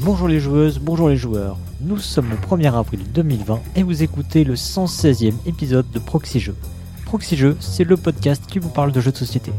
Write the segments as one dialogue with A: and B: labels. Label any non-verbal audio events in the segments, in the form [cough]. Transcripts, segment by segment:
A: Bonjour les joueuses, bonjour les joueurs. Nous sommes le 1er avril 2020 et vous écoutez le 116e épisode de Proxy Jeux. Proxy Jeux, c'est le podcast qui vous parle de jeux de société.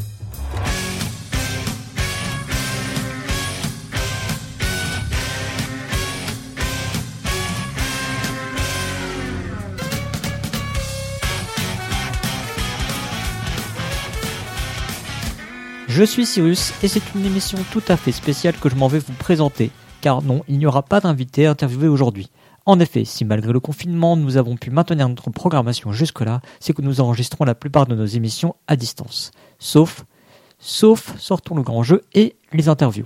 A: Je suis Cyrus et c'est une émission tout à fait spéciale que je m'en vais vous présenter, car non, il n'y aura pas d'invité interviewé aujourd'hui. En effet, si malgré le confinement nous avons pu maintenir notre programmation jusque-là, c'est que nous enregistrons la plupart de nos émissions à distance. Sauf, sauf, sortons le grand jeu et les interviews.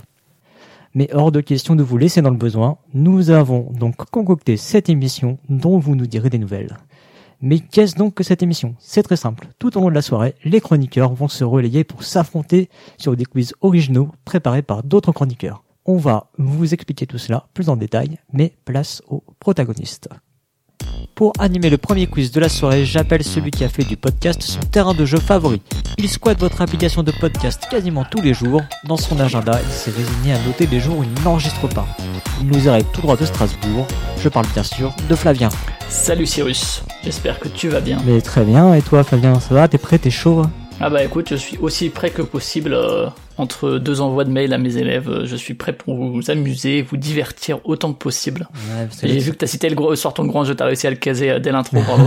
A: Mais hors de question de vous laisser dans le besoin, nous avons donc concocté cette émission dont vous nous direz des nouvelles. Mais qu'est-ce donc que cette émission C'est très simple. Tout au long de la soirée, les chroniqueurs vont se relayer pour s'affronter sur des quiz originaux préparés par d'autres chroniqueurs. On va vous expliquer tout cela plus en détail, mais place aux protagonistes. Pour animer le premier quiz de la soirée, j'appelle celui qui a fait du podcast son terrain de jeu favori. Il squatte votre application de podcast quasiment tous les jours. Dans son agenda, il s'est résigné à noter les jours où il n'enregistre pas. Il nous arrive tout droit de Strasbourg. Je parle bien sûr de Flavien.
B: Salut Cyrus, j'espère que tu vas bien.
A: Mais très bien, et toi Fabien, ça va T'es prêt T'es
B: [laughs]
A: chaud
B: Ah bah écoute, je suis aussi prêt que possible euh, entre deux envois de mail à mes élèves. euh, Je suis prêt pour vous amuser, vous divertir autant que possible. J'ai vu que t'as cité le gros, sort ton grand jeu, t'as réussi à le caser euh, dès l'intro, bravo.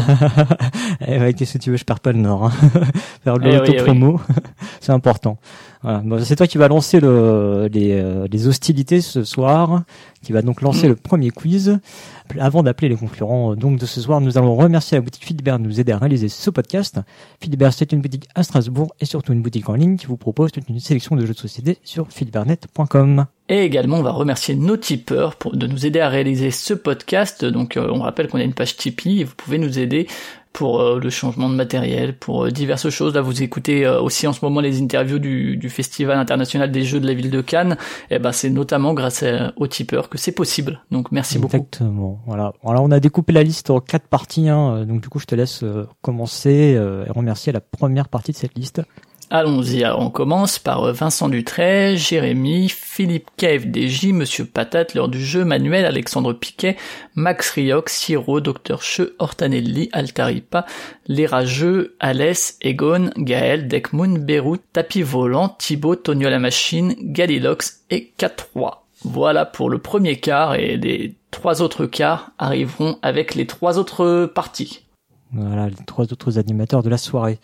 A: Eh ouais, qu'est-ce que tu veux, je perds pas le nord. hein. [laughs] Faire de
B: Eh oui,
A: l'autopromo, [laughs] c'est important. Voilà. Bon, c'est toi qui vas lancer le, les, euh, les hostilités ce soir, qui va donc lancer
B: Mm.
A: le premier quiz. Avant d'appeler les concurrents euh, donc de ce soir, nous allons remercier la boutique Philibert de nous aider à réaliser ce podcast. Philibert, c'est une boutique à Strasbourg et surtout une boutique en ligne qui vous propose toute une sélection de jeux de société sur philibernet.com.
B: Et également, on va remercier nos tipeurs pour, de nous aider à réaliser ce podcast. Donc, euh, on rappelle qu'on a une page Tipeee et vous pouvez nous aider pour euh, le changement de matériel, pour euh, diverses choses. Là, vous écoutez euh, aussi en ce moment les interviews du, du Festival international des jeux de la ville de Cannes. Et ben, c'est notamment grâce à- aux tipeurs que c'est possible. Donc, merci beaucoup.
A: Exactement. Voilà. Alors on a découpé la liste en quatre parties, hein. Euh, donc du coup je te laisse euh, commencer euh, et remercier la première partie de cette liste.
B: Allons-y. Alors, on commence par euh, Vincent Dutray, Jérémy, Philippe KFDJ, Monsieur Patate, l'heure du jeu, Manuel, Alexandre Piquet, Max Rioc, Siro, Docteur Cheux, Hortanelli, Altaripa, Les Rageux, Alès, Egon, Gaël, Deckmoon, Beyrouth, Tapis Volant, Thibaut, Tonio la Machine, Galilox et K3. Voilà pour le premier quart et les trois autres quarts arriveront avec les trois autres parties.
A: Voilà les trois autres animateurs de la soirée.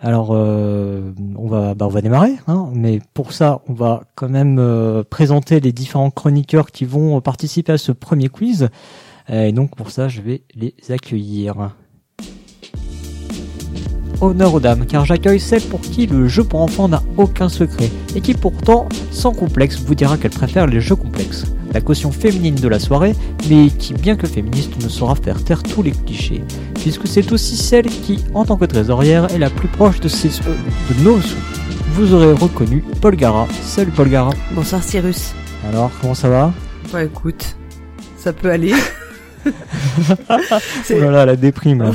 A: Alors euh, on va bah, on va démarrer, hein, mais pour ça on va quand même euh, présenter les différents chroniqueurs qui vont participer à ce premier quiz. Et donc pour ça je vais les accueillir. Honneur aux dames, car j'accueille celle pour qui le jeu pour enfants n'a aucun secret, et qui pourtant, sans complexe, vous dira qu'elle préfère les jeux complexes. La caution féminine de la soirée, mais qui, bien que féministe, ne saura faire taire tous les clichés, puisque c'est aussi celle qui, en tant que trésorière, est la plus proche de, ses, euh, de nos sous. Vous aurez reconnu Paul Gara. Salut Paul Gara.
C: Bonsoir Cyrus.
A: Alors, comment ça va
C: Bah écoute, ça peut aller. [laughs] Ah
A: Oh
C: C'est- Oh,
A: là là, la déprime.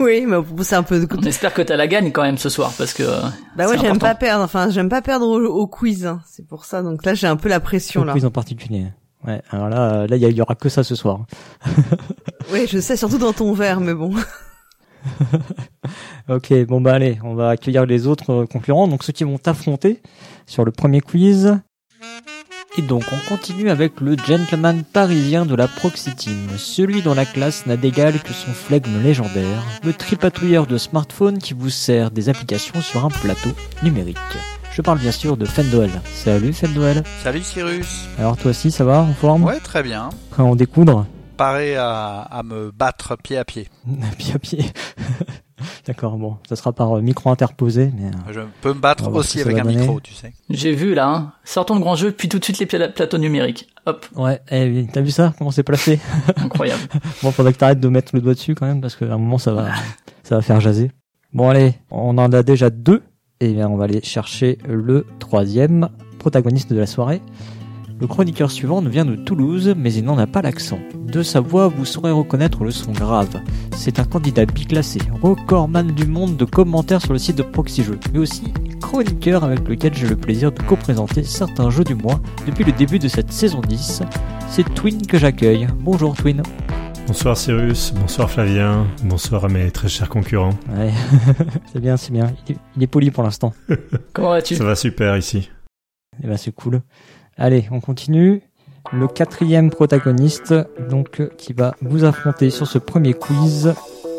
C: oui, mais bon, c'est un peu.
B: On espère que t'as la gagne quand même ce soir parce que euh,
C: Bah ouais,
B: C'est
C: j'aime
B: important.
C: pas perdre. Enfin, j'aime pas perdre au, au quiz. hein. C'est pour ça. Donc là, j'ai un peu la pression là.
A: Surprise en particulier. Ouais, alors là, euh, là, il y a- il y aura que ça ce soir.
C: Oui, je sais, surtout dans ton verre, mais bon.
A: Ok, bon bah allez, on va accueillir les autres euh, concurrents, donc ceux qui vont affronter sur le premier quiz. Et donc on continue avec le gentleman parisien de la Proxy Team, celui dont la classe n'a d'égal que son flegme légendaire, le tripatouilleur de smartphone qui vous sert des applications sur un plateau numérique. Je parle bien sûr de Fendoel. Salut Fendoel.
D: Salut Cyrus.
A: Alors toi aussi ça va, en forme
D: Ouais, très bien.
A: Prêt à en découdre
D: Paré à, à me battre pied à pied.
A: [laughs] Pied à pied. D'accord, bon, ça sera par euh, micro interposé, mais... euh,
D: Je peux me
A: On
D: battre
A: va voir
D: aussi
A: ce que bah, ça
D: avec un
A: va donner.
D: micro, tu sais.
B: J'ai vu là, hein. sortons de grand jeu, puis tout de suite les pla- plateaux numériques. Hop,
A: Ouais, eh oui, t'as vu ça Comment c'est placé [laughs]
B: incroyable.
A: Bon, faudrait que t'arrêtes de mettre le doigt dessus quand même, parce qu'à un moment, ça va, ça va faire jaser. Bon, allez, on en a déjà deux. Et bien, on va aller chercher le troisième protagoniste de la soirée. Le chroniqueur suivant vient de Toulouse, mais il n'en a pas l'accent. De sa voix, vous saurez reconnaître le son grave. C'est un candidat biclassé, recordman du monde de commentaires sur le site de Proxy Jeux, mais aussi chroniqueur avec lequel j'ai le plaisir de co-présenter certains jeux du mois depuis le début de cette saison 10. C'est Twin que j'accueille. Bonjour Twin.
E: Bonsoir Cyrus, bonsoir Flavien, bonsoir à mes très chers concurrents. [laughs]
A: Ouais, c'est bien, c'est bien. Il est, il est poli pour l'instant.
B: [laughs] Comment vas-tu
E: Ça va super ici.
A: Eh ben c'est cool. Allez, on continue. Le quatrième protagoniste, donc, euh, qui va vous affronter sur ce premier quiz.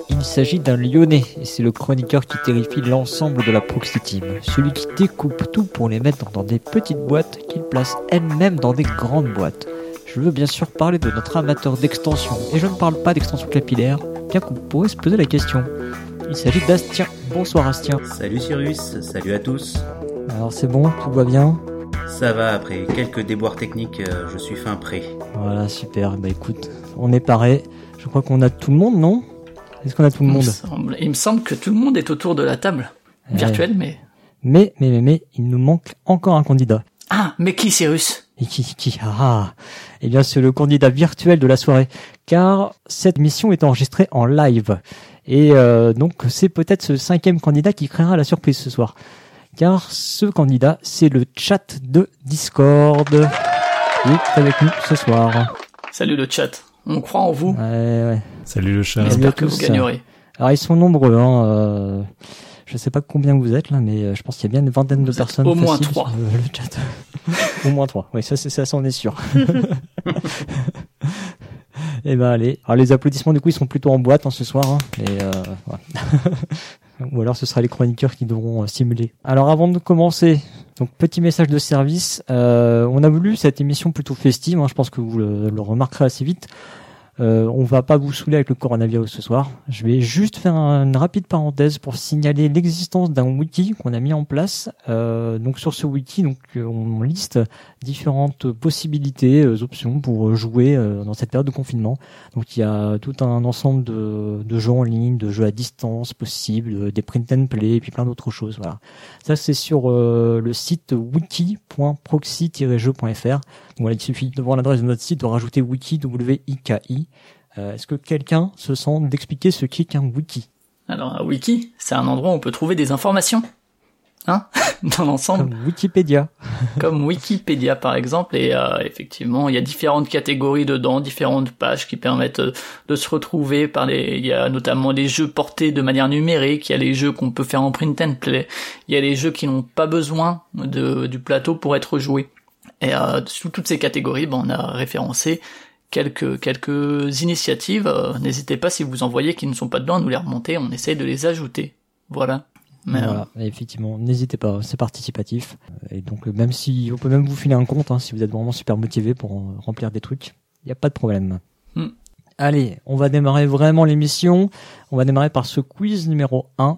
A: Il s'agit d'un lyonnais, et c'est le chroniqueur qui terrifie l'ensemble de la Proxy Team. Celui qui découpe tout pour les mettre dans des petites boîtes qu'il place elle-même dans des grandes boîtes. Je veux bien sûr parler de notre amateur d'extension, et je ne parle pas d'extension capillaire, bien qu'on pourrait se poser la question. Il s'agit d'Astien. Bonsoir Astien.
F: Salut Cyrus, salut à tous.
A: Alors c'est bon, tout va bien
F: Ça va, après quelques déboires techniques, euh, je suis fin prêt.
A: Voilà, super. Bah écoute, on est paré. Je crois qu'on a tout le monde, non Est-ce qu'on a tout
B: Il
A: le
B: me
A: monde
B: semble- Il me semble que tout le monde est autour de la table.
A: Ouais.
B: Virtuelle, mais...
A: Mais, mais, mais, mais, il nous manque encore un candidat.
B: Ah, mais qui, Cyrus
A: Et qui, qui, ah, ah. Eh bien, c'est le candidat virtuel de la soirée. Car cette mission est enregistrée en live. Et euh, donc, c'est peut-être ce cinquième candidat qui créera la surprise ce soir. Car ce candidat, c'est le chat de Discord. Il est avec nous ce soir.
B: Salut le chat. On croit en vous.
A: Ouais, ouais.
E: Salut le
B: On
E: chat.
A: Salut à
B: espère que vous
A: tous.
B: gagnerez.
A: Alors ils sont nombreux, hein. euh, je sais pas combien vous êtes là, mais euh, je pense qu'il y a bien une vingtaine
B: Vous
A: de
B: êtes
A: personnes.
B: au moins
A: faciles sur,
B: trois.
A: euh, le chat. [laughs] au moins trois. Oui, ça, c'est ça, ça, on est sûr. [laughs] Eh ben allez. Alors les applaudissements du coup ils sont plutôt en boîte hein, ce soir. hein, et, euh, ouais. [laughs] Ou alors ce sera les chroniqueurs qui devront euh, simuler. Alors avant de commencer, donc petit message de service. Euh, on a voulu cette émission plutôt festive. hein, je pense que vous le, le remarquerez assez vite. Euh, on va pas vous saouler avec le coronavirus ce soir. Je vais juste faire un- une rapide parenthèse pour signaler l'existence d'un wiki qu'on a mis en place. Euh, donc sur ce wiki, donc euh, on liste différentes possibilités, euh, options pour euh, jouer euh, dans cette période de confinement. Donc il y a tout un ensemble de, de jeux en ligne, de jeux à distance possibles, euh, des print and play et puis plein d'autres choses. Voilà. Ça c'est sur euh, le site wiki.proxy-jeu.fr. Donc voilà, il suffit devant l'adresse de notre site de rajouter wiki w i k i. Euh, Est-ce que quelqu'un se sent d'expliquer ce qu'est qu'un wiki
B: Alors, un wiki, c'est un endroit où on peut trouver des informations. Hein [laughs] Dans l'ensemble.
A: Comme Wikipédia.
B: [laughs] Comme Wikipédia, par exemple. Et euh, effectivement, il y a différentes catégories dedans, différentes pages qui permettent euh, de se retrouver. Par les... Il y a notamment les jeux portés de manière numérique. Il y a les jeux qu'on peut faire en print and play. Il y a les jeux qui n'ont pas besoin de, du plateau pour être joués. Et euh, sous toutes ces catégories, ben, on a référencé quelques, quelques initiatives. Euh, N'hésitez pas, si vous en voyez qui ne sont pas dedans, à nous les remonter. On essaye de les ajouter. Voilà. Mais, euh,
A: Voilà, et effectivement, n'hésitez pas, c'est participatif. Euh, Et donc, euh, même si on peut même vous filer un compte, hein, si vous êtes vraiment super motivé pour euh, remplir des trucs, il n'y a pas de problème.
B: Hmm.
A: Allez, on va démarrer vraiment l'émission. On va démarrer par ce quiz numéro 1.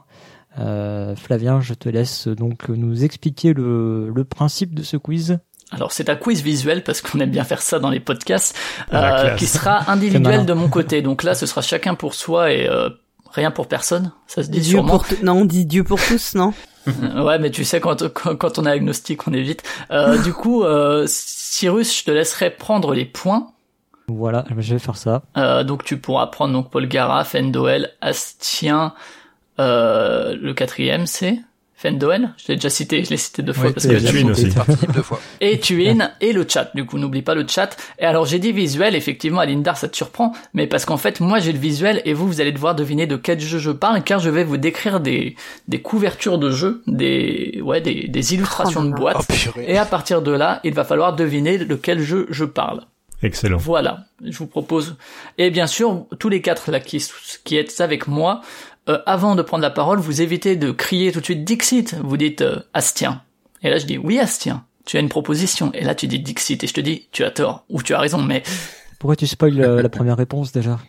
A: Euh, Flavien, je te laisse euh, donc nous expliquer le, le principe de ce quiz.
B: Alors c'est un quiz visuel parce qu'on aime bien faire ça dans les podcasts,
E: La
B: euh,
E: classe.
B: qui
E: [laughs]
B: sera
A: C'est malin.
B: individuel de mon côté. Donc là, ce sera chacun pour soi et euh, rien pour personne. Ça se dit
C: Dieu
B: sûrement.
C: pour t- non, on dit Dieu pour tous, non
B: Euh, [laughs] Ouais, mais tu sais quand quand, quand on est agnostique, on évite. Euh, du coup, euh, Cyrus, je te laisserai prendre les points.
A: Voilà, je vais faire ça.
B: Euh, donc tu pourras prendre donc Paul Gara, Fendoel, Astien. Euh, le quatrième, c'est Fendoel. Je l'ai déjà cité. Je l'ai cité deux fois
A: Ouais,
B: parce
A: t'es
B: que
E: la
A: bien
E: thune
A: chanté.
E: aussi.
D: Parti [laughs] deux fois.
B: Et Tuin et le chat. Du coup, n'oublie pas le chat. Et alors, j'ai dit visuel, effectivement, Alindar, ça te surprend, mais parce qu'en fait, moi, j'ai le visuel et vous, vous allez devoir deviner de quel jeu je parle, car je vais vous décrire des, des couvertures de jeux, des, ouais, des, des illustrations
C: Oh là
B: de
C: là.
D: Oh
B: boîtes.
D: purée.
B: Et à partir de là, il va falloir deviner de quel jeu je parle.
E: Excellent.
B: Voilà, je vous propose. Et bien sûr, tous les quatre là qui, qui êtes avec moi, euh, avant de prendre la parole, vous évitez de crier tout de suite Dixit. Vous dites euh, Astien. Et là, je dis oui Astien. Tu as une proposition. Et là, tu dis Dixit. Et je te dis tu as tort ou tu as
E: [laughs]
B: raison. Mais
A: Pourquoi tu spoil euh, la première réponse déjà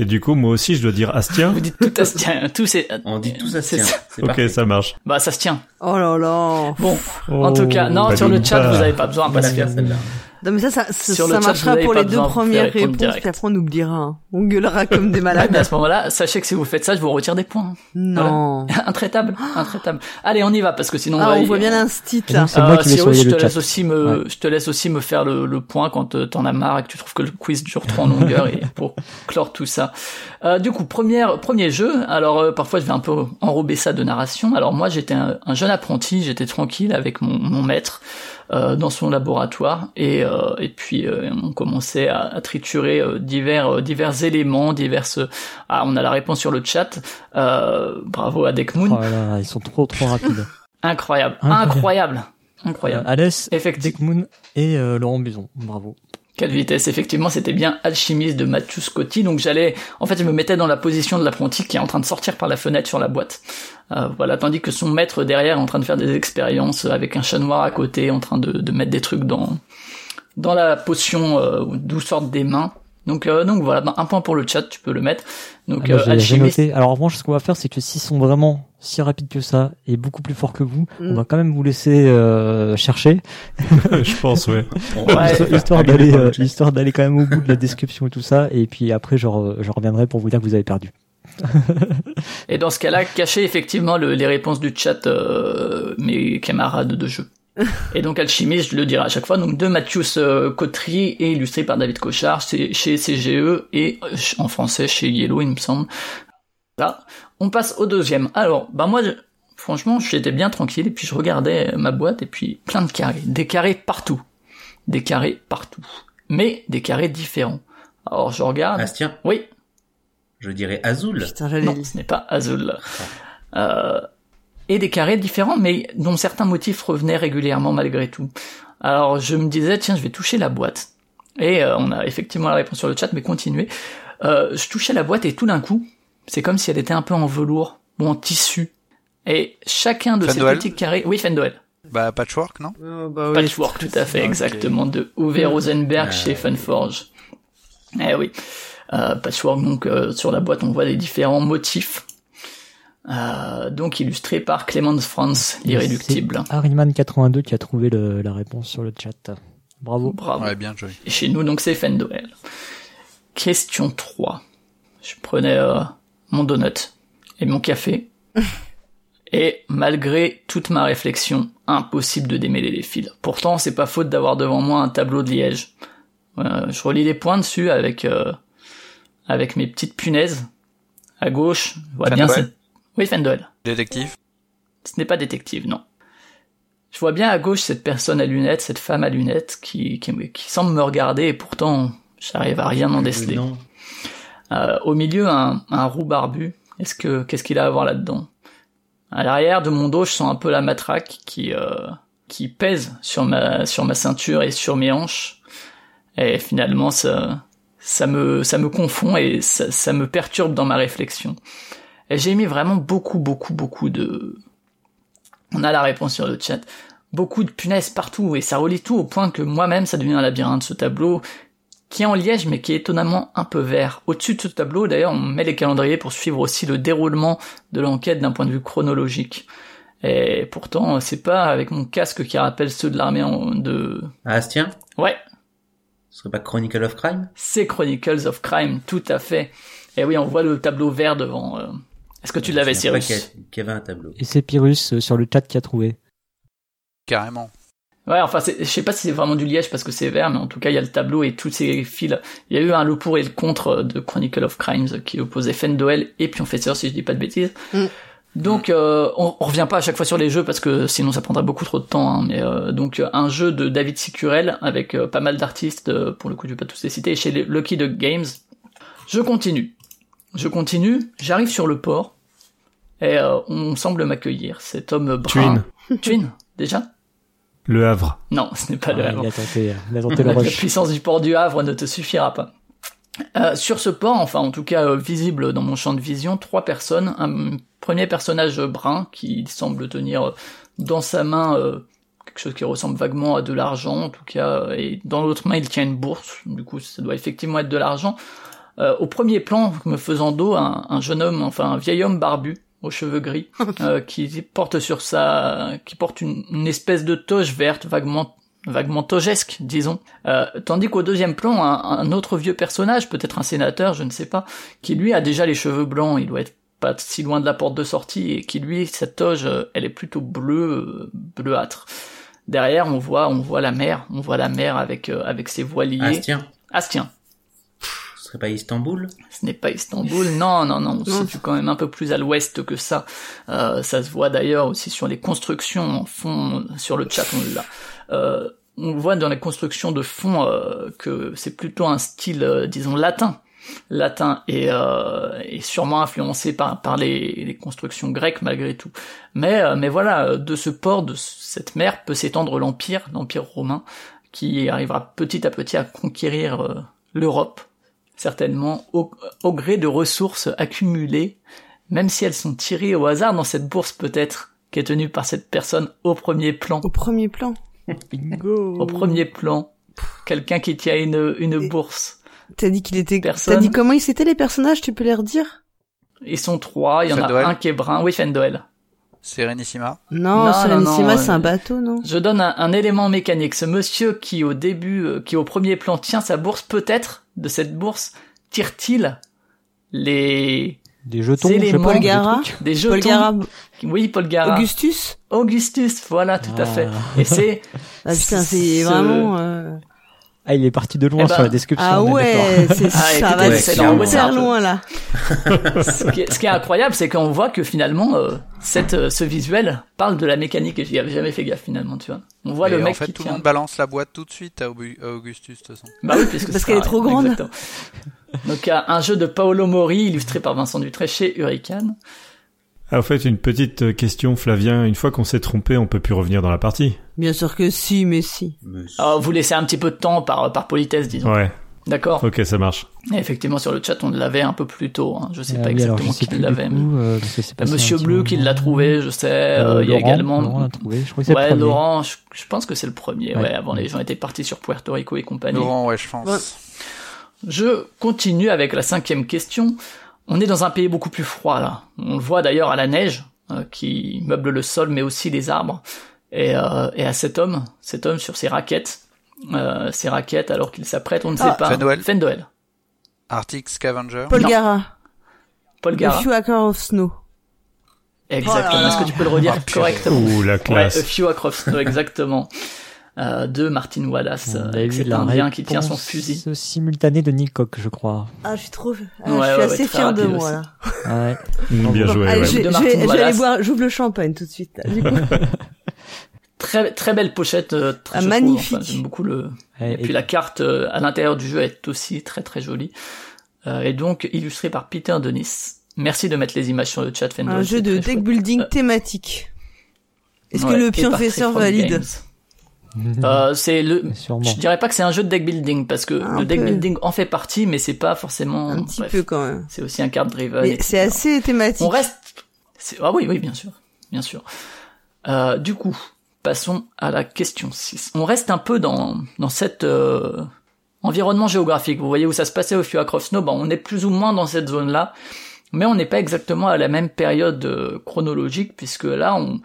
E: Et du coup, moi aussi, je dois dire Astien.
B: vous dites tout Astien. Tout c'est.
F: On dit tout ça,
B: C'est
F: c'est
B: ça.
E: Ok,
F: parfait.
E: ça marche.
B: Bah ça se tient.
C: Oh là là.
B: Bon, en tout cas, non
E: bah,
B: sur le
E: dis
B: chat
E: pas.
B: vous avez pas besoin
F: On va
B: parce
F: la
B: que
F: faire celle-là.
C: Non, mais ça, ça, ça,
B: Sur le
C: ça
B: chat, vous
C: marchera
B: avez
C: pour
B: pas
C: les deux
B: besoin de me faire
C: premières
B: répondre
C: réponses,
B: direct.
C: puis après on oubliera. hein. On gueulera comme
B: [laughs]
C: des
B: Ah, mais à
C: malades.
B: ce moment-là, sachez que si vous faites ça, je vous retire des points.
C: non.
B: [laughs] intraitable, intraitable. Allez, on y va parce que sinon
C: Ah,
B: va
C: on
B: y-
C: voit bien l'instit,
A: Et
C: là.
A: donc, c'est moi qui vais
B: Euh, Cyrus,
A: surveiller
B: je te
A: le chat.
B: laisse aussi me,
A: Ouais.
B: je te laisse aussi me faire le, le point quand euh, t'en as marre et que tu trouves que le quiz dure trop en longueur et pour clore tout ça. Euh, du coup, première, premier jeu. Alors euh, parfois je vais un peu enrober ça de narration. Alors moi j'étais un, un jeune apprenti, j'étais tranquille avec mon, mon maître euh, dans son laboratoire et, euh, et puis euh, on commençait à, à triturer euh, divers euh, divers éléments, diverses. Ah, on a la réponse sur le chat. Euh, bravo à Dekmoon.
A: Oh là là, ils sont trop trop rapides.
B: Incroyable,
A: Incroyable.
B: incroyable, [laughs] incroyable.
A: Euh, Alès,
B: Effectivement.
A: Dekmoon et euh, Laurent Buson. Bravo.
B: Quelle vitesse, effectivement, c'était bien Alchimiste de Mathieu Scotti. Donc j'allais, en fait, je me mettais dans la position de l'apprenti qui est en train de sortir par la fenêtre sur la boîte. Euh, voilà, tandis que son maître derrière est en train de faire des expériences avec un chat noir à côté, en train de, de mettre des trucs dans dans la potion euh, d'où sortent des mains. Donc euh, donc voilà, un point pour le chat, tu peux le mettre. Donc
A: Ah bah,
B: euh,
A: j'ai- j'ai
B: Alchimiste,
A: noté. Alors en revanche, ce qu'on va faire, c'est que s'ils sont vraiment si rapides que ça et beaucoup plus forts que vous,
C: Mm.
A: on va quand même vous laisser euh, chercher,
E: [laughs] je pense,
A: [laughs]
E: ouais.
F: On
B: Ouais.
F: va se
A: Histoire-
F: faire
A: histoire
F: allumer
A: d'aller
F: par le
A: euh,
F: chat.
A: histoire d'aller quand même au bout de la description et tout ça. Et puis après, je, re- je reviendrai pour vous dire que vous avez perdu.
B: Et dans ce cas-là, cachez effectivement le- les réponses du chat, euh, mes camarades de jeu. Et donc Alchimiste, je le dirai à chaque fois, donc de Mathius euh, Cottry et illustré par David Cochard c'est chez CGE et euh, ch- en français chez Yellow, il me semble. Là, on passe au deuxième. Alors, bah moi, je- franchement, j'étais bien tranquille et puis je regardais euh, ma boîte et puis plein de carrés, des carrés partout, des carrés partout, mais des carrés différents. Alors je regarde.
F: Bastien,
B: Oui,
F: je dirais Azul. Ah.
C: Putain, j'allais
B: non,
C: le-
B: ce n'est pas Azul. Euh, et des carrés différents, mais dont certains motifs revenaient régulièrement malgré tout. Alors je me disais, tiens, je vais toucher la boîte. Et euh, on a effectivement la réponse sur le chat, mais continuez. Euh, je touchais la boîte et tout d'un coup, c'est comme si elle était un peu en velours ou en tissu. Et chacun de ces
D: Fendoel
B: petits carrés... Oui, Fendoel.
D: Bah, patchwork, non
C: Oh, bah oui.
B: Patchwork, tout à fait,
D: Ok.
B: exactement, de Uwe Rosenberg
F: Ah,
B: chez
F: oui.
B: Funforge. Eh oui. Euh, patchwork, donc, euh, sur la boîte, on voit les différents motifs. Euh, donc, illustré par Clémence France, l'irréductible.
A: C'est Harryman82 qui a trouvé le- la réponse sur le chat. Bravo.
B: Bravo.
D: Ouais, bien joli.
B: Et chez nous, donc, c'est Fendoel. Question 3. Je prenais euh, mon donut et mon café. et malgré toute ma réflexion, impossible de démêler les fils. Pourtant, c'est pas faute d'avoir devant moi un tableau de liège. Euh, je relis les points dessus avec, euh, avec mes petites punaises. À gauche, je vois bien...
D: Fendoel
B: c'est- Oui, Fendoel.
D: Détective
B: Ce n'est pas détective, non. Je vois bien à gauche cette personne à lunettes, cette femme à lunettes qui, qui, me- qui semble me regarder et pourtant j'arrive à rien en déceler.
F: Non.
B: Euh, au milieu, un, un roux barbu. Est-ce que qu'est-ce qu'il a à voir là-dedans À l'arrière de mon dos, je sens un peu la matraque qui euh, qui pèse sur ma sur ma ceinture et sur mes hanches. Et finalement, ça ça me ça me confond et ça, ça me perturbe dans ma réflexion. Et j'ai mis vraiment beaucoup beaucoup beaucoup de. On a la réponse sur le chat. Beaucoup de punaises partout et ça relie tout au point que moi-même ça devient un labyrinthe ce tableau qui est en liège mais qui est étonnamment un peu vert. Au-dessus de ce tableau, d'ailleurs, on met les calendriers pour suivre aussi le déroulement de l'enquête d'un point de vue chronologique. Et pourtant, c'est pas avec mon casque qui rappelle ceux de l'armée en- de...
F: Ah, Astien,
B: Ouais,
F: ce serait pas Chronicle of Crime
B: c'est Chronicles of Crime, tout à fait. Et oui, on voit le tableau vert devant. euh. Est-ce que tu
F: Je
B: l'avais,
F: me souviens
B: Cyrus
F: pas qu'il y a- Qu'il y avait un tableau.
A: Et c'est Pyrrhus euh, sur le chat qui a trouvé.
D: Carrément.
B: Ouais, enfin, c'est- je sais pas si c'est vraiment du liège parce que c'est vert, mais en tout cas, il y a le tableau et tous ces fils. Il y a eu un le pour et le contre de Chronicle of Crimes qui opposait Fendoel et Pionfesseur, si je dis pas de bêtises.
C: Mm.
B: Donc, euh, on, on revient pas à chaque fois sur les jeux parce que sinon ça prendrait beaucoup trop de temps. hein, mais euh, donc, euh, un jeu de David Sicurel avec euh, pas mal d'artistes, euh, pour le coup, je vais pas tous les citer, et chez les Lucky Duck Games. Je continue. Je continue, j'arrive sur le port et euh, on semble m'accueillir. Cet homme brun. Twin. Twin, déjà
E: Le Havre.
B: non, ce n'est pas le
A: Ah,
B: Havre.
A: il a tenté, il a tenté
B: [laughs]
A: le
B: La
A: rush.
B: puissance du port du Havre ne te suffira pas. Euh, sur ce port, enfin en tout cas euh, visible dans mon champ de vision, trois personnes. Un premier personnage brun qui semble tenir euh, dans sa main euh, quelque chose qui ressemble vaguement à de l'argent, en tout cas, euh, et dans l'autre main il tient une bourse. Du coup, ça doit effectivement être de l'argent. Euh, au premier plan, me faisant dos, un, un jeune homme, enfin un vieil homme barbu aux cheveux gris, euh, qui porte sur sa, qui porte une, une espèce de toche verte vaguement vaguement togesque, disons. Euh, tandis qu'au deuxième plan, un, un autre vieux personnage, peut-être un sénateur, je ne sais pas, qui lui a déjà les cheveux blancs, il doit être pas si loin de la porte de sortie, et qui lui, sa toge, euh, elle est plutôt bleue, euh, bleuâtre. Derrière, on voit, on voit la mer, on voit la mer avec, euh, avec ses voiliers.
F: Astien,
B: Astien.
F: ce serait pas Istanbul
B: Ce n'est pas Istanbul, non, non, non, on se
C: Non.
B: situe quand même un peu plus à l'ouest que ça. Euh, ça se voit d'ailleurs aussi sur les constructions en fond, sur le chat on l'a. Euh, on voit dans les constructions de fond euh, que c'est plutôt un style, euh, disons, latin. Latin et, euh, et sûrement influencé par, par les, les constructions grecques malgré tout. Mais, euh, mais voilà, euh, de ce port, de c- cette mer, peut s'étendre l'Empire, l'Empire romain, qui arrivera petit à petit à conquérir euh, l'Europe certainement au, au gré de ressources accumulées, même si elles sont tirées au hasard dans cette bourse peut-être, qui est tenue par cette personne au premier plan.
C: Au premier plan.
A: Bingo
B: Au premier plan, quelqu'un qui tient une, une
C: Et-
B: bourse.
C: T'as dit qu'il était.
B: Personne.
C: T'as dit comment ils s'étaient les personnages, tu peux les redire
B: Ils sont trois, il y en
D: Fendoel.
B: a un qui est brun, oui Fendoel.
D: Serenissima.
C: Non,
B: Non, non,
C: Serenissima,
B: non,
C: c'est
B: euh,
C: un bateau, non
B: Je donne un, un élément mécanique. Ce monsieur qui au début, euh, qui au premier plan tient sa bourse, peut-être de cette bourse, tire-t-il les
A: Des jetons,
B: C'est
A: je
B: les
A: sais pas, des
C: Mangara.
A: trucs.
B: des jetons
C: Paul Garab,
B: Oui, Paul Gara.
C: Augustus
B: Augustus, voilà, tout à fait.
A: Ah.
B: Et c'est
C: Ah putain, c'est
B: Ce-
C: vraiment... euh,
A: Ah, il est parti de loin
B: Eh ben,
A: sur la description.
C: Ah
A: on est
C: ouais,
A: [laughs]
C: c'est
B: Ah,
C: ça
B: écoutez,
C: va
F: c'est dans le
C: super
B: Wizard.
C: loin là.
B: ce, qui est, ce qui est incroyable, c'est qu'on voit que finalement, euh, cette, euh, ce visuel parle de la mécanique et j'y avais jamais fait gaffe finalement, tu vois. On voit
D: Mais
B: le mec
D: en fait,
B: qui
D: tout le
B: tient.
D: monde balance la boîte tout de suite à Aubu- à Augustus, de toute façon.
B: Bah oui, puisque
C: Parce
B: c'est
C: qu'elle est
B: pareil,
C: trop grande.
B: exactement. Donc euh, un jeu de Paolo Mori illustré par Vincent Dutré chez Hurricane.
E: Ah, au fait, une petite euh, question, Flavien. Une fois qu'on s'est trompé, on peut plus revenir dans la partie.
C: Bien sûr que si, mais si.
F: Monsieur.
B: Alors, Ah, vous laissez un petit peu de temps par par politesse, disons.
E: Ouais,
B: D'accord.
E: ok, ça marche.
B: Et Effectivement, sur le chat, on l'avait un peu plus tôt. Hein. Je sais
A: Ah
B: pas
A: oui, alors,
B: exactement
A: je sais
B: qui
A: plus du
B: l'avait. mais-
A: coup, euh, parce que c'est passé un
B: Monsieur
A: petit
B: Bleu qui
A: moment.
B: l'a trouvé, je sais.
A: Euh,
B: euh, il y a
A: Laurent,
B: également
A: Laurent l'a trouvé. Je crois que c'est
B: ouais,
A: le premier.
B: Laurent, je, je pense que c'est le premier. Ouais.
A: Ouais.
B: avant les gens étaient partis sur Puerto Rico et compagnie.
D: Laurent, ouais, je pense.
C: Ouais.
B: Je continue avec la cinquième question. On est dans un pays beaucoup plus froid là. On le voit d'ailleurs à la neige euh, qui meuble le sol mais aussi les arbres et, euh, et à cet homme, cet homme sur ses raquettes, euh, ses raquettes alors qu'il s'apprête, on ne
C: Ah,
B: sait pas.
D: Fenwell.
B: Fenwell.
D: Arctic Scavenger.
C: Paul
B: Non.
C: Gara,
B: Paul
C: A
B: Gara.
C: Few Acres of Snow.
B: Exactement.
C: Oh là là.
B: Est-ce que tu peux le redire
D: Ah, purée.
B: correctement
E: Ouh, la
B: Ouais, A
E: classe.
B: Few Acres of Snow, exactement. Euh, de Martin Wallace, euh,
A: On a eu
B: avec cet
A: la
B: indien qui tient son
A: réponse
B: fusil.
A: simultanée de Nick Cock, je crois.
C: Ah, je suis trop... ah,
B: Ouais,
C: je suis
B: ouais,
C: assez
B: ouais, très
C: fière de
B: rapide
C: moi
B: aussi.
C: là.
A: Ouais.
E: Mmh, Bien
C: Bon,
E: joué,
C: allez,
E: ouais.
C: je, vais-
B: De
C: je
B: Martin
C: vais- je vais
B: Wallace.
C: aller boire, j'ouvre le champagne tout de suite. là, du coup.
B: [laughs] Très, très belle pochette. euh, très,
C: Ah,
B: je trouve,
C: magnifique.
B: enfin, J'aime beaucoup le,
A: Et,
B: Et puis la carte euh, à l'intérieur du jeu est aussi très très jolie. Euh, et donc illustrée par Peter Denis. Merci de mettre les images sur le chat, Fendo.
C: Un jeu
B: c'est
C: de
B: très
C: deck
B: chouette.
C: building
B: Euh,
C: thématique. Est-ce
B: ouais,
C: que le
B: et par
C: pionfesseur
B: Trifon
C: valide
B: Games. Euh, c'est le.
A: Sûrement.
B: Je dirais pas que c'est un jeu de deck building parce que
C: Ah, Un
B: le deck
C: peu.
B: building en fait partie, mais c'est pas forcément.
C: Un petit
B: bref,
C: peu quand même.
B: C'est aussi un card driven.
C: Mais
B: etc.
C: c'est assez thématique.
B: On reste. c'est- Ah oui, oui, bien sûr. Bien sûr. Euh, du coup, passons à la question 6. On reste un peu dans, dans cet euh, environnement géographique. Vous voyez où ça se passait au Fuacroft Snow ben, On est plus ou moins dans cette zone-là, mais on n'est pas exactement à la même période euh, chronologique, puisque là, on,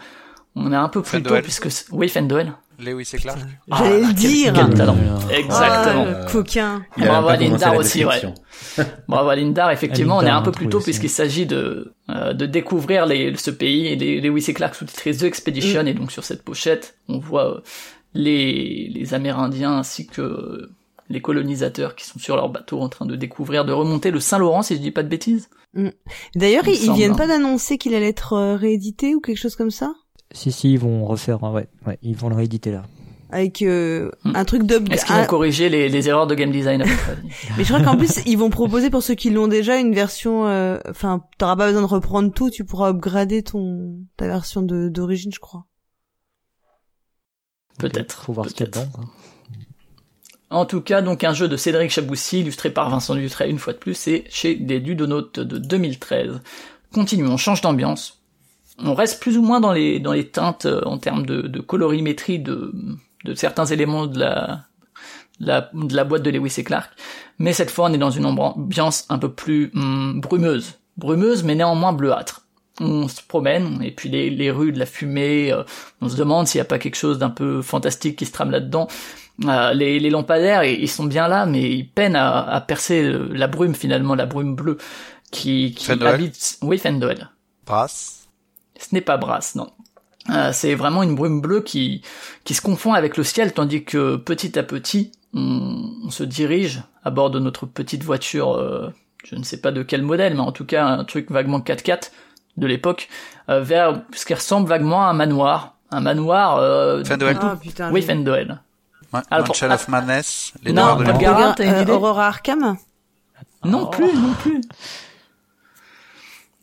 B: on est un peu plus tôt.
D: Fendoel.
B: Puisque c'est- oui, Fendoel.
D: Lewis et Clark.
C: J'allais le
B: Ah, quel-
C: dire.
B: quel talent.
A: Ah,
B: Exactement.
C: Ah, le coquin.
F: Il a
B: Bravo
F: pas
B: à
F: commencé
B: Lindar
F: la
B: aussi, ouais.
F: description.
B: [laughs] Bravo à Lindar, effectivement,
A: À
B: on est
A: Lindar,
B: un peu
A: on
B: plus
A: trouve
B: tôt
A: aussi.
B: puisqu'il s'agit de, euh, de découvrir les, ce pays et les, Lewis et Clark sous-titré The
C: Mm.
B: Expedition et donc sur cette pochette, on voit euh, les, les Amérindiens ainsi que euh, les colonisateurs qui sont sur leur bateau en train de découvrir, de remonter le Saint-Laurent si je dis pas de bêtises.
C: D'ailleurs,
B: Il
C: ils,
B: me
C: ils
B: semble, hein.
C: viennent pas d'annoncer qu'il allait être euh, réédité ou quelque chose comme ça
A: Si, si, ils vont refaire. hein, Ouais, ouais, ils vont le rééditer là.
C: Avec euh,
B: Hmm.
C: un truc d'upgrade.
B: Est-ce qu'ils ont corrigé les, les erreurs de game design après ça
C: Mais je crois
B: [laughs]
C: qu'en plus, ils vont proposer pour ceux qui l'ont déjà une version. euh, Enfin, t'auras pas besoin de reprendre tout, tu pourras upgrader ton ta version de d'origine, je crois.
B: Peut-être,
A: Faut voir ce qu'il y a
B: peut-être.
A: dedans. hein. quoi.
B: En tout cas, donc un jeu de Cédric Chaboussi, illustré par Vincent Dutray une fois de plus, et chez les Dudonautes de 2013. Continuons, on change d'ambiance. On reste plus ou moins dans les, dans les teintes euh, en termes de, de colorimétrie de, de certains éléments de la, de la, de la boîte de Lewis et Clark, mais cette fois on est dans une ambiance un peu plus hum, brumeuse. Brumeuse, mais néanmoins bleuâtre. on se promène, et puis les, les rues de la fumée, euh, on se demande s'il n'y a pas quelque chose d'un peu fantastique qui se trame là-dedans. Euh, les, les lampadaires, ils, ils sont bien là, mais ils peinent à, à percer le- la brume finalement, la brume bleue qui, qui
D: Fin de Noël.
B: habite... Oui, Fendel.
D: Brasse.
B: Ce n'est pas Brass, non. Euh, c'est vraiment une brume bleue qui, qui se confond avec le ciel, tandis que petit à petit,
A: Hmm.
B: on, on se dirige à bord de notre petite voiture, euh, je ne sais pas de quel modèle, mais en tout cas un truc vaguement 4x4 de l'époque, euh, vers ce qui ressemble vaguement à un manoir. Un manoir... Euh,
D: Fendel.
C: Ah putain.
B: Oui,
C: j'ai-
B: Fendel.
D: Ma-
B: Alors,
D: Manchel
B: ah,
D: of Madness. Les
B: non,
D: Noirs de
B: pas
D: l'Amour.
B: Gar- Gara,
C: Regarde,
B: Ah, t'as une
C: euh,
B: idée
C: Aurora Arkham
B: Non
A: Oh.
B: plus, non plus.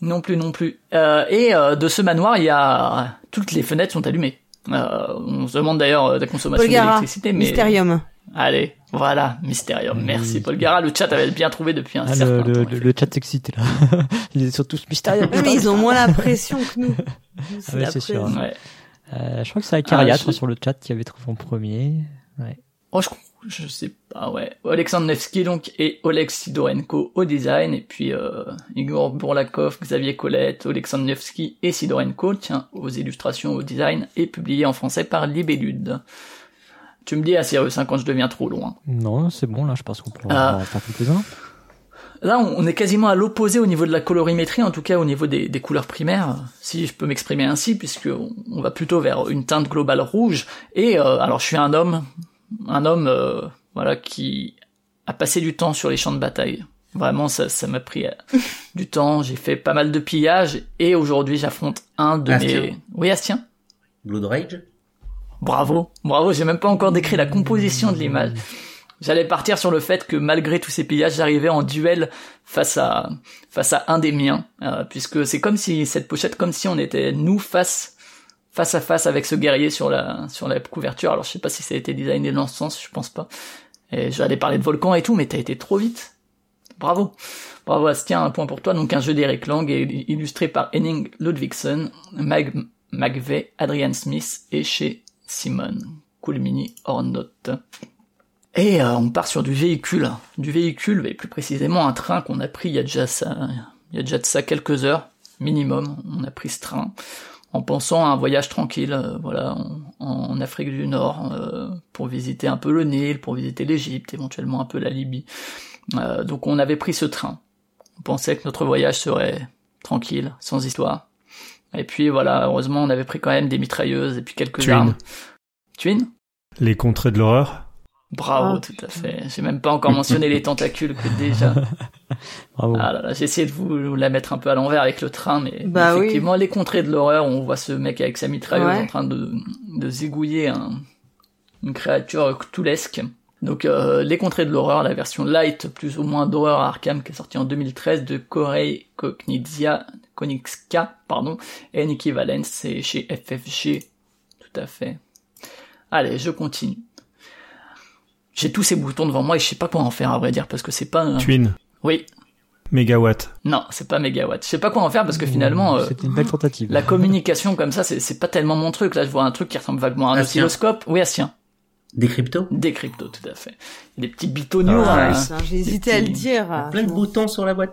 B: Non plus, non plus. Euh, et euh, de ce manoir, il y a toutes les fenêtres sont allumées. Euh, on se demande d'ailleurs euh, la consommation
C: Polgara,
B: d'électricité, mais
C: Mysterium.
B: allez, voilà, Mysterium.
A: Oui.
B: Merci Paul Gara. Le chat avait bien trouvé depuis un
A: Ah,
B: certain
A: le, le-
B: temps.
A: le- le chat s'excite là. [laughs] Ils sont tous mystérieux.
C: Ah
A: Ah,
C: Oui, mais ils ont moins la pression que
B: [laughs]
C: nous. Nous,
A: ouais,
C: la
A: c'est sûr.
C: pression.
B: Ouais.
A: Euh, je crois que c'est Akariat
B: Ah, je-
A: sur le chat qui avait trouvé en premier.
B: Oh, je, je sais pas, ouais. Alexandre Nevsky donc et Oleg Sidorenko au design et puis euh, Igor Bourlakov, Xavier Colette, Alexandre Nevsky et Sidorenko, tiens, aux illustrations, au design et publié en français par Libellude. Tu me dis, ah, sérieux, 5 quand je deviens trop loin.
A: Non, c'est bon là, je pense qu'on pourra
B: Ah.
A: en faire quelques-uns.
B: Là, on on est quasiment à l'opposé au niveau de la colorimétrie, en tout cas au niveau des, des couleurs primaires, si je peux m'exprimer ainsi, puisque on, on va plutôt vers une teinte globale rouge. Et euh, alors, je suis un homme, un homme, euh, voilà, qui a passé du temps sur les champs de bataille. Vraiment, ça, ça m'a pris euh, du temps. J'ai fait pas mal de pillages, et aujourd'hui, j'affronte un de
F: Astien.
B: mes. Oui, Astien.
F: Blood Rage
B: Bravo, bravo, j'ai même pas encore décrit la composition de l'image. J'allais partir sur le fait que malgré tous ces pillages, j'arrivais en duel face à face à un des miens, euh, puisque c'est comme si cette pochette, comme si on était nous face face à face avec ce guerrier sur la sur la couverture. Alors je sais pas si ça a été designé dans ce sens, je pense pas. Et j'allais parler de volcan et tout, mais t'as été trop vite. Bravo, bravo Astien, un point pour toi. Donc un jeu d'Eric Lang et illustré par Henning Ludvigsen, Mag McVeigh, Adrian Smith et chez Simon Coolmini Hornote. Et euh, on part sur du véhicule, du véhicule, mais plus précisément un train qu'on a pris il y a déjà ça, il y a déjà de ça quelques heures minimum. On a pris ce train en pensant à un voyage tranquille, euh, voilà, en, en Afrique du Nord, euh, pour visiter un peu le Nil, pour visiter l'Égypte, éventuellement un peu la Libye. Euh, donc on avait pris ce train. On pensait que notre voyage serait tranquille, sans histoire. Et puis voilà, heureusement, on avait pris quand même des mitrailleuses et puis quelques
E: Twin.
B: armes. Twin
E: Les contrées de l'horreur
B: Bravo,
C: Ah,
B: tout à fait. J'ai même pas encore mentionné les tentacules que déjà.
A: Bravo.
B: Ah là là, j'ai essayé de vous la mettre un peu à l'envers avec le train, mais
C: Bah oui.
B: effectivement, les contrées de l'horreur, on voit ce mec avec sa mitrailleuse
C: Ouais.
B: en train de, de zigouiller un- une créature cthulesque. Donc, euh, les contrées de l'horreur, la version light, plus ou moins d'horreur à Arkham, qui est sortie en 2013 de Corey Kognizia, Konitska, pardon, et Nikki Valence, c'est chez FFG. Tout à fait. Allez, je continue. J'ai tous ces boutons devant moi et je sais pas quoi en faire à vrai dire parce que c'est pas. un-
E: Twin,
B: Oui,
E: mégawatt.
B: non, c'est pas mégawatt. Je sais pas quoi en faire parce que finalement, euh,
A: c'était une belle tentative.
B: la communication comme ça, c'est- c'est pas tellement mon truc. Là, je vois un truc qui ressemble vaguement à un
F: Astien.
B: oscilloscope. Oui, Astien.
F: Des cryptos
B: Des cryptos, tout à fait. Des petits bitoniaux.
F: Ah,
B: hein.
C: Putain, J'ai hésité à le dire.
F: Plein de boutons sur la boîte.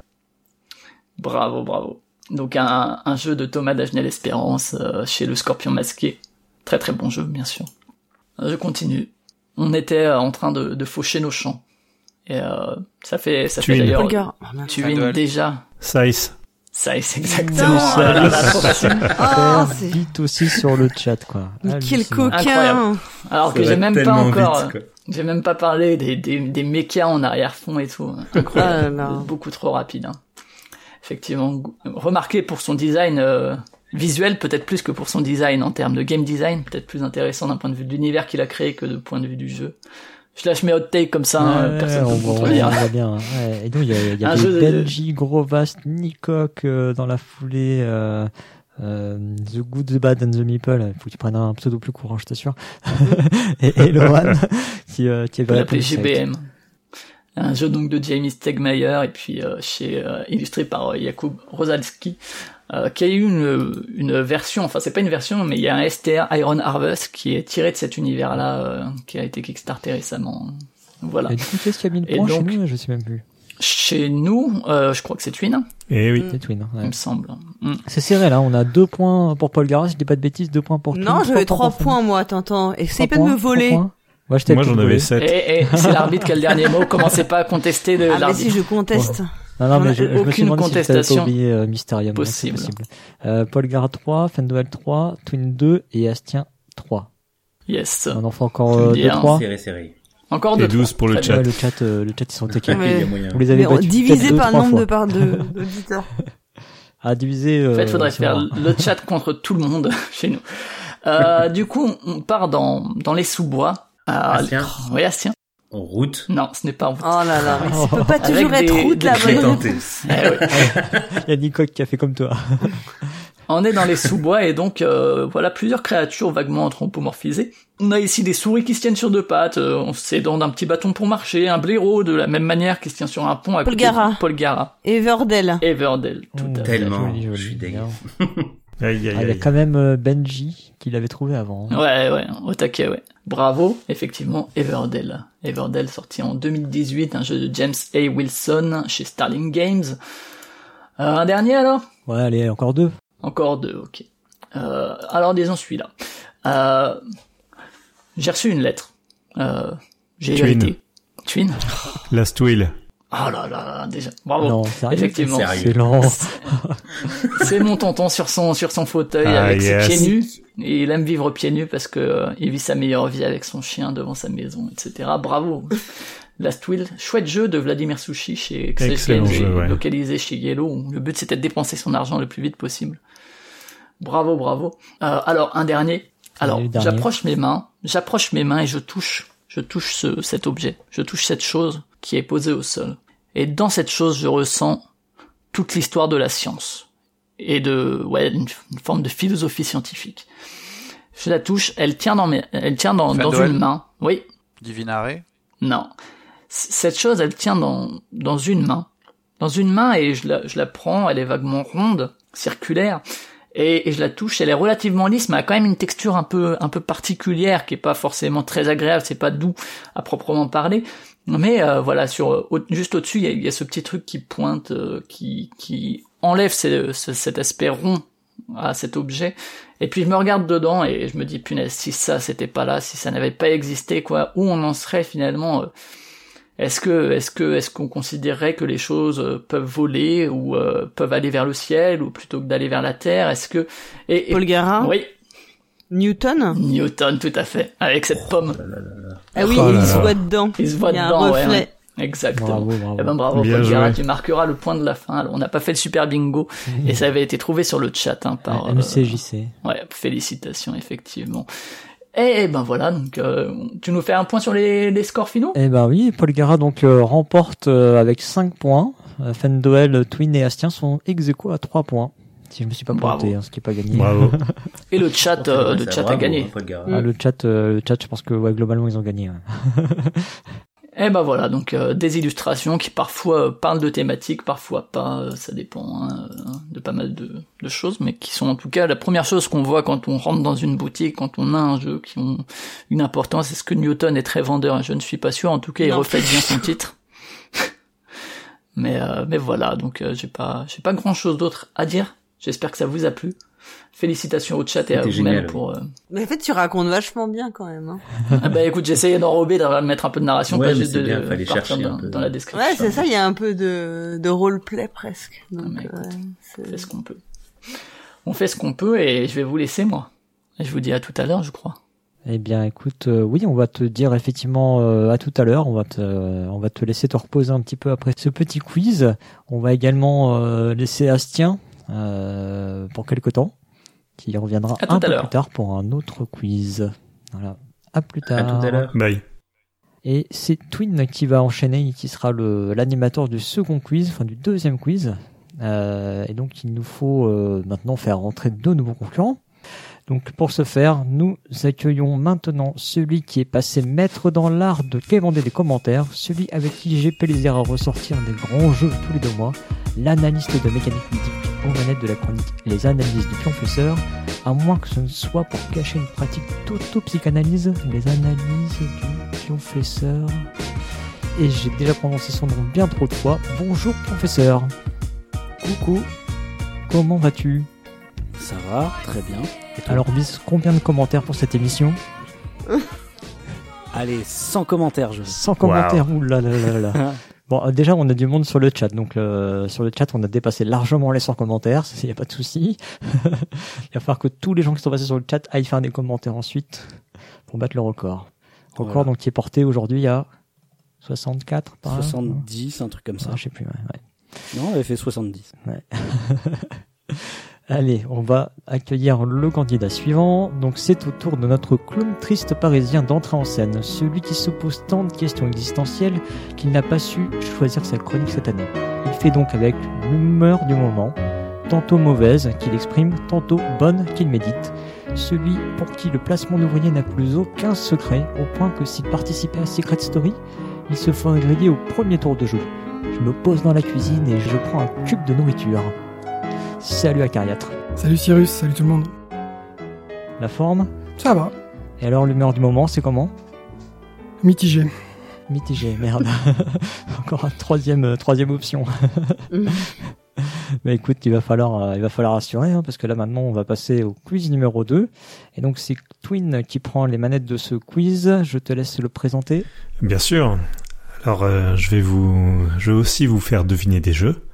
B: Bravo, bravo. Donc, un, un jeu de Thomas Dagenel Espérance euh, chez le Scorpion Masqué. Très très bon jeu, bien sûr. Euh, Je continue. On était euh, en train de, de faucher nos champs. Et euh, ça fait, ça fait
E: Twin.
B: d'ailleurs.
C: Polgar.
B: Tu
D: Fendel.
B: viens déjà.
E: Size.
B: Ça, Ah, c'est exactement.
A: ça,
B: Oh là [laughs] là,
A: ça,
B: trop facile.
C: Oh,
A: Faire
C: c'est.
A: vite aussi sur le chat, quoi.
C: Mais quel
A: Hallucinant.
C: coquin
B: Alors que j'ai même pas encore. euh, J'ai même pas parlé des, des, des mechas en arrière-fond et tout.
C: Ah là
B: Incroyable.
C: là.
B: Beaucoup trop rapide. hein. Effectivement, go- remarqué pour son design euh, visuel, peut-être plus que pour son design en termes de game design, peut-être plus intéressant d'un point de vue de l'univers qu'il a créé que de point de vue du jeu. Je lâche mes hot takes comme ça, hein,
A: Ouais,
B: personne ne
A: on,
B: peut
A: voit, on
B: contredire. Ah,
A: voit bien. Ouais. Et donc, il y a- il y
B: Un
A: avait
B: jeu de-
A: Benji, Grovast, Nicoque euh, dans la foulée. euh, euh, the Good, the Bad and the Meeple. Il faut que tu prennes un pseudo plus courant, je t'assure. [laughs] et, et Lohan, [laughs] qui, euh, qui est
B: On peut l'appeler
A: valable pour le site.
B: GBM. Un jeu donc de Jamie Stegmaier et puis euh, chez euh, illustré par euh, Jakub Rosalski, euh, qui a eu une, une version, enfin c'est pas une version, mais il y a un STR Iron Harvest qui est tiré de cet univers-là, euh, qui a été kickstarté récemment. Voilà.
A: Et du coup, qu'est-ce qu'il y a mis
B: Et
A: le point chez
B: donc-
A: nous Je sais même plus.
B: Chez nous, euh, je crois que c'est Twin,
E: Et oui.
A: C'est Twin. ouais.
B: il me semble. Mm.
A: C'est serré là, on a deux points pour Paul Garage, je dis pas de bêtises, deux points pour
C: Non,
A: Twin,
C: j'avais
A: trois
C: trois
A: pour Fun.
C: points, moi, t'entends. Essaye pas
A: Trois
C: de me
A: points, trois
C: voler.
A: points. Ouais, je t'ai
E: Moi
A: tout
E: j'en
A: volé.
E: avais 7.
B: Eh, eh, c'est l'arbitre qui a le dernier mot, commencez pas à contester de
C: Ah, mais si,
B: l'arbitre.
C: je conteste.
A: Non, non,
B: On a
A: mais je, je me suis
B: aucune
A: demandé si t'avais pas
B: contestation
A: oublié euh, Mysterium. mais c'est
B: possible.
A: possible. Euh, Paul Gara 3, Fenduel 3, Twin 2 et Astien 3.
B: Yes.
A: On en fait encore euh,
B: Je veux
A: 2-3.
B: dire,
F: Serré, serré.
B: Encore
E: Et
B: deux.
E: 12 pour le
B: Très
E: chat.
A: le chat, euh, le chat, ils sont taqués.
C: Ouais.
F: Il y a moyen.
A: Vous les avez
C: Mais on-
A: battus
C: divisé
A: peut-être
C: par
A: deux,
C: nombre
A: trois
C: de
A: fois.
C: parts de- d'auditeurs.
A: [laughs] À diviser.
B: En fait,
A: euh,
B: faudrait
A: c'est
B: faire
A: marrant.
B: le chat contre tout le monde [laughs] chez nous. Euh, du coup, on part dans, dans les sous-bois. Ah,
F: Astien.
B: les- Oui, Astien.
F: En route.
B: Non, ce n'est pas en
C: Oh là
A: [laughs]
C: là, mais ça peut pas
B: Avec
C: toujours être
B: des-
C: route
B: des
C: la
F: Je l'ai
C: bonne.
F: tenté.
B: Eh oui.
A: Il y a Nicoc qui a fait comme toi.
B: On est dans les sous-bois et donc euh, voilà plusieurs créatures vaguement anthropomorphisées. On a ici des souris qui se tiennent sur deux pattes, euh, on s'aidant d'un petit bâton pour marcher, un blaireau de la même manière qui se tient sur un pont à côté
C: Polgara.
B: de Polgara.
C: Everdell.
B: Everdell, tout à fait.
F: Tellement,
A: Joli, joli,
F: je suis
A: bien.
F: dégueu.
E: [laughs] Aïe,
A: Ah, il
E: aïe,
A: y a
E: aïe.
A: quand même euh, Benji qui l'avait trouvé avant.
B: Ouais, ouais, au taquet, ouais. Bravo, effectivement, Everdell. Everdell sorti en 2018, un jeu de James A. Wilson chez Starling Games. Euh, un dernier alors
A: Ouais, allez, encore deux.
B: Encore deux, ok. Euh, alors disons celui-là. Euh, j'ai reçu une lettre. Euh, j'ai
E: Twin.
B: hérité. Twin
E: Last Will.
B: Oh là là là, déjà. Bravo.
A: Non, sérieux.
B: Oh, Effectivement.
F: Sérieux.
A: C'est lent.
B: [laughs] C'est mon tonton sur son, sur son fauteuil
E: Ah,
B: avec
E: yes.
B: ses pieds nus. Et il aime vivre pieds nus parce que euh, il vit sa meilleure vie avec son chien devant sa maison, etc. Bravo. Last Will, chouette jeu de Vladimir Sushi chez XXL,
E: Excellent jeu, ouais.
B: localisé chez Yellow. Le but c'était de dépenser son argent le plus vite possible. Bravo, bravo. Euh, alors un dernier. Alors
A: Salut, dernier.
B: j'approche mes mains, j'approche mes mains et je touche, je touche ce, cet objet, je touche cette chose qui est posée au sol. Et dans cette chose, je ressens toute l'histoire de la science et de ouais une, une forme de philosophie scientifique. Je la touche, elle tient dans mes, elle tient dans, dans
D: Fenduel.
B: une main. Oui,
D: Divinare
B: non. C- Cette chose, elle tient dans dans une main, dans une main et je la je la prends. Elle est vaguement ronde, circulaire. Et, et je la touche, elle est relativement lisse, mais elle a quand même une texture un peu un peu particulière qui est pas forcément très agréable, c'est pas doux à proprement parler. Mais euh, voilà, sur euh, au- juste au-dessus, il y, a- il y a ce petit truc qui pointe, euh, qui qui enlève ce- ce- cet aspect rond à cet objet. Et puis je me regarde dedans et je me dis punaise, si ça c'était pas là, si ça n'avait pas existé, quoi, où on en serait finalement euh, Est-ce que est-ce que est-ce qu'on considérerait que les choses euh, peuvent voler ou euh, peuvent aller vers le ciel ou plutôt que d'aller vers la terre Est-ce que et, et-
C: Polgara.
B: oui,
C: Newton.
B: Newton, tout à fait, avec cette pomme.
C: Ah oui,
E: Oh là
C: il se
E: là.
C: voit dedans.
B: Il se voit
C: Il y a
B: dedans,
C: un
B: ouais,
C: reflet.
B: ouais. Exactement.
A: Bravo, bravo.
B: Eh ben bravo,
E: Bien
B: Paul
E: joué.
B: Gara, tu marqueras le point de la fin. Alors, on n'a pas fait le super bingo et ça avait été trouvé sur le chat hein, par.
A: Ouais, MCJC.
B: euh, ouais, félicitations effectivement. Et ben voilà, donc euh, tu nous fais un point sur les, les scores finaux.
A: Eh ben oui, Paul Gara donc euh, remporte euh, avec 5 points. Euh, Fenduel, Twin et Astien sont ex aequo à 3 points. Si je me suis pas
B: Bravo.
A: planté, hein, ce qui est pas gagné. [laughs]
E: Bravo.
B: Et le chat, euh,
F: Ouais,
B: le
F: ça,
B: chat a
F: bravo,
B: gagné.
F: hein, Paul Gara.
A: Ah, le chat, euh, le chat, je pense que ouais, globalement ils ont gagné. ouais.
B: Et ben voilà, donc euh, des illustrations qui parfois euh, parlent de thématiques, parfois pas, euh, ça dépend hein, euh, de pas mal de, de choses, mais qui sont en tout cas la première chose qu'on voit quand on rentre dans une boutique, quand on a un jeu qui ont une importance. Est-ce que Newton est très vendeur Je ne suis pas sûr, en tout cas il
C: Non.
B: reflète bien son titre. [laughs] mais, euh, mais voilà, donc euh, j'ai pas, j'ai pas grand chose d'autre à dire, j'espère que ça vous a plu. Félicitations au chat et à
F: C'était
B: vous-même
F: génial,
B: pour... euh, [laughs]
C: Mais en fait, tu racontes vachement bien quand même. hein.
B: Ah bah écoute, j'essayais d'enrober, de mettre un peu de narration,
F: Ouais,
B: pas
F: mais
B: juste
F: c'est
B: de
F: bien, fallait
B: partir
F: chercher un
B: dans,
F: peu.
B: dans la description.
C: Ouais, c'est ça, il y a un peu de, de roleplay presque.
B: Ah,
C: Donc,
B: mais écoute,
C: euh,
B: on
C: c'est-
B: fait ce qu'on peut. On fait ce qu'on peut et je vais vous laisser moi. Et je vous dis à tout à l'heure, je crois.
A: Eh bien, écoute, euh, oui, on va te dire effectivement euh, à tout à l'heure. On va te, euh, on va te laisser te reposer un petit peu après ce petit quiz. On va également euh, laisser Astien euh, pour quelque temps, qui reviendra
B: À tout
A: un
B: à
A: peu
B: l'heure.
A: plus tard pour un autre quiz. Voilà. À plus tard.
F: À tout à l'heure.
E: Bye.
A: Et c'est Twin qui va enchaîner et qui sera le- l'animateur du second quiz, enfin du deuxième quiz. Euh, et donc il nous faut euh, maintenant faire rentrer deux nouveaux concurrents. Donc pour ce faire, nous accueillons maintenant celui qui est passé maître dans l'art de quémander des commentaires, celui avec qui j'ai plaisir à ressortir des grands jeux tous les deux mois, l'analyste de mécanique mythique aux manettes de la chronique Les analyses du pionfesseur, à moins que ce ne soit pour cacher une pratique d'autopsychanalyse, les analyses du pionfesseur. et j'ai déjà prononcé son nom bien trop de fois. Bonjour professeur.
G: Coucou,
A: Comment vas-tu
G: ça va, très bien. Et toi
A: Alors Bis, combien de commentaires pour cette émission
G: Allez, sans commentaire, je.
A: Sans commentaires, ouh là là là là. Bon, euh, déjà, on a du monde sur le chat. Donc, euh, sur le chat, on a dépassé largement les 100 commentaires. Il n'y a pas de souci. [laughs] Il va falloir que tous les gens qui sont passés sur le chat aillent faire des commentaires ensuite pour battre le record. Record
G: Voilà.
A: donc qui est porté aujourd'hui à 64 par
G: 70, un truc comme ça.
A: Ah, je sais plus. ouais, ouais.
G: Non, on avait fait 70.
A: [laughs] Allez, on va accueillir le candidat suivant. Donc c'est au tour de notre clown triste parisien d'entrer en scène, celui qui se pose tant de questions existentielles qu'il n'a pas su choisir sa chronique cette année. Il fait donc avec l'humeur du moment, tantôt mauvaise qu'il exprime, tantôt bonne qu'il médite. Celui pour qui le placement d'ouvrier n'a plus aucun secret, au point que s'il participait à Secret Story, il se ferait griller au premier tour de jeu. Je me pose dans la cuisine et je prends un cube de nourriture. Salut à Cariatre.
H: Salut Cyrus, salut tout le monde.
A: La forme
H: Ça va,
A: Et alors l'humeur du moment, c'est comment
H: mitigé.
A: Mitigé, merde. [laughs] Encore un troisième, euh, troisième option. [laughs]
E: [laughs]
C: Mm.
A: Mais écoute, il va falloir, euh, il va falloir assurer, hein, parce que là maintenant, on va passer au quiz numéro 2. Et donc c'est Twin qui prend les manettes de ce quiz. Je te laisse le présenter.
E: [laughs] Bien sûr. Alors, euh, je vais vous, je vais aussi vous faire deviner des jeux.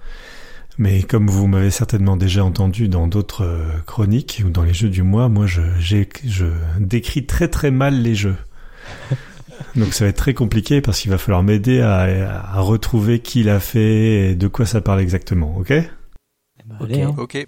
E: Mais comme vous m'avez certainement déjà entendu dans d'autres euh, chroniques ou dans les jeux du mois, moi, je, j'ai- je décris très très mal les
A: [laughs]
E: jeux. Donc ça va être très compliqué parce qu'il va falloir m'aider à, à retrouver qui l'a fait et de quoi ça parle exactement, ok
A: Eh ben,
G: Ok.
A: allez, hein.
D: Ok.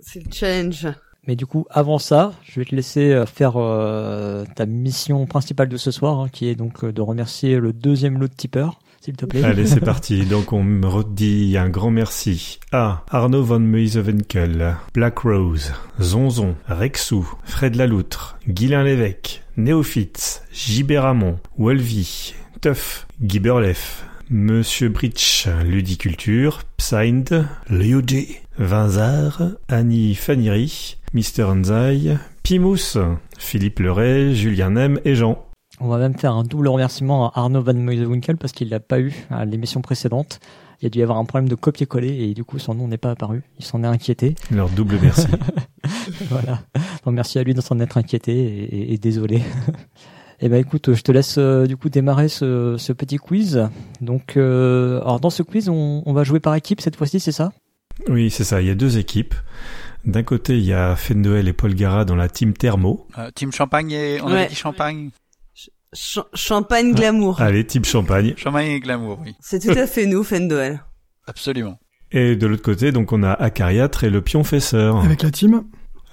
C: C'est le challenge.
A: Mais du coup, avant ça, je vais te laisser euh, faire euh, ta mission principale de ce soir, hein, qui est donc euh, de remercier le deuxième lot de tipeurs, s'il te plaît.
E: Allez,
A: [laughs]
E: c'est parti. Donc, on me redit un grand merci à Arnaud von Meusewenkel, Black Rose, Zonzon, Rexou, Fred Laloutre, Guilain Lévesque, Néophytes, Gibé Ramon, Wolvie, Tuff, Giberlef, Monsieur Bridge, Ludiculture, Psind, Lyudi, Vinzard, Annie Faniri, Mister Anzai, Pimous, Philippe Leray, Julien Nem et Jean.
A: On va même faire un double remerciement à Arnaud Van Meusenwinkel parce qu'il l'a pas eu à l'émission précédente. Il y a dû y avoir un problème de copier-coller et du coup son nom n'est pas apparu. Il s'en est inquiété.
E: Leur double merci.
A: [laughs] voilà. Donc merci à lui de s'en être inquiété et, et- et désolé. [laughs] Eh ben écoute, je te laisse euh, du coup démarrer ce, ce petit quiz. Donc, euh, alors dans ce quiz, on, on va jouer par équipe cette fois-ci,
E: [laughs]
A: c'est ça
E: Oui, c'est ça. Il y a deux équipes. D'un côté, il y a Fendoel et Paul Gara dans la team Thermo.
D: Euh, team Champagne et... On
C: Ouais.
D: avait dit Champagne.
C: Ch- champagne glamour.
E: Ah, Allez, team Champagne.
D: Champagne et Glamour, oui.
C: C'est tout à fait nous, Fendoel.
D: Absolument.
E: Et de l'autre côté, donc on a Acariatre et le pion fesseur.
H: Avec la team,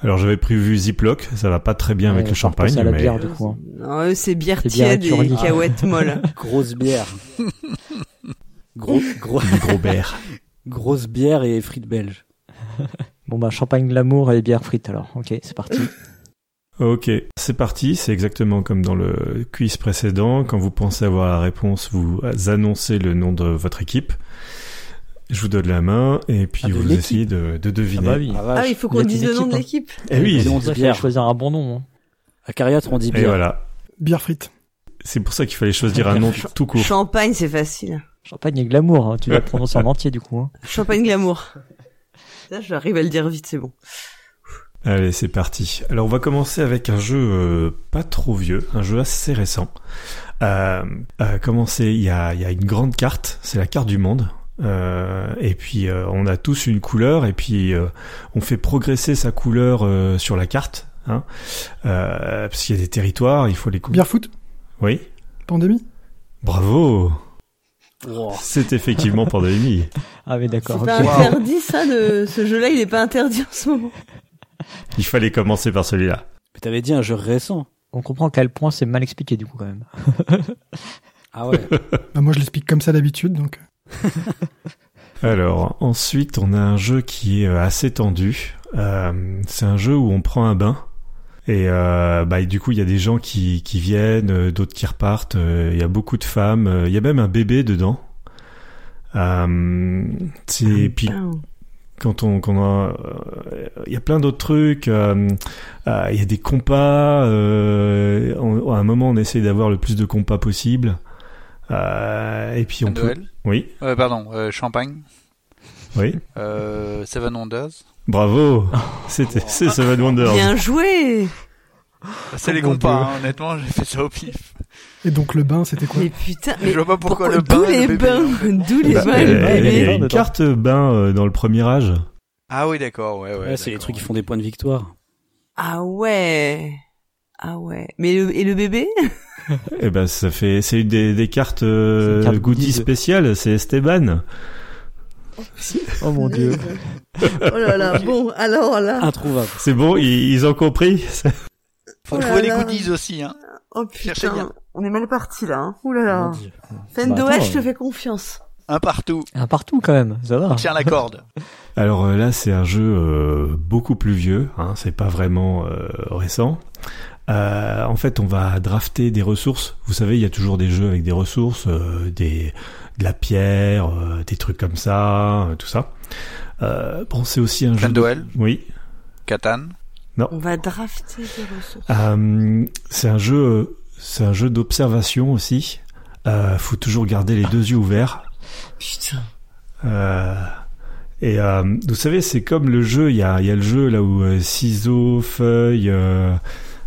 E: Alors j'avais prévu Ziploc, ça va pas très bien avec
A: Ouais,
E: le
A: on va repasser
E: champagne,
A: à la
E: mais
A: bière du coup. hein.
C: Non, eux, c'est bière
A: C'est bière
C: tiède et
A: naturelle.
C: cacahuète
A: [laughs]
C: molle.
G: [laughs] Grosse bière. Gros, gros,
E: gros bear.
G: [laughs] grosse bière et frites belges.
A: Bon bah champagne glamour et bière frite alors. Ok, c'est parti.
E: Ok, c'est parti, c'est exactement comme dans le quiz précédent. Quand vous pensez avoir la réponse, vous annoncez le nom de votre équipe. Je vous donne la main et puis
G: Ah, de
E: vous
G: l'équipe.
E: essayez de, de deviner.
A: bah oui.
G: vache.
C: Ah, il faut qu'on
A: Il y a
C: dise
A: une
C: le nom
A: équipe,
C: de
A: hein.
C: l'équipe.
E: Eh oui,
G: Ils ont
A: On
G: dit
A: va
G: bière.
A: choisir un bon nom. hein.
G: À Cariatre, on dit
E: et
G: bière.
E: voilà.
H: bière frite.
E: C'est pour ça qu'il fallait choisir
G: [laughs]
E: un nom tout court.
C: Champagne, c'est facile.
A: Champagne et glamour, hein.
G: [laughs]
A: tu dois le prononcer en entier du coup. hein.
C: Champagne glamour. Ça, j'arrive à le dire vite, c'est bon.
E: Allez, c'est parti. Alors, on va commencer avec un jeu euh, pas trop vieux, un jeu assez récent. Euh, euh, commencer, il y a, il y a une grande carte, c'est la carte du monde. Euh, et puis, euh, on a tous une couleur, et puis euh, on fait progresser sa couleur euh, sur la carte. Hein, euh, parce qu'il y a des territoires, il faut les couper.
H: Bière foot,
E: Oui.
H: pandémie.
E: Bravo
G: Wow.
E: C'est effectivement Pandémie.
A: Ah oui
C: C'est
A: d'accord.
C: pas
A: ok.
D: Wow.
C: interdit, ça, de... ce jeu-là, il est pas interdit en ce moment.
E: Il fallait commencer par celui-là.
G: Mais t'avais dit un jeu récent.
A: On comprend qu'à quel point c'est mal expliqué du coup quand même.
G: [laughs] Ah ouais.
H: Bah, moi, je l'explique comme ça d'habitude, donc.
E: Alors, ensuite, on a un jeu qui est euh, assez tendu. Euh, c'est un jeu où on prend un bain. Et euh, bah, et du coup, il y a des gens qui, qui viennent, euh, d'autres qui repartent. euh, Il y a beaucoup de femmes. euh, Il y a même un bébé dedans. Euh, c'est- et puis quand on, quand on a, euh, il y a plein d'autres trucs. euh, euh, Il y a des compas. euh, on- à un moment, on essaie d'avoir le plus de compas possible. Euh, et puis on peut.
D: Noël.
E: Oui,
D: Euh, pardon, euh, Champagne.
E: oui.
D: Euh, Seven Wonders.
E: Bravo. C'était
A: Oh.
E: c'est Seven Wonders.
C: Bien joué
D: C'est les
H: mon
D: compas,
H: Dieu.
D: hein, honnêtement, j'ai fait ça au pif.
H: Et donc le bain, c'était quoi
C: Mais putain, mais
D: Je vois pas pourquoi, le
C: d'où
D: bain.
C: les
D: le bébé,
C: bains,
D: en fait.
C: d'où les
E: Bah,
C: bains,
E: euh,
C: les
E: il y
C: bébés.
E: a une carte bain euh, dans le premier âge.
D: Ah oui, d'accord, ouais, ouais.
G: Ouais, c'est les
D: d'accord.
G: trucs qui font des points de victoire.
C: Ah ouais, ah ouais. Mais le- et le bébé [laughs]
E: Eh ben, ça fait, c'est une des, des cartes
A: C'est
E: euh,
A: une carte
E: goodies
A: goodies.
E: spéciales. C'est Esteban.
C: [laughs]
A: Oh mon dieu.
C: Oh là là. Bon, alors là.
G: Introuvable.
E: C'est bon, ils, ils ont compris.
D: Faut
C: Oh là
D: trouver les
C: là.
D: goodies aussi, hein.
C: Oh
D: Cherchez bien.
C: putain, on est mal parti là. Hein. Ouh là là.
G: Mon Dieu.
C: Fendoel,
G: Bah, attends,
C: je te
G: euh,
C: fais confiance.
D: Un partout.
A: Un partout quand même, ça va.
D: Tiens la corde.
E: [laughs] Alors euh, là, c'est un jeu euh, beaucoup plus vieux, hein, c'est pas vraiment euh, récent. Euh, en fait, on va drafter des ressources. Vous savez, il y a toujours des jeux avec des ressources, euh, des, de la pierre, euh, des trucs comme ça, euh, tout ça. Euh, bon, c'est aussi un jeu.
D: Fendoel,
E: Oui.
D: Catan.
C: On va drafter des ressources.
E: Euh, c'est un jeu, euh, c'est un jeu d'observation aussi. Euh, faut toujours garder les deux yeux ouverts.
C: Putain.
E: Euh, et euh, vous savez, c'est comme le jeu, il y a, il y a le jeu là où euh, ciseaux, feuilles, euh,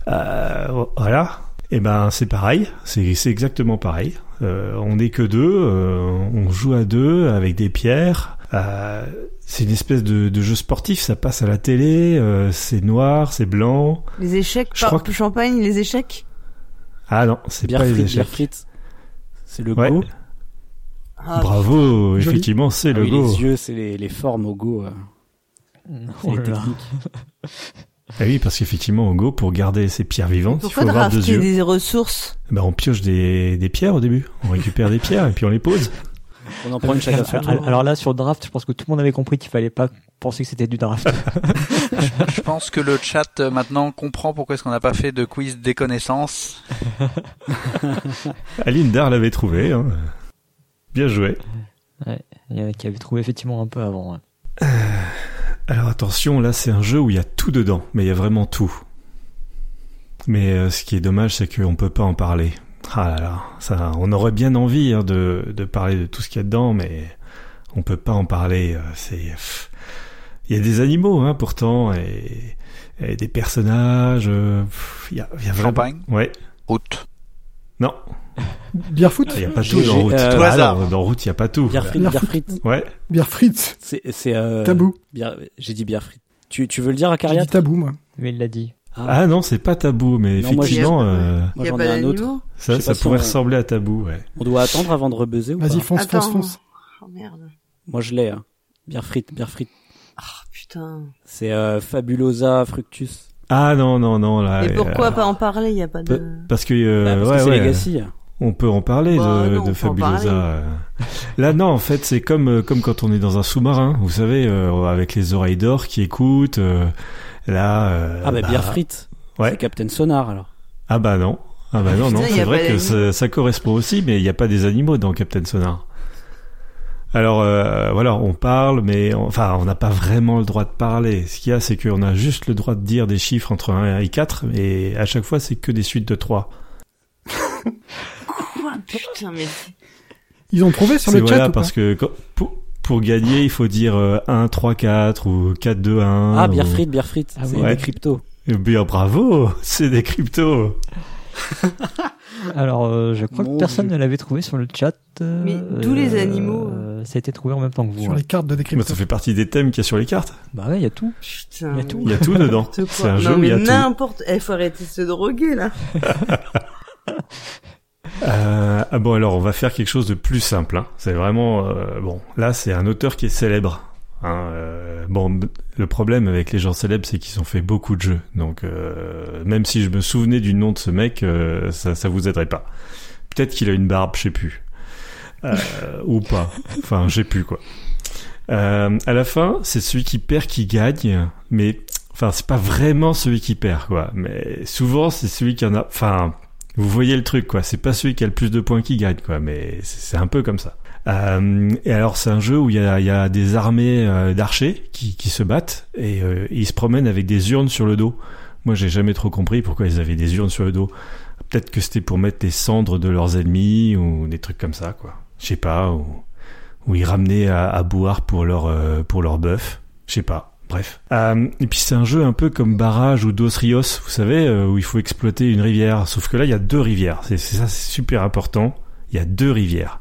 E: euh, voilà. Et ben c'est pareil, c'est c'est exactement pareil. Euh, on n'est que deux, euh, on joue à deux avec des pierres. Euh, c'est une espèce de, de jeu sportif, ça passe à la télé, euh, c'est noir, c'est blanc.
C: Les échecs,
E: Je
C: par
E: crois que-
C: champagne, les échecs.
E: Ah non, c'est
G: Bière
E: pas les
G: frite, bière
E: échecs.
G: frite. C'est le
E: Ouais.
G: go.
C: Ah,
E: Bravo,
H: Joli.
E: effectivement, c'est
G: Ah
E: le
G: oui,
E: go.
G: Les yeux, c'est les, les formes au go. euh, c'est
A: Oh
G: les
A: là là.
G: techniques.
E: Ah oui, parce qu'effectivement, au go, pour garder ses pierres vivantes, il faut
C: Pourquoi
E: avoir deux
C: drafter
E: yeux.
C: des ressources
E: Bah, on pioche des, des pierres au début. On récupère des pierres et puis on les
G: [laughs]
E: pose.
G: [laughs] On en prend une chacun à son
A: Alors,
G: tour.
A: alors- alors là, sur le draft, je pense que tout le monde avait compris qu'il fallait pas penser que c'était du draft. [laughs]
D: Je pense que le chat euh, maintenant comprend pourquoi est-ce qu'on n'a pas fait de quiz des connaissances.
E: Aline Dar l'avait trouvé. hein. Bien joué.
A: Il y en a qui avaient trouvé effectivement un peu avant. hein. ouais.
E: Euh, Alors attention, là c'est un jeu où il y a tout dedans, mais il y a vraiment tout. Mais euh, ce qui est dommage, c'est qu'on peut pas en parler. Ah là là, ça, on aurait bien envie hein, de, de parler de tout ce qu'il y a dedans, mais on peut pas en parler. euh, C'est, pff. il y a des animaux, hein, pourtant, et, et des personnages. euh, pff, Il y a, il y a vraiment.
D: Champagne.
E: Ouais.
D: Route.
E: Non, Ah,
H: Bierfoot
E: il y a pas tout
G: J'ai-
E: dans route.
G: euh,
E: Ah
D: hasard.
E: non, dans route, il y a pas tout.
G: Bière frite,
H: Bière
G: bière frite.
E: Ouais.
H: Bierfritz
G: C'est, c'est, euh,
H: Tabou.
G: bière- J'ai dit bière frite. Tu, tu veux le dire à
H: J'ai
G: Caria
H: dit tabou, moi.
A: Mais il l'a dit.
E: Ah non, c'est pas tabou, mais
G: Non, moi, j'y ai-
E: effectivement, euh,
G: Moi,
C: Y a
G: j'en
C: pas
G: ai un autre.
C: d'animaux
G: Je
E: ça,
G: sais pas
E: ça
G: si
E: pourrait
G: on-
E: ressembler à tabou, ouais.
G: On doit attendre avant de rebuzzer ou pas
H: Vas-y, fonce,
C: Attends.
H: fonce, fonce.
C: Oh merde.
G: Moi, je l'ai. Hein. Bière frite, bière frite.
C: Oh putain.
G: C'est euh, Fabulosa Fructus.
E: Ah non, non, non, là.
C: Et
E: euh,
C: pourquoi pas en parler Y a pas
E: pe-
C: de.
E: Parce que, euh,
G: Ah, parce que
E: ouais,
G: c'est
E: ouais,
G: Legacy.
E: on peut en parler
C: Bah,
E: de,
C: non,
E: de
C: on peut en parler.
E: Fabulosa. euh. Là, non, en fait, c'est comme, euh, comme quand on est dans un sous-marin, vous savez, euh, avec les oreilles d'or qui écoutent. euh, là. euh,
G: Ah bah, bière frite.
E: Ouais.
G: C'est Captain Sonar alors.
E: Ah bah non. Ah bah non, non,
C: Putain, y
E: c'est
C: a
E: vrai
C: pas
E: que
C: d'animaux.
E: ça, ça correspond aussi, mais il n'y a pas des animaux dans Captain Sonar. Alors euh, voilà, on parle, mais on- enfin on n'a pas vraiment le droit de parler. Ce qu'il y a, c'est qu'on a juste le droit de dire des chiffres entre 1 et 4, et à chaque fois c'est que des suites de 3.
C: Quoi Putain, mais.
H: Ils ont trouvé sur
E: C'est
H: le chat
E: voilà,
H: ou pas
E: parce que quand- pour, pour gagner, il faut dire euh, 1, 3, 4 ou 4, 2, 1.
G: Ah, bière
E: ou-
G: frite, bière frite.
A: Ah
G: c'est
A: oui.
E: Ouais.
G: des cryptos.
E: Eh Bien bravo, [laughs] c'est des cryptos.
A: [laughs] Alors, euh, je crois
G: Mon
A: que personne
G: Dieu.
A: ne l'avait trouvé sur le chat. euh,
C: Mais d'où les animaux
A: euh, Ça a été trouvé en même temps que vous. hein.
H: Sur
A: ouais.
H: les cartes de
E: Bah,
H: décryption.
E: ça fait partie des thèmes qu'il y a sur les cartes.
A: Bah ouais, il y a tout.
C: Putain.
A: Il y a tout.
E: Il y a tout dedans.
C: N'importe
E: C'est
C: quoi.
E: un jeu
C: Non,
E: où il y
C: mais
E: a tout.
C: n'importe. Eh, faut arrêter de se droguer là.
E: Euh, ah bon, alors on va faire quelque chose de plus simple. hein. C'est vraiment euh, bon. Là, c'est un auteur qui est célèbre. hein. Euh, bon, b- le problème avec les gens célèbres, c'est qu'ils ont fait beaucoup de jeux. Donc, euh, même si je me souvenais du nom de ce mec, euh, ça, ça vous aiderait pas. Peut-être qu'il a une barbe, je sais plus, Euh, ou pas. Enfin, j'ai plus quoi. Euh, à la fin, c'est celui qui perd qui gagne, mais enfin, c'est pas vraiment celui qui perd quoi. Mais souvent, c'est celui qui en a. Enfin. Vous voyez le truc, quoi. C'est pas celui qui a le plus de points qui gagne, quoi. Mais c'est c'est un peu comme ça. Euh, et alors, c'est un jeu où il y a, il y a des armées euh, d'archers qui, qui se battent et euh, ils se promènent avec des urnes sur le dos. Moi, j'ai jamais trop compris pourquoi ils avaient des urnes sur le dos. Peut-être que c'était pour mettre des cendres de leurs ennemis ou des trucs comme ça, quoi. Je sais pas. Ou, ou ils ramenaient à, à boire pour leur, euh, pour leur bœuf. Je sais pas. Bref. Euh, et puis c'est un jeu un peu comme Barrage ou Dos Rios, vous savez, euh, où il faut exploiter une rivière. Sauf que là, il y a deux rivières. C'est c'est ça, c'est super important. Il y a deux rivières.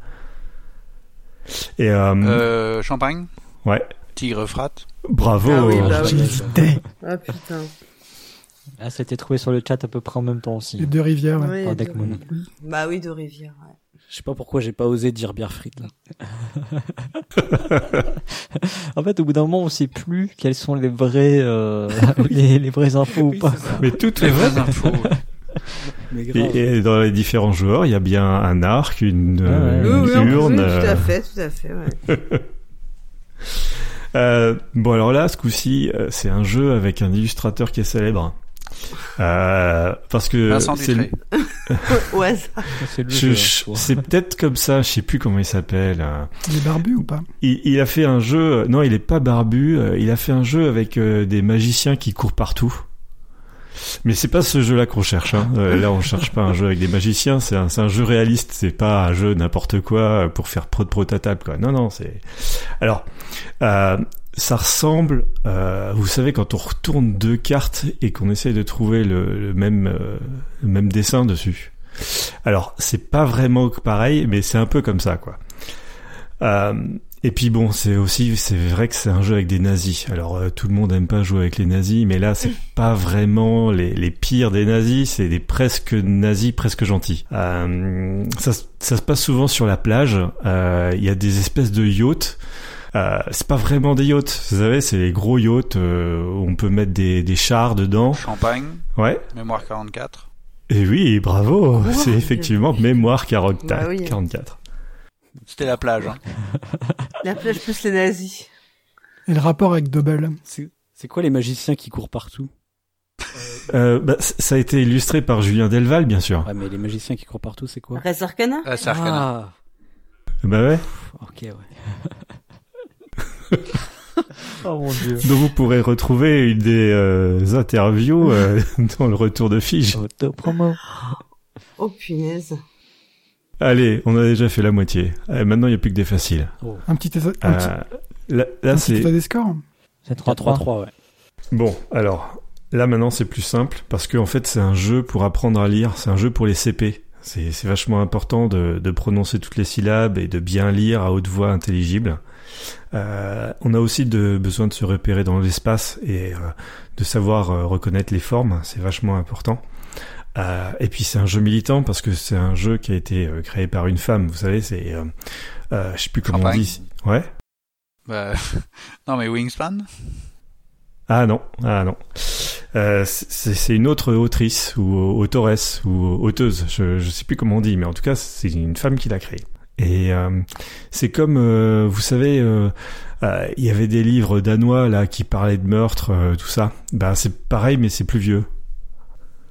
E: Et euh,
D: Euh, champagne
E: ouais,
D: Tigre frat
E: bravo.
C: Ah oui, bah oui.
H: J'hésitais.
C: Ah putain.
A: Ah, ça a été trouvé sur le chat à peu près en même temps aussi.
H: Les deux rivières. ouais.
A: hein,
I: Ouais,
A: Par
I: de-
A: Deckmoon.
C: Bah oui, de rivière. ouais.
G: Je sais pas pourquoi j'ai pas osé dire Bierfried là.
A: [laughs] En fait, au bout d'un moment, on sait plus quelles sont les vraies,
C: [laughs]
A: euh, les, les vraies infos ou pas.
E: Mais toutes
D: Les
E: les
D: vraies infos.
G: Mais grave.
E: Et, et dans les différents joueurs, il y a bien un arc, une,
A: Ah
E: euh,
C: Oui, oui,
E: une
C: en plus,
E: urne.
C: oui, tout à
E: euh,
C: fait, tout à fait. Ouais.
E: [laughs] Euh, bon alors là, ce coup-ci, euh, c'est un jeu avec un illustrateur qui est célèbre. Euh, parce que
D: Vincent
E: c'est
D: Dutré.
E: [laughs]
C: [laughs] Au hasard.
A: C'est le
E: je-
A: jeu,
E: hein,
A: hein,
E: je-
A: quoi.
E: c'est peut-être comme ça, je sais plus comment il s'appelle. euh.
H: Il est barbu ou pas
E: Il, il a fait un jeu, euh, non, il est pas barbu, euh, il a fait un jeu avec euh, des magiciens qui courent partout. Mais c'est pas ce jeu-là qu'on cherche. Hein. Euh, là, on cherche pas un jeu avec des magiciens. C'est un, c'est un jeu réaliste. C'est pas un jeu n'importe quoi pour faire pro de protatable. Quoi. Non, non. C'est alors euh, ça ressemble. euh, vous savez, quand on retourne deux cartes et qu'on essaye de trouver le, le même euh, le même dessin dessus. Alors, c'est pas vraiment pareil, mais c'est un peu comme ça, quoi. Euh, et puis bon, c'est aussi, c'est vrai que c'est un jeu avec des nazis. Alors euh, tout le monde aime pas jouer avec les nazis, mais là
C: [laughs]
E: c'est pas vraiment les, les pires des nazis, c'est des presque nazis, presque gentils. Euh, ça, se- ça se passe souvent sur la plage. Euh, Il y a des espèces de yachts. Euh, c'est pas vraiment des yachts, vous savez, c'est les gros yachts euh, où on peut mettre des, des chars dedans.
D: Champagne,
E: Ouais.
D: mémoire 44.
E: Et oui, bravo, c'est effectivement Mémoire 44.
C: Oh, Bah oui.
E: 44.
D: C'était la plage. Hein.
C: La plage plus les nazis.
H: Et le rapport avec Double
G: C'est c'est quoi les magiciens qui courent partout
E: Euh, bah, c- ça a été illustré par Julien Delval, bien sûr.
G: Ouais, mais les magiciens qui courent partout, c'est quoi
C: Res Arcana
D: Ah, c'est Arcana.
E: Bah ouais.
G: Ah, ok, ouais.
A: [laughs] Oh mon dieu.
E: dont vous pourrez retrouver une des euh, interviews euh, [laughs] dans le retour de Fige.
A: Autopromo.
C: Oh punaise.
E: Allez, on a déjà fait la moitié. Euh, maintenant, il n'y a plus que des faciles.
G: Oh.
H: Un petit état, un petit,
E: Euh, là, là,
H: un petit
E: c'est
H: état des scores.
A: C'est 3-3.
G: 3-3, ouais.
E: bon. Alors là, maintenant, c'est plus simple parce que en fait, c'est un jeu pour apprendre à lire. C'est un jeu pour les CP. C'est c'est vachement important de, de prononcer toutes les syllabes et de bien lire à haute voix intelligible. Euh, on a aussi de, besoin de se repérer dans l'espace et euh, de savoir euh, reconnaître les formes, c'est vachement important. Euh, et puis c'est un jeu militant parce que c'est un jeu qui a été euh, créé par une femme, vous savez, c'est... Euh, euh, je sais plus comment on
D: Champagne.
E: dit. Ouais
D: Bah, [laughs] non, mais Wingspan
E: Ah non, ah non. Euh, c'est c'est une autre autrice ou autoresse ou auteuse, je, je sais plus comment on dit, mais en tout cas c'est une femme qui l'a créé. Et euh, c'est comme, euh, vous savez, euh, euh, il y avait des livres danois là qui parlaient de meurtre, euh, tout ça. Bah c'est pareil, mais c'est plus vieux.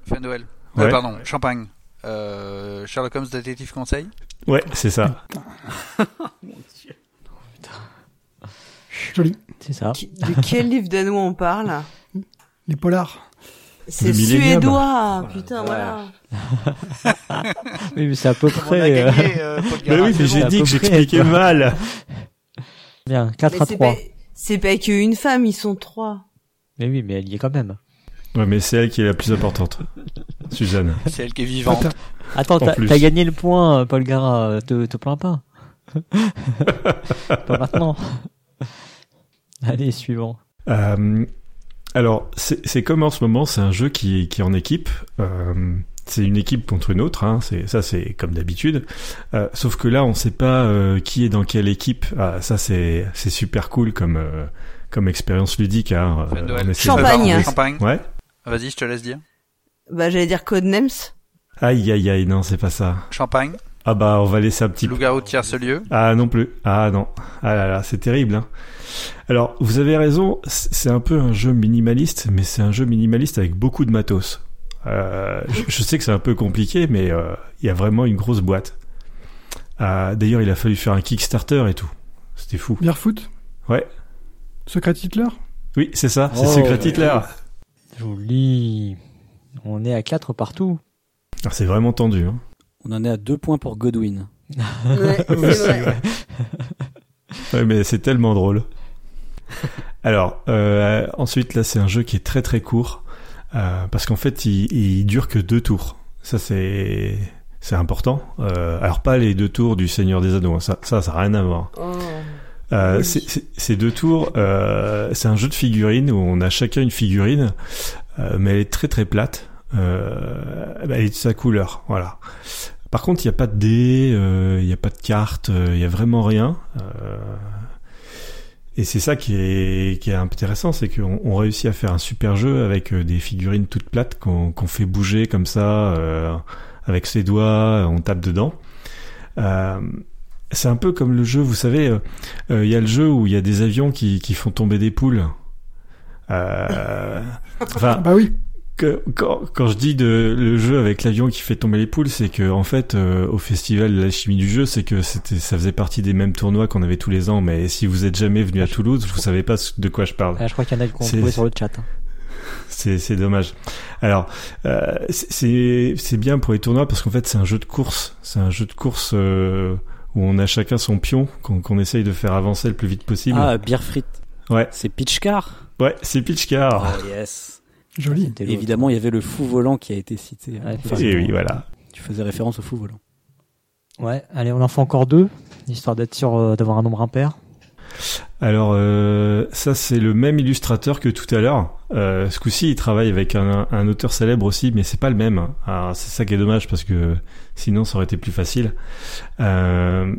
D: Fin de
E: Ouais.
D: pardon, Champagne. Euh, Sherlock Holmes, détective conseil
E: Ouais, c'est ça.
H: Joli.
A: [laughs] C'est ça.
C: Qui- De quel livre danois on parle
H: Les polars.
C: C'est
E: Le Millennium.
D: Oh,
C: suédois. Putain, voilà.
A: [laughs] Oui, mais c'est à peu
D: On a
A: près. euh,
D: gagné, euh,
A: [laughs]
D: Paul
E: Mais
D: Gara,
E: oui,
D: c'est
E: mais
D: bon.
E: j'ai
A: à
E: dit
A: peu
E: que
A: près,
E: j'expliquais
A: quoi.
E: mal.
A: [laughs] Bien, 4
C: Mais
A: à
C: c'est
A: 3.
C: pas- C'est pas qu'une femme, ils sont trois.
A: Mais oui, mais elle y est quand même.
E: Ouais, mais c'est elle qui est la plus importante, Suzanne.
D: C'est
A: [laughs]
D: elle qui est vivante.
H: Attends,
A: Attends,
E: En
A: t'as
E: plus.
A: t'as gagné le point, euh, Paul Gara, euh, te, te plains pas. [laughs] pas maintenant. [laughs] Allez, suivant.
E: Euh, alors, c'est c'est comme en ce moment, c'est un jeu qui, qui est en équipe. Euh, c'est une équipe contre une autre, hein, c'est- ça c'est comme d'habitude. Euh, sauf que là, on sait pas euh, qui est dans quelle équipe. Ah, ça c'est c'est super cool comme euh, comme expérience ludique. Hein,
D: Fête de Noël.
E: on essaie de-
C: Champagne.
E: on essaie-
D: Champagne.
E: Ouais.
D: Ah, Vas-y, je te laisse dire.
C: Bah j'allais dire Codenames.
E: Aïe aïe aïe, non c'est pas ça.
D: Champagne,
E: Ah bah on va laisser un petit
D: loup-garou de tiers-lieu.
E: Ah non plus. Ah non. Ah là là, c'est terrible. Hein. Alors, vous avez raison, c- c'est un peu un jeu minimaliste, mais c'est un jeu minimaliste avec beaucoup de matos. Euh, je, je sais que c'est un peu compliqué, mais euh, il y a vraiment une grosse boîte. Ah, D'ailleurs, il a fallu faire un Kickstarter et tout. C'était fou.
H: Beerfoot.
E: Ouais.
H: Secret Hitler.
E: Oui, c'est ça, c'est
G: Oh,
E: Secret
G: ouais.
E: Hitler.
A: Joli. On est à 4 partout.
E: Ah, c'est vraiment tendu. hein.
G: On en est à deux points pour Godwin.
C: Ouais, c'est vrai.
E: Ouais, mais c'est tellement drôle. Alors, euh, ensuite, là, c'est un jeu qui est très très court. euh, parce qu'en fait, il, il dure que deux tours. Ça, c'est. C'est important. Euh, alors pas les deux tours du Seigneur des Anneaux, hein, ça, ça, ça n'a rien à voir.
C: Oh.
E: Euh,
C: Oui.
E: c'est- c'est- Ces deux tours, euh, c'est un jeu de figurines où on a chacun une figurine, euh, mais elle est très très plate. Euh, elle est de sa couleur, voilà. Par contre, il n'y a pas de dés, euh, il n'y a pas de cartes, euh, il n'y a vraiment rien. Euh, et c'est ça qui est, qui est intéressant, c'est qu'on on réussit à faire un super jeu avec euh, des figurines toutes plates qu'on qu'on fait bouger comme ça, euh, avec ses doigts, on tape dedans. Euh, c'est un peu comme le jeu, vous savez, euh, euh, il y a le jeu où il y a des avions qui, qui font tomber des poules.
H: [laughs]
E: Euh, enfin,
H: Bah oui.
E: que- quand, quand je dis de, le jeu avec l'avion qui fait tomber les poules, c'est que en fait, euh, au festival de la chimie du jeu, c'est que c'était, ça faisait partie des mêmes tournois qu'on avait tous les ans. Mais si vous êtes jamais venu à Toulouse, vous savez pas ce- de quoi je parle.
A: Ah, je crois qu'il y en a qui ont
E: C'est-
A: trouvé sur le chat. hein.
E: C'est, c'est dommage. Alors, euh, c'est- c'est, c'est bien pour les tournois parce qu'en fait, c'est un jeu de course. C'est un jeu de course euh, où on a chacun son pion qu'on, qu'on essaye de faire avancer le plus vite possible.
G: Ah, bière frite.
E: Ouais.
G: C'est Pitch Car.
E: Ouais, c'est Pitch Car.
G: Oh, yes.
H: Joli.
A: C'était l'autre.
G: Évidemment, il y avait le fou volant qui a été cité. hein.
A: Ouais,
G: Enfin,
E: Et Eh oui, voilà.
G: Tu faisais référence au fou volant.
A: Ouais, allez, on en fait encore deux, histoire d'être sûr euh, d'avoir un nombre impair.
E: Alors euh, ça c'est le même illustrateur que tout à l'heure. Euh, ce coup-ci il travaille avec un, un auteur célèbre aussi, mais c'est pas le même. Alors c'est ça qui est dommage parce que sinon ça aurait été plus facile. Euh,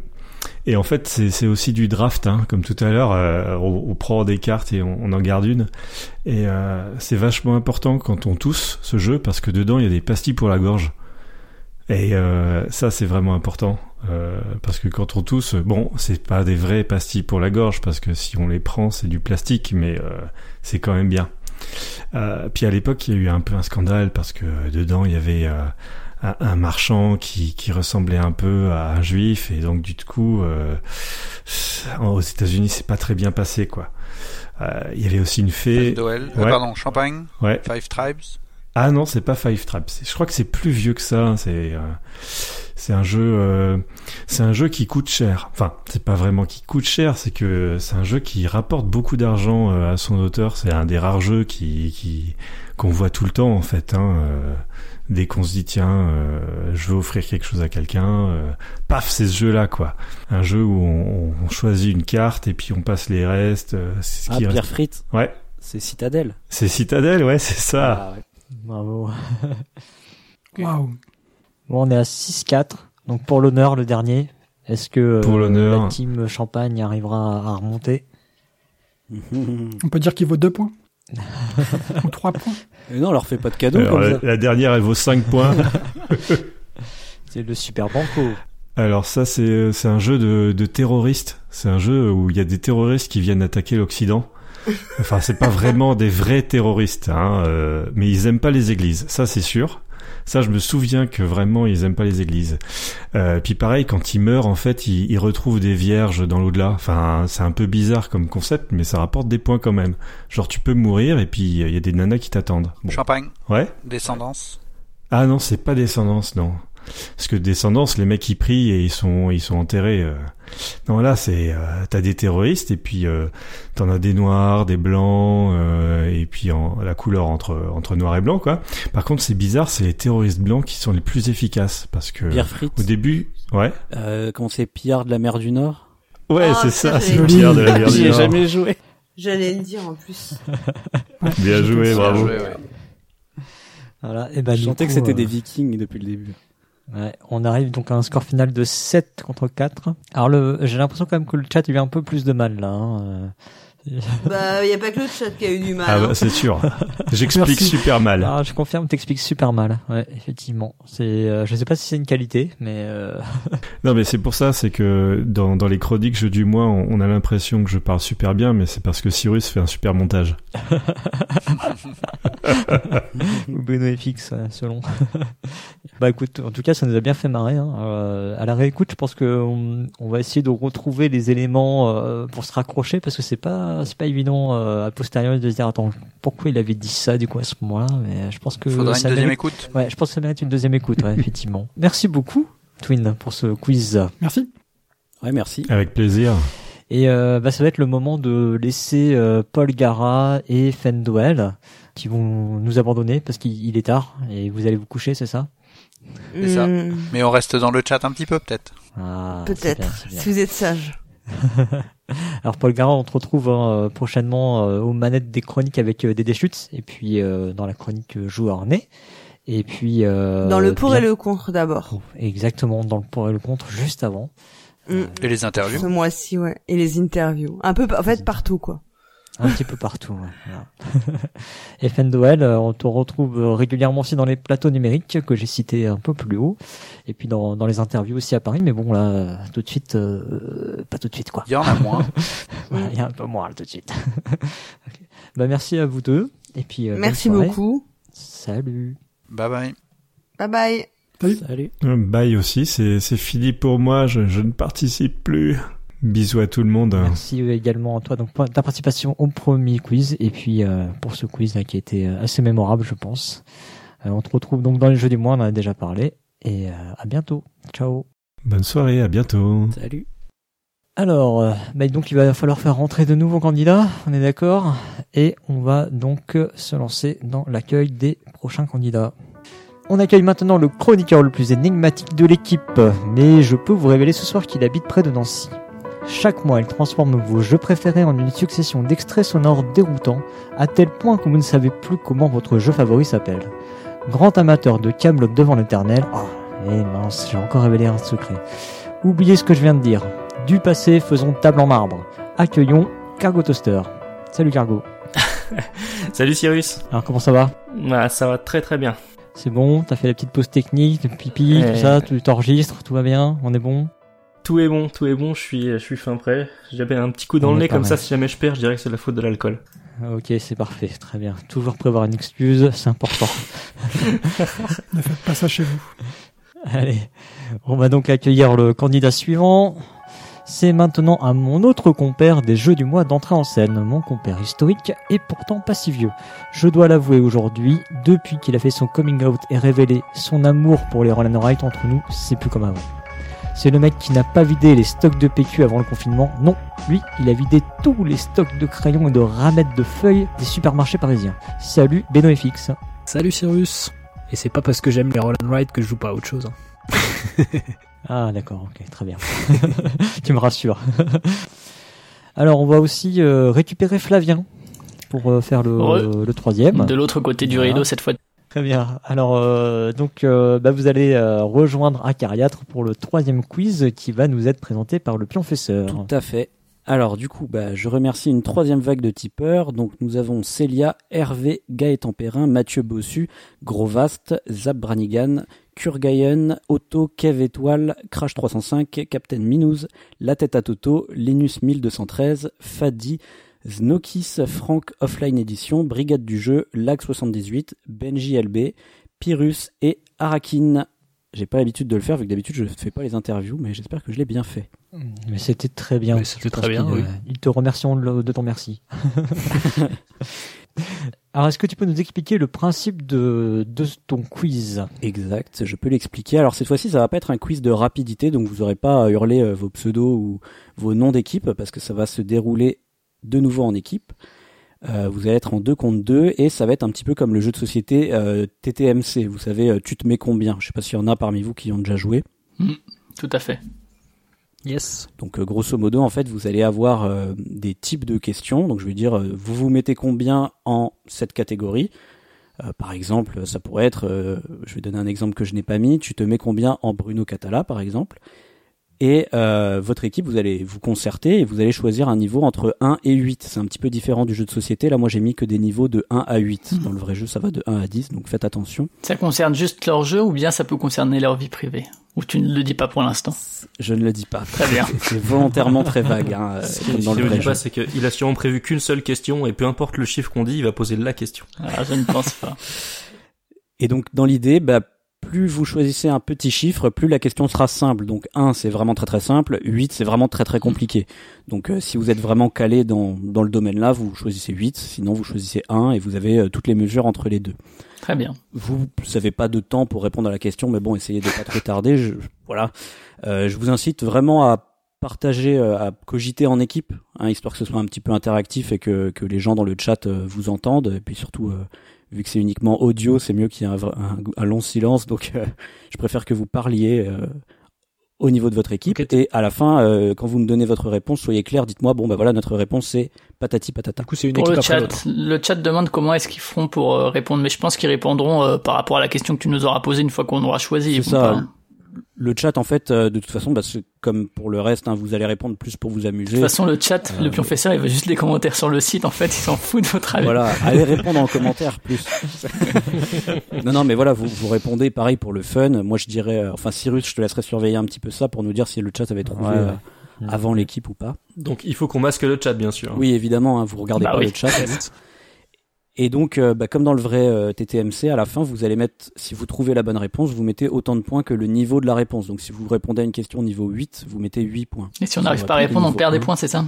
E: et en fait c'est c'est aussi du draft, hein. comme tout à l'heure, euh, on, on prend des cartes et on, on en garde une. Et euh, c'est vachement important quand on tousse ce jeu parce que dedans il y a des pastilles pour la gorge. Et euh, ça, c'est vraiment important. euh, parce que quand on tousse, bon, c'est pas des vraies pastilles pour la gorge, parce que si on les prend, c'est du plastique, mais euh, c'est quand même bien. Euh, puis à l'époque, il y a eu un peu un scandale, parce que dedans, il y avait euh, un, un marchand qui, qui ressemblait un peu à un juif, et donc du coup, euh, aux États-Unis, c'est pas très bien passé, quoi. Euh, il y avait aussi une fée.
D: Doel.
E: ouais.
D: Euh, pardon, Champagne,
E: Ouais,
D: Five Tribes.
E: ah non, c'est pas Five Trap. C'est- Je crois que c'est plus vieux que ça. C'est euh, c'est un jeu euh, c'est un jeu qui coûte cher. Enfin, c'est pas vraiment qui coûte cher, c'est que c'est un jeu qui rapporte beaucoup d'argent euh, à son auteur. C'est un des rares jeux qui qui qu'on voit tout le temps en fait. Hein, euh, dès qu'on se dit tiens, euh, je veux offrir quelque chose à quelqu'un, euh, paf, c'est ce jeu-là quoi. Un jeu où on, on choisit une carte et puis on passe les restes. euh, c'est ce
G: Ah,
E: qui
G: bière
E: reste.
G: frite.
E: Ouais.
G: C'est Citadelle.
E: C'est Citadel, ouais, c'est ça.
G: Ah, ouais.
E: [laughs]
A: Bravo.
H: Waouh.
A: Bon, on est à 6-4. Donc pour l'honneur, le dernier. Est-ce que euh,
E: Pour l'honneur.
A: la team Champagne arrivera à- à remonter
G: Mais
H: On peut dire qu'il vaut deux
A: [laughs]
H: points. Ou trois points.
G: non, on leur fait pas de cadeau
E: Alors,
G: comme
E: la-
G: ça.
E: la dernière, elle vaut 5
G: [laughs]
E: points.
A: C'est le super banco.
E: Alors ça, c'est c'est un jeu de, de terroristes. C'est un jeu où il y a des terroristes qui viennent attaquer l'Occident. Enfin, c'est pas vraiment des vrais terroristes, hein, euh, mais ils aiment pas les églises, ça c'est sûr. Ça, je me souviens que vraiment, ils aiment pas les églises. Euh, puis pareil, quand ils meurent, en fait, ils, ils retrouvent des vierges dans l'au-delà. Enfin, c'est un peu bizarre comme concept, mais ça rapporte des points quand même. Genre, tu peux mourir et puis euh, il y a des nanas qui t'attendent. Bon.
D: Champagne,
E: Ouais.
D: Descendance.
E: Ah non, c'est pas descendance, non. Parce que descendance, les mecs ils prient et ils sont ils sont enterrés. euh. Non là, c'est euh, t'as des terroristes et puis euh, t'en as des noirs, des blancs euh, et puis en, la couleur entre entre noir et blanc quoi. Par contre, c'est bizarre, c'est les terroristes blancs qui sont les plus efficaces parce que
G: Bière
E: au
G: frite.
E: début, ouais,
G: Euh, comment c'est Pillard de la mer du Nord
E: ouais,
G: Oh,
C: Ah,
E: c'est
C: ça,
E: ça,
C: [laughs] j'ai-
E: c'est le pire de la guerre
G: J'y
E: du
G: ai
E: Nord.
G: jamais joué.
C: J'allais le dire en
G: [laughs]
C: plus.
G: Ah,
E: [laughs] Bien joué, bravo.
D: Bien joué, ouais.
A: Voilà, et ben,
G: Je
A: du
G: sentais que
A: coup,
G: c'était
A: euh,
G: des vikings depuis le début.
A: ouais, on arrive donc à un score final de 7 contre 4. Alors le, j'ai l'impression quand même que le chat il a eu un peu plus de mal là. hein.
C: Bah, il y a pas que le chat qui a eu du mal.
E: Ah
C: hein.
E: bah, c'est
C: [laughs]
E: sûr. J'explique
H: Merci.
E: super mal.
A: Ah, je confirme, t'expliques super mal. Ouais, effectivement. C'est, euh, je sais pas si c'est une qualité, mais euh,
E: Non, mais c'est pour ça, c'est que dans, dans les chroniques jeux du mois, on, on a l'impression que je parle super bien, mais c'est parce que Cyrus fait un super montage.
A: ou Benoît FX, ouais, selon. euh, [laughs] Bah écoute, en tout cas, ça nous a bien fait marrer. hein. Euh, à la réécoute, je pense que on, on va essayer de retrouver les éléments euh, pour se raccrocher parce que c'est pas c'est pas évident euh, à posteriori de se dire attends pourquoi il avait dit ça du coup à ce moment-là. Mais euh, je pense que
D: Faudra une
A: ça
D: deuxième
A: mérite-
D: écoute.
A: Ouais, je pense que ça mérite une deuxième écoute, ouais, [laughs] effectivement. Merci beaucoup, Twin, pour ce quiz.
H: Merci.
G: Ouais, merci.
E: Avec plaisir.
A: Et euh, bah, ça va être le moment de laisser euh, Paul Gara et Fendwell qui vont nous abandonner parce qu'il il est tard et vous allez vous coucher, c'est ça
D: C'est ça.
C: Hmm,
D: Mais on reste dans le chat un petit peu peut-être.
A: Ah, c'est bien,
C: Peut-être,
A: c'est bien.
C: si vous êtes sage.
G: Euh,
A: Alors Paul Gara, on te retrouve hein, prochainement euh, aux manettes des chroniques avec euh, Dédé Schütz et puis euh, dans la chronique euh, Joueur Né. Et puis euh,
C: Dans le pour
A: bien-
C: et le contre d'abord.
G: Oh.
A: Exactement, dans le pour et le contre, juste avant.
C: Hmm,
D: Et les interviews.
C: Ce mois-ci, ouais. Et les interviews. Un peu, en fait, partout, quoi.
A: un petit peu partout. ouais, voilà. [laughs] et Fendoel, euh, on te retrouve euh, régulièrement aussi dans les plateaux numériques que j'ai cités un peu plus haut, et puis dans, dans les interviews aussi à Paris. Mais bon, là, euh, tout de suite, euh, pas tout de suite quoi.
D: Il y en a moins.
A: [laughs] Voilà, Il y a un peu moins là, tout de suite. Ok. Bah merci à vous deux, et puis euh, bonne
C: Merci
A: soirée.
C: beaucoup.
A: Salut.
D: bye bye.
C: Bye bye.
G: Salut.
E: Euh, Bye aussi, c'est c'est fini pour moi, je, je ne participe plus. Bisous à tout le monde.
A: Merci également à toi donc pour ta participation au premier quiz et puis euh, pour ce quiz là qui a été euh, assez mémorable je pense. Euh, on te retrouve donc dans les jeux du mois, on en a déjà parlé et euh, à bientôt. Ciao.
E: Bonne soirée, à bientôt.
G: Salut.
A: Alors, euh, bah donc il va falloir faire rentrer de nouveaux candidats, on est d'accord, et on va donc euh, se lancer dans l'accueil des prochains candidats. On accueille maintenant le chroniqueur le plus énigmatique de l'équipe, mais je peux vous révéler ce soir qu'il habite près de Nancy. Chaque mois, il transforme vos jeux préférés en une succession d'extraits sonores déroutants, à tel point que vous ne savez plus comment votre jeu favori s'appelle. Grand amateur de Camelot devant l'éternel, oh, et mince, j'ai encore révélé un secret. Oubliez ce que je viens de dire. Du passé, faisons table en marbre. Accueillons Cargo Toaster. Salut Cargo.
I: Salut Cyrus.
A: Alors comment ça va
I: Ah, ça va très très bien.
A: C'est bon T'as fait la petite pause technique, le pipi,
I: Euh.
A: tout ça, tu t'enregistres, tout va bien, on est bon
I: Tout est bon, tout est bon, je suis, je suis fin prêt. J'avais un petit coup dans
A: On
I: le
A: est
I: nez
A: pas
I: comme ça,
A: mal.
I: si jamais je perds, je dirais que c'est de la faute de l'alcool.
A: Ok, c'est parfait, très bien. Toujours prévoir une excuse, c'est important. [laughs]
H: Ne faites pas ça chez vous.
A: [laughs] Allez, on va donc accueillir le candidat suivant. C'est maintenant à mon autre compère des jeux du mois d'entrée en scène, mon compère historique et pourtant pas si vieux. Je dois l'avouer aujourd'hui, depuis qu'il a fait son coming out et révélé son amour pour les Roland Wright entre nous, c'est plus comme avant. C'est le mec qui n'a pas vidé les stocks de PQ avant le confinement, non, lui, il a vidé tous les stocks de crayons et de ramettes de feuilles des supermarchés parisiens. Salut Benoît FX.
J: Salut Cyrus [laughs] Et c'est pas parce que j'aime les Roll and Ride que je joue pas à autre chose. hein.
G: [laughs]
A: Ah d'accord, ok, très bien. [laughs] tu me rassures. [laughs] Alors on va aussi euh, récupérer Flavien pour euh, faire le,
B: Re-
A: le troisième.
B: De l'autre côté du
A: Voilà.
B: rideau cette fois.
A: Très bien. Alors euh, donc euh, bah, vous allez euh, rejoindre Acariatre pour le troisième quiz qui va nous être présenté par le pionfesseur.
G: Tout à fait. Alors du coup, bah, je remercie une troisième vague de tipeurs. Donc nous avons Célia, Hervé, Gaëtan Perrin, Mathieu Bossu, Grovast, Zab Branigan, Kurgayen, Otto, Kev Étoile, Crash 305, Captain Minouz, La Tête à Toto, Linus 1213, Fadi, Znokis, Franck Offline Edition, Brigade du Jeu, Lag 78, Benji LB, Pyrrhus et Arakin. J'ai pas l'habitude de le faire vu que d'habitude je fais pas les interviews, mais j'espère que je l'ai bien fait.
A: Mais c'était très bien.
J: Mais c'était
A: Je pense
J: très bien,
A: qu'il,
J: oui.
A: il te remercie de de ton merci. Alors est-ce que tu peux nous expliquer le principe de, de ton quiz
G: Exact, je peux l'expliquer. Alors cette fois-ci, ça va pas être un quiz de rapidité, donc vous aurez pas à hurler euh, vos pseudos ou vos noms d'équipe, parce que ça va se dérouler de nouveau en équipe. Euh, vous allez être en deux contre deux, et ça va être un petit peu comme le jeu de société euh, TTMC. Vous savez, euh, tu te mets combien Je sais pas s'il y en a parmi vous qui y ont déjà joué.
B: Tout à fait.
J: Yes.
G: Donc euh, grosso modo, en fait, vous allez avoir euh, des types de questions. Donc je vais dire, euh, vous vous mettez combien en cette catégorie Euh, Par exemple, ça pourrait être, euh, je vais donner un exemple que je n'ai pas mis, tu te mets combien en Bruno Catala, par exemple et euh, votre équipe, vous allez vous concerter et vous allez choisir un niveau entre 1 et 8. C'est un petit peu différent du jeu de société. Là, moi, j'ai mis que des niveaux de 1 à 8. Dans le vrai jeu, ça va de 1 à 10, donc faites attention.
B: Ça concerne juste leur jeu ou bien ça peut concerner leur vie privée Ou tu ne le dis pas pour l'instant
G: Je ne le dis pas.
B: Très
G: [laughs]
B: bien.
G: C'est volontairement très vague. Hein, euh,
I: Ce
G: comme
I: qui
G: dans
I: ne
G: le
I: le
G: vrai
I: dit
G: jeu.
I: pas, c'est qu'il a sûrement prévu qu'une seule question, et peu importe le chiffre qu'on dit, il va poser la question.
B: Ah, je ne pense pas.
G: Et donc dans l'idée, bah, Plus vous choisissez un petit chiffre, plus la question sera simple. Donc 1, c'est vraiment très très simple. 8, c'est vraiment très très compliqué. Donc euh, si vous êtes vraiment calé dans, dans le domaine-là, vous choisissez 8. Sinon, vous choisissez 1 et vous avez euh, toutes les mesures entre les deux.
B: Très bien.
G: Vous n'avez pas de temps pour répondre à la question, mais bon, essayez de pas trop tarder. Je, voilà. Euh, je vous incite vraiment à partager, euh, à cogiter en équipe, hein, histoire que ce soit un petit peu interactif et que, que les gens dans le chat euh, vous entendent. Et puis surtout, euh, vu que c'est uniquement audio, c'est mieux qu'il y ait un, un, un long silence. Donc, euh, je préfère que vous parliez euh, au niveau de votre équipe.
J: Ok.
G: Et à la fin, euh, quand vous me donnez votre réponse, soyez clair, dites-moi, bon, bah voilà, notre réponse, c'est patati patata. Du coup, c'est une
B: Pour le chat, le chat demande comment est-ce qu'ils feront pour euh, répondre, mais je pense qu'ils répondront euh, par rapport à la question que tu nous auras posée une fois qu'on aura choisi.
G: C'est
B: Ils vont
G: ça.
B: pas-
G: Le chat, en fait, euh, de toute façon, bah, c'est comme pour le reste, hein, vous allez répondre plus pour vous amuser.
B: De toute façon, le chat,
G: Euh,
B: le professeur, il veut juste les commentaires sur le site. En fait, il s'en fout de votre avis.
G: Voilà, allez répondre en commentaire plus. non, non, mais voilà, vous, vous répondez pareil pour le fun. Moi, je dirais, euh, enfin, Cyrus, je te laisserai surveiller un petit peu ça pour nous dire si le chat avait trouvé
I: Ouais, ouais.
G: euh, avant l'équipe ou pas.
I: Donc il faut qu'on masque le chat, bien sûr.
G: Oui, évidemment, hein, vous regardez
I: Bah
G: pas
I: oui.
G: le
B: [laughs]
G: chat. Et donc, euh, bah, comme dans le vrai euh, TTMC, à la fin, vous allez mettre, si vous trouvez la bonne réponse, vous mettez autant de points que le niveau de la réponse. Donc, si vous répondez à une question niveau 8, vous mettez 8 points.
B: Et si on n'arrive pas à répondre, on
G: niveau
B: perd des
G: 1.
B: points, c'est ça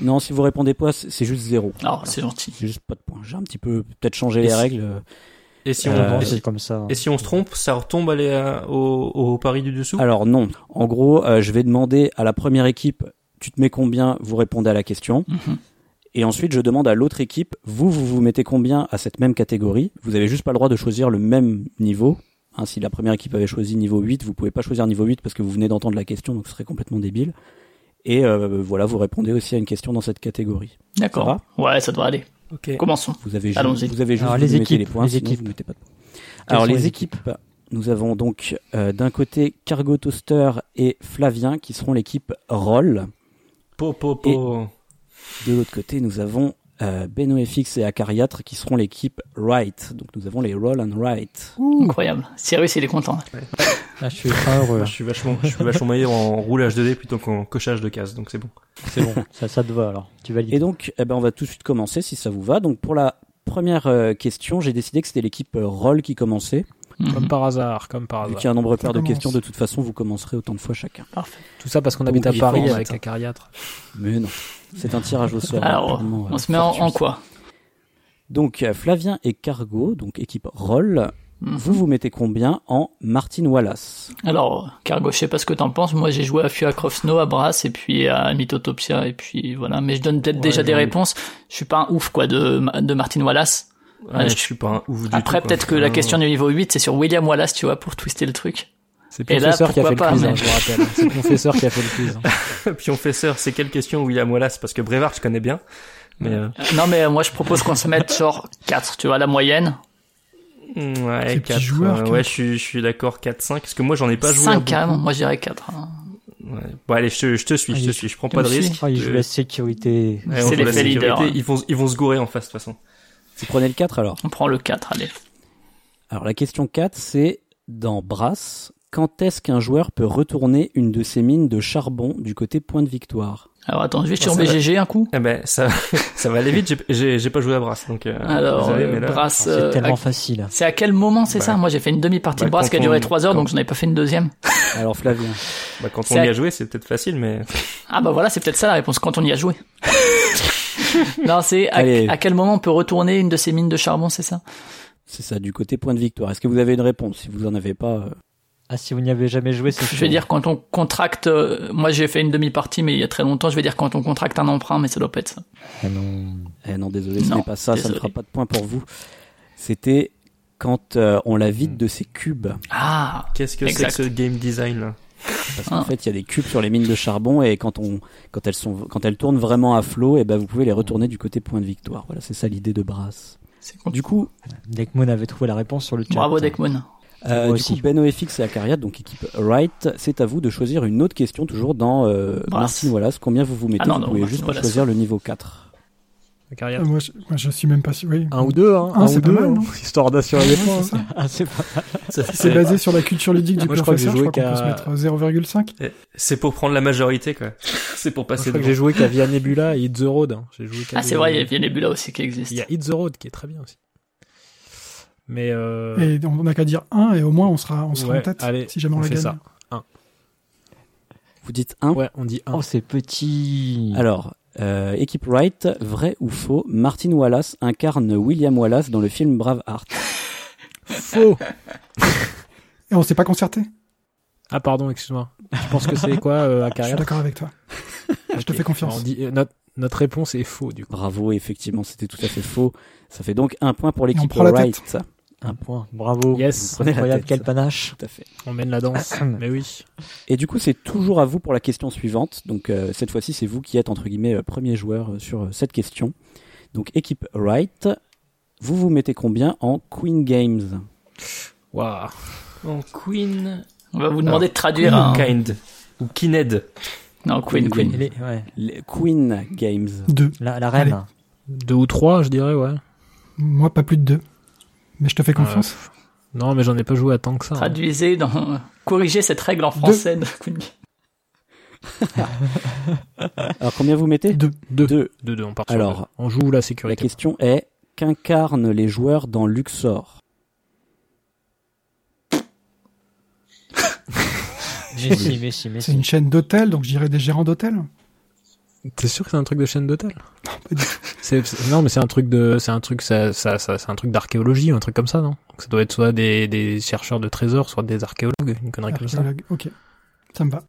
G: Non, si vous répondez pas, c'est c'est juste 0.
B: Ah, c'est gentil.
G: C'est juste pas de points. J'ai un petit peu peut-être changé
I: Et
G: les
I: si-
G: règles. euh,
I: Et si on
G: euh,
I: et si- Et si on se trompe, ça retombe à les- à- au, au pari du dessous.
G: Alors non. En gros, euh, je vais demander à la première équipe, tu te mets combien Vous répondez à la question. Et ensuite, je demande à l'autre équipe, vous, vous vous mettez combien à cette même catégorie Vous avez juste pas le droit de choisir le même niveau. Hein, si la première équipe avait choisi niveau 8, vous pouvez pas choisir niveau 8 parce que vous venez d'entendre la question, donc ce serait complètement débile. Et euh, voilà, vous répondez aussi à une question dans cette catégorie. Ça
B: [laughs]
G: va
B: D'accord. Ouais, ça devrait aller.
I: Ok.
B: Commençons.
G: vous avez, ju-
B: Allons-y.
G: vous avez juste
A: Alors,
G: vous
A: les
G: nous mettez
A: équipes,
G: les points,
A: les
G: sinon
A: équipes.
G: vous mettez pas de points.
A: Quelles
G: Alors
A: sont
G: les,
A: les
G: équipes, nous avons donc euh, d'un côté Cargo Toaster et Flavien qui seront l'équipe Roll.
I: Po, po, po.
G: De l'autre côté, nous avons euh, Beno FX et Acariatre qui seront l'équipe Right. Donc nous avons les Roll and Right.
B: Incroyable. Cyrus, il est content.
G: Ah,
A: je suis pas heureux.
I: [laughs] Moi, Ah, je suis vachement, je suis vachement meilleur en roulage de dés plutôt qu'en cochage de cases, donc c'est bon.
A: C'est bon, ça, ça te va alors. Tu valides.
G: Et donc, eh ben, on va tout de suite commencer si ça vous va. Donc pour la première euh, question, j'ai décidé que c'était l'équipe euh, Roll qui commençait.
J: Comme par hasard, comme
I: Ah,
J: par
G: Vu
I: bah.
J: hasard.
G: qu'il y a un nombre
J: Ça
G: pair de
J: commence.
G: questions, de toute façon, vous commencerez autant de fois chacun.
J: Tout ça parce qu'on habite à
G: Donc, il faut
J: Paris
G: en
J: avec
G: mettre.
J: la cariatre.
G: Mais non, c'est un tirage au sort.
B: Alors,
G: purement,
B: on
G: euh,
B: se met en, en
G: fortuit.
B: quoi
G: Donc euh, Flavien et Cargo, donc équipe Roll, vous vous mettez combien en Martin Wallace
B: Alors, Cargo, je sais pas ce que t'en penses. Moi, j'ai joué à Fua Snow, à Brass, et puis à Mythotopia, et puis voilà. Mais je donne peut-être déjà des réponses. Je suis pas un ouf, quoi, de, de Martin Wallace.
I: Ouais,
B: Euh,
I: je suis pas un ouf du
B: Après,
I: tout, quoi.
B: peut-être que la
I: Ah.
B: question du niveau 8, c'est sur William Wallace, tu vois, pour twister le truc.
J: C'est
B: Et là,
J: Professeur qui a fait
B: pourquoi
J: le quiz,
B: pas,
J: hein,
B: mais-
J: je vous
B: [laughs]
J: rappelle. C'est Professeur qui a fait le quiz. hein.
I: [laughs] Puis on fait sœur, c'est quelle question William Wallace Parce que Brevard, je connais bien. Mais euh,
B: Non, mais euh, moi, je propose qu'on se mette genre 4, tu vois, la moyenne.
I: Mm, ouais,
J: C'est
I: 4,
J: petit joueur,
I: ouais,
J: quatre.
I: ouais, je suis, je suis d'accord, 4-5. Parce que moi, j'en ai pas joué. à
B: 5 carrément,
I: beaucoup.
B: moi, je dirais hein. 4.
I: Ouais. Bon, allez, je, te- je te suis, je te suis. Je prends
B: tu
A: [laughs]
I: pas
B: me
I: de
B: suis
I: risque.
A: Ah, il
I: Je-
A: joue la sécurité.
I: Ouais, on
B: C'est
I: joue la
B: l'effet
I: sécurité,
B: leader. hein.
I: Ils vont, ils vont se gourer en face, de toute façon.
G: Vous prenez le 4 alors
B: On prend le 4, allez.
G: Alors la question 4, c'est dans Brass, quand est-ce qu'un joueur peut retourner une de ses mines de charbon du côté point de victoire
B: Alors, attends, je vais
I: Ah,
B: sur
I: ça va.
B: BGG un coup.
I: Eh ben, ça, [laughs] ça va aller vite. j'ai- J'ai j'ai pas joué à Brass, donc. euh,
B: Alors,
I: désolé,
B: euh,
I: mais là-
B: Brass,
A: C'est
B: euh,
A: tellement
B: à-
A: facile.
B: c'est à quel moment, c'est
I: Bah,
B: ça Moi, j'ai fait une demi-partie
I: bah,
B: de Brass qui a
I: quand
B: duré
I: on-
B: 3 heures, donc
I: quand-
B: j'en avais pas fait une deuxième.
G: Alors Flavien,
I: Bah, quand on
B: C'est
I: y
B: à-
I: a joué, c'est peut-être facile, mais
B: Ah bah voilà, c'est peut-être ça la réponse quand on y a
I: [laughs]
B: joué. non, c'est à,
G: Allez.
B: à quel moment on peut retourner une de ces mines de charbon, c'est ça
G: c'est ça, du côté point de victoire. Est-ce que vous avez une réponse Si vous en avez pas, euh,
A: Ah, si vous n'y avez jamais joué, c'est
B: Je
A: chaud.
B: vais dire quand on contracte. euh, moi, j'ai fait une demi-partie, mais il y a très longtemps. Je vais dire quand on contracte un emprunt, mais ça doit pas être ça.
A: Ah non.
G: eh non désolé, ce
B: Non,
G: n'est pas ça, ça ne
B: désolé.
G: fera pas de point pour vous. C'était quand euh, on la
A: Hmm.
G: vide de ses cubes.
B: Ah,
I: qu'est-ce que c'est
B: Exact.
I: que ce game design là
G: Parce qu'en
B: Ah.
G: fait, il y a des cubes sur les mines de charbon et quand on, quand elles sont, quand elles tournent vraiment à flot, et ben vous pouvez les retourner du côté point de victoire. Voilà, c'est ça l'idée de Brass.
B: c'est con.
G: Du coup,
A: Deckmoon avait trouvé la réponse sur le chat.
B: Bravo Deckmoon.
G: euh,
A: Moi
G: du coup,
A: aussi.
G: Beno FX et Acariat, donc équipe Right, c'est à vous de choisir une autre question toujours dans euh,
B: Brass.
G: Martin Wallace. Combien vous vous mettez
B: Ah non,
G: Vous
B: non,
G: pouvez
B: Martin
G: juste
B: Wallace.
G: choisir le niveau 4.
J: La cariatre.
H: Ah, moi, je, moi, je suis même pas sûr. Oui.
J: Un ou deux, hein.
H: Un,
J: un
H: Ah, c'est
J: ou
H: pas
J: deux,
H: mal,
J: hein,
H: non
J: histoire d'assurer les points.
H: Ouais, c'est ça.
A: Ah, c'est pas-
I: Ça,
H: Si c'est basé sur la culture ludique du
J: Moi, je crois que j'ai
H: professeur, je
J: joué
H: crois qu'on peut se
J: qu'à-
H: mettre à 0,5.
I: eh, C'est pour prendre la majorité,
B: [laughs]
I: quoi. C'est pour
J: Moi, je
I: passer.
J: crois que
I: devant.
J: j'ai joué qu'à Via Nebula et Hit the Road. hein. J'ai joué qu'à
B: Ah, c'est
J: Via
B: vrai, il y a
J: Nebula.
B: Via Nebula aussi qui existe.
J: Il y a Hit the Road qui est très bien aussi.
K: Mais euh,
H: Et on n'a qu'à dire 1 et au moins on sera, on sera
K: ouais,
H: en tête
K: allez,
H: si jamais on,
K: on
H: la
K: fait
H: gagne.
K: ça. Un.
G: Vous dites 1
K: Ouais, on dit 1.
A: Oh, c'est petit.
G: Alors, euh, équipe Wright, vrai ou faux, Martin Wallace incarne William Wallace dans le film Braveheart.
B: [laughs]
K: Faux.
H: Et on s'est pas concerté
K: Ah pardon, excuse-moi. Tu penses
A: [laughs]
K: que c'est quoi euh,
H: Je suis
K: Acariat
H: d'accord avec toi. Je te
K: Ok.
H: fais confiance.
K: Alors, on dit- euh, notre, notre réponse est faux du coup.
G: Bravo, effectivement, c'était tout à fait faux. Ça fait donc un point pour
H: on
G: l'équipe
H: prend la
G: Wright.
A: Un point. Bravo.
K: Yes,
G: Prenez la
A: Incroyable,
G: tête.
A: quel panache.
G: Tout à fait.
K: on mène
H: [coughs]
K: la danse. Mais oui.
G: Et du coup, c'est toujours à vous pour la question suivante. Donc euh, cette fois-ci, c'est vous qui êtes entre guillemets euh, premier joueur euh, sur euh, cette question. Donc équipe Wright, vous vous mettez combien en Queen Games
K: Waouh.
B: Donc Queen. On va vous demander
I: Alors,
B: de traduire un.
I: Queen ou Kind ou Kined.
B: Non, Queen, Queen.
A: Il est- ouais.
G: Les Queen Games.
H: 2.
A: La, la reine.
K: Deux ou trois, je dirais, ouais. Euh,
H: Moi, pas plus de 2. Mais je te fais confiance.
K: Non, mais j'en ai pas joué à tant que ça. hein.
B: Traduisez dans. Corrigez cette règle en français de Queen.
G: Alors combien vous mettez
H: Deux.
K: Deux.
G: Deux.
K: Deux, deux, on part sur
G: Alors,
K: deux. on joue la
G: La
K: sécurité.
G: question est qu'incarnent les joueurs dans Luxor
A: Mais si, mais si, mais
H: C'est
A: si.
H: une chaîne d'hôtels, donc j'irai des gérants d'hôtels.
K: T'es sûr que c'est un truc de chaîne d'hôtel
H: pas du
K: C'est- c'est- Non, mais c'est un truc de, c'est un truc, ça, ça, ça- c'est un truc d'archéologie ou un truc comme ça, non Donc ça doit être soit des, des chercheurs de trésors, soit des archéologues, une connerie comme ça.
H: Archéologue. Ah, Ok. Ça me va.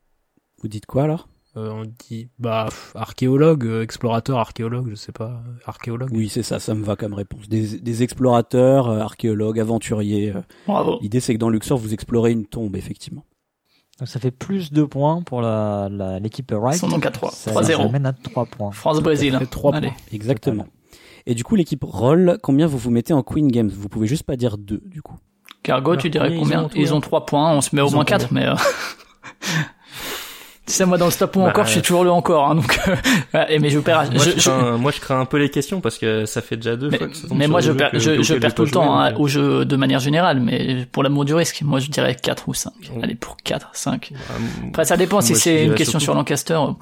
G: Vous dites quoi alors
K: Euh, on dit, bah, pff, archéologue, euh, explorateur, archéologue, je sais pas, euh, archéologue.
G: Oui, c'est ça, ça me va comme réponse. Des, des explorateurs, euh, archéologues, aventuriers. euh.
B: Bravo.
G: L'idée, c'est que dans Luxor, vous explorez une tombe, effectivement.
A: Donc ça fait plus de points pour la- la- l'équipe Wright.
B: Ils sont donc à trois.
A: Ça
B: Trois
A: les
B: zéro.
A: amène à 3 points.
B: France-Brésil.
K: fait trois
B: Allez.
K: points.
G: Exactement. Et du coup, l'équipe Roll, combien vous vous mettez en Queen Games Vous pouvez juste pas dire deux, du coup.
B: Cargo,
K: Alors,
B: tu dirais
K: combien ils
B: combien
K: ont tout,
B: Ils
K: là
B: ont 3 points, hein, on se met au
K: Ils
B: moins
K: ont
B: 4, mais. euh, [laughs] tu sais, moi dans le stop ou
I: Bah,
B: encore, je suis
I: euh,
B: toujours le encore, hein, donc. euh, voilà, et mais je perds. à-
I: Moi je,
B: je- je-
I: crains, moi, je crains un peu les questions parce que ça fait déjà deux
B: mais
I: fois que ça tombe
B: mais
I: sur
B: moi
I: des
B: je
I: jeux
B: perds,
I: que-
B: je,
I: auxquels
B: je
I: j'ai
B: perds
I: pas
B: tout le
I: joué,
B: temps hein,
I: donc,
B: au jeu de manière générale, mais pour l'amour du risque, moi je dirais 4 ou 5.
I: Mm.
B: Allez, pour 4, 5.
I: euh,
B: Après, ça dépend si
I: Moi, je
B: c'est une
I: dirais
B: question
I: surtout-
B: sur Lancaster. euh,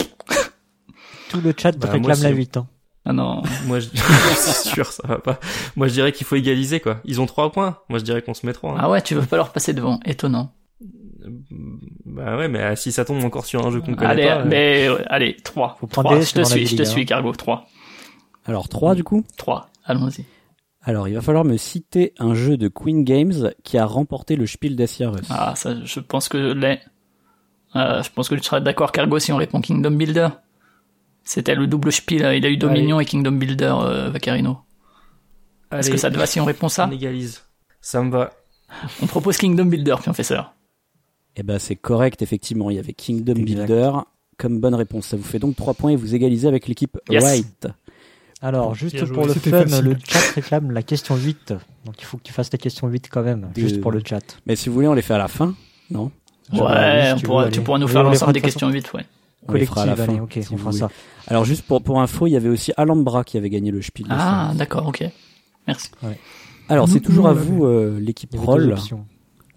A: Tout le chat
I: Bah, moi,
A: réclame la hein.
I: c'est-
A: 8 ans.
B: Ah non.
I: [laughs] Moi, je... c'est sûr, ça va pas. Moi, je dirais qu'il faut égaliser, quoi. Ils ont trois points. Moi, je dirais qu'on se met trois. hein.
B: Ah ouais, tu veux pas leur passer devant. Étonnant.
I: Bah ouais, mais euh, si ça tombe encore sur un jeu qu'on connaît
B: Allez,
I: pas. euh,
B: mais euh, allez, 3.
A: Faut prendre
B: 3
A: des
B: je te
A: dans la
B: suis, je te
A: Ligue, hein.
B: suis, Cargo. 3.
G: Alors, trois, du coup
B: 3. Allons-y.
G: Alors, il va falloir me citer un jeu de Queen Games qui a remporté le Spiel des Jahres.
B: Ah, ça, je pense que je l'ai. Euh, je pense que tu seras d'accord, Cargo, si on répond Kingdom Builder. C'était le double spiel. euh, Il a eu Dominion et Kingdom Builder, euh, Vaccarino. Est-ce
I: allez,
B: que ça te va si on répond ça
I: On égalise. Ça me va.
B: On propose Kingdom Builder, puis on fait ça.
G: Eh ben, c'est correct, effectivement. Il y avait Kingdom
A: Exact.
G: Builder comme bonne réponse. Ça vous fait donc trois points et vous égalisez avec l'équipe
B: Yes.
G: Wright.
A: Alors, juste
K: Bien joué.
A: pour le
H: C'était
A: fun,
H: facile.
A: le chat réclame la question 8. Donc il faut que tu fasses la question 8 quand même,
G: Deux.
A: juste pour le chat.
G: Mais si vous voulez, on les fait à la fin, non
A: Genre,
B: ouais,
A: oui, si
B: on
A: tu
B: pourra-
A: veux,
B: tu
A: allez.
B: pourras nous
A: Oui,
B: faire
A: on les fera
B: l'ensemble
A: de
B: des
A: toute
B: questions vite, ouais.
G: On les fera à la fin,
A: Collective, allez, ok,
G: si
A: on
G: vous
A: fera
G: voulez.
A: ça.
G: Alors juste pour, pour info, il y avait aussi Alhambra qui avait gagné le Spiel. des Jahres.
B: Ah, d'accord, ok. Merci.
G: Alors c'est
H: Nous-
G: toujours
H: nous, on
G: à
H: l'avait.
G: vous euh, l'équipe
A: Il y avait deux
G: Roll.
A: options.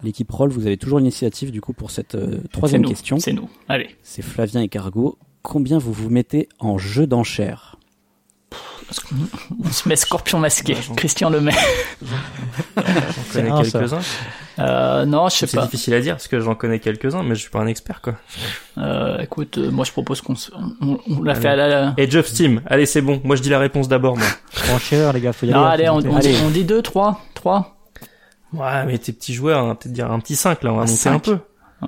G: L'équipe Roll, vous avez toujours l'initiative du coup pour cette euh,
B: C'est
G: troisième
B: nous.
G: question.
B: C'est nous. Allez.
G: C'est Flavien et Cargo. Combien vous vous mettez en jeu d'enchères
B: On se met scorpion masqué.
I: Ouais, j'en-
B: Christian Lemay. [laughs]
I: J'en
A: C'est
I: connais
A: un, ça.
I: quelques-uns.
B: Euh, non, je sais
I: C'est
B: pas.
I: difficile à dire parce que j'en connais quelques-uns, mais je suis pas un expert, quoi.
B: Euh, écoute, euh, moi je propose qu'on se- on, on- on l'a
I: Allez.
B: fait à la. la-
I: Et Jeff Steam. Allez, c'est bon. Moi, je dis la réponse d'abord, moi.
A: Franchir, les gars, faut y
B: Non,
A: aller. hein.
B: allez, on, on
G: Allez.
B: dit- on dit 2, 3, 3.
I: Ouais, mais tes petits joueurs, on va peut-être dire un petit 5, là. On va
B: Un
I: monter
B: cinq.
I: un peu.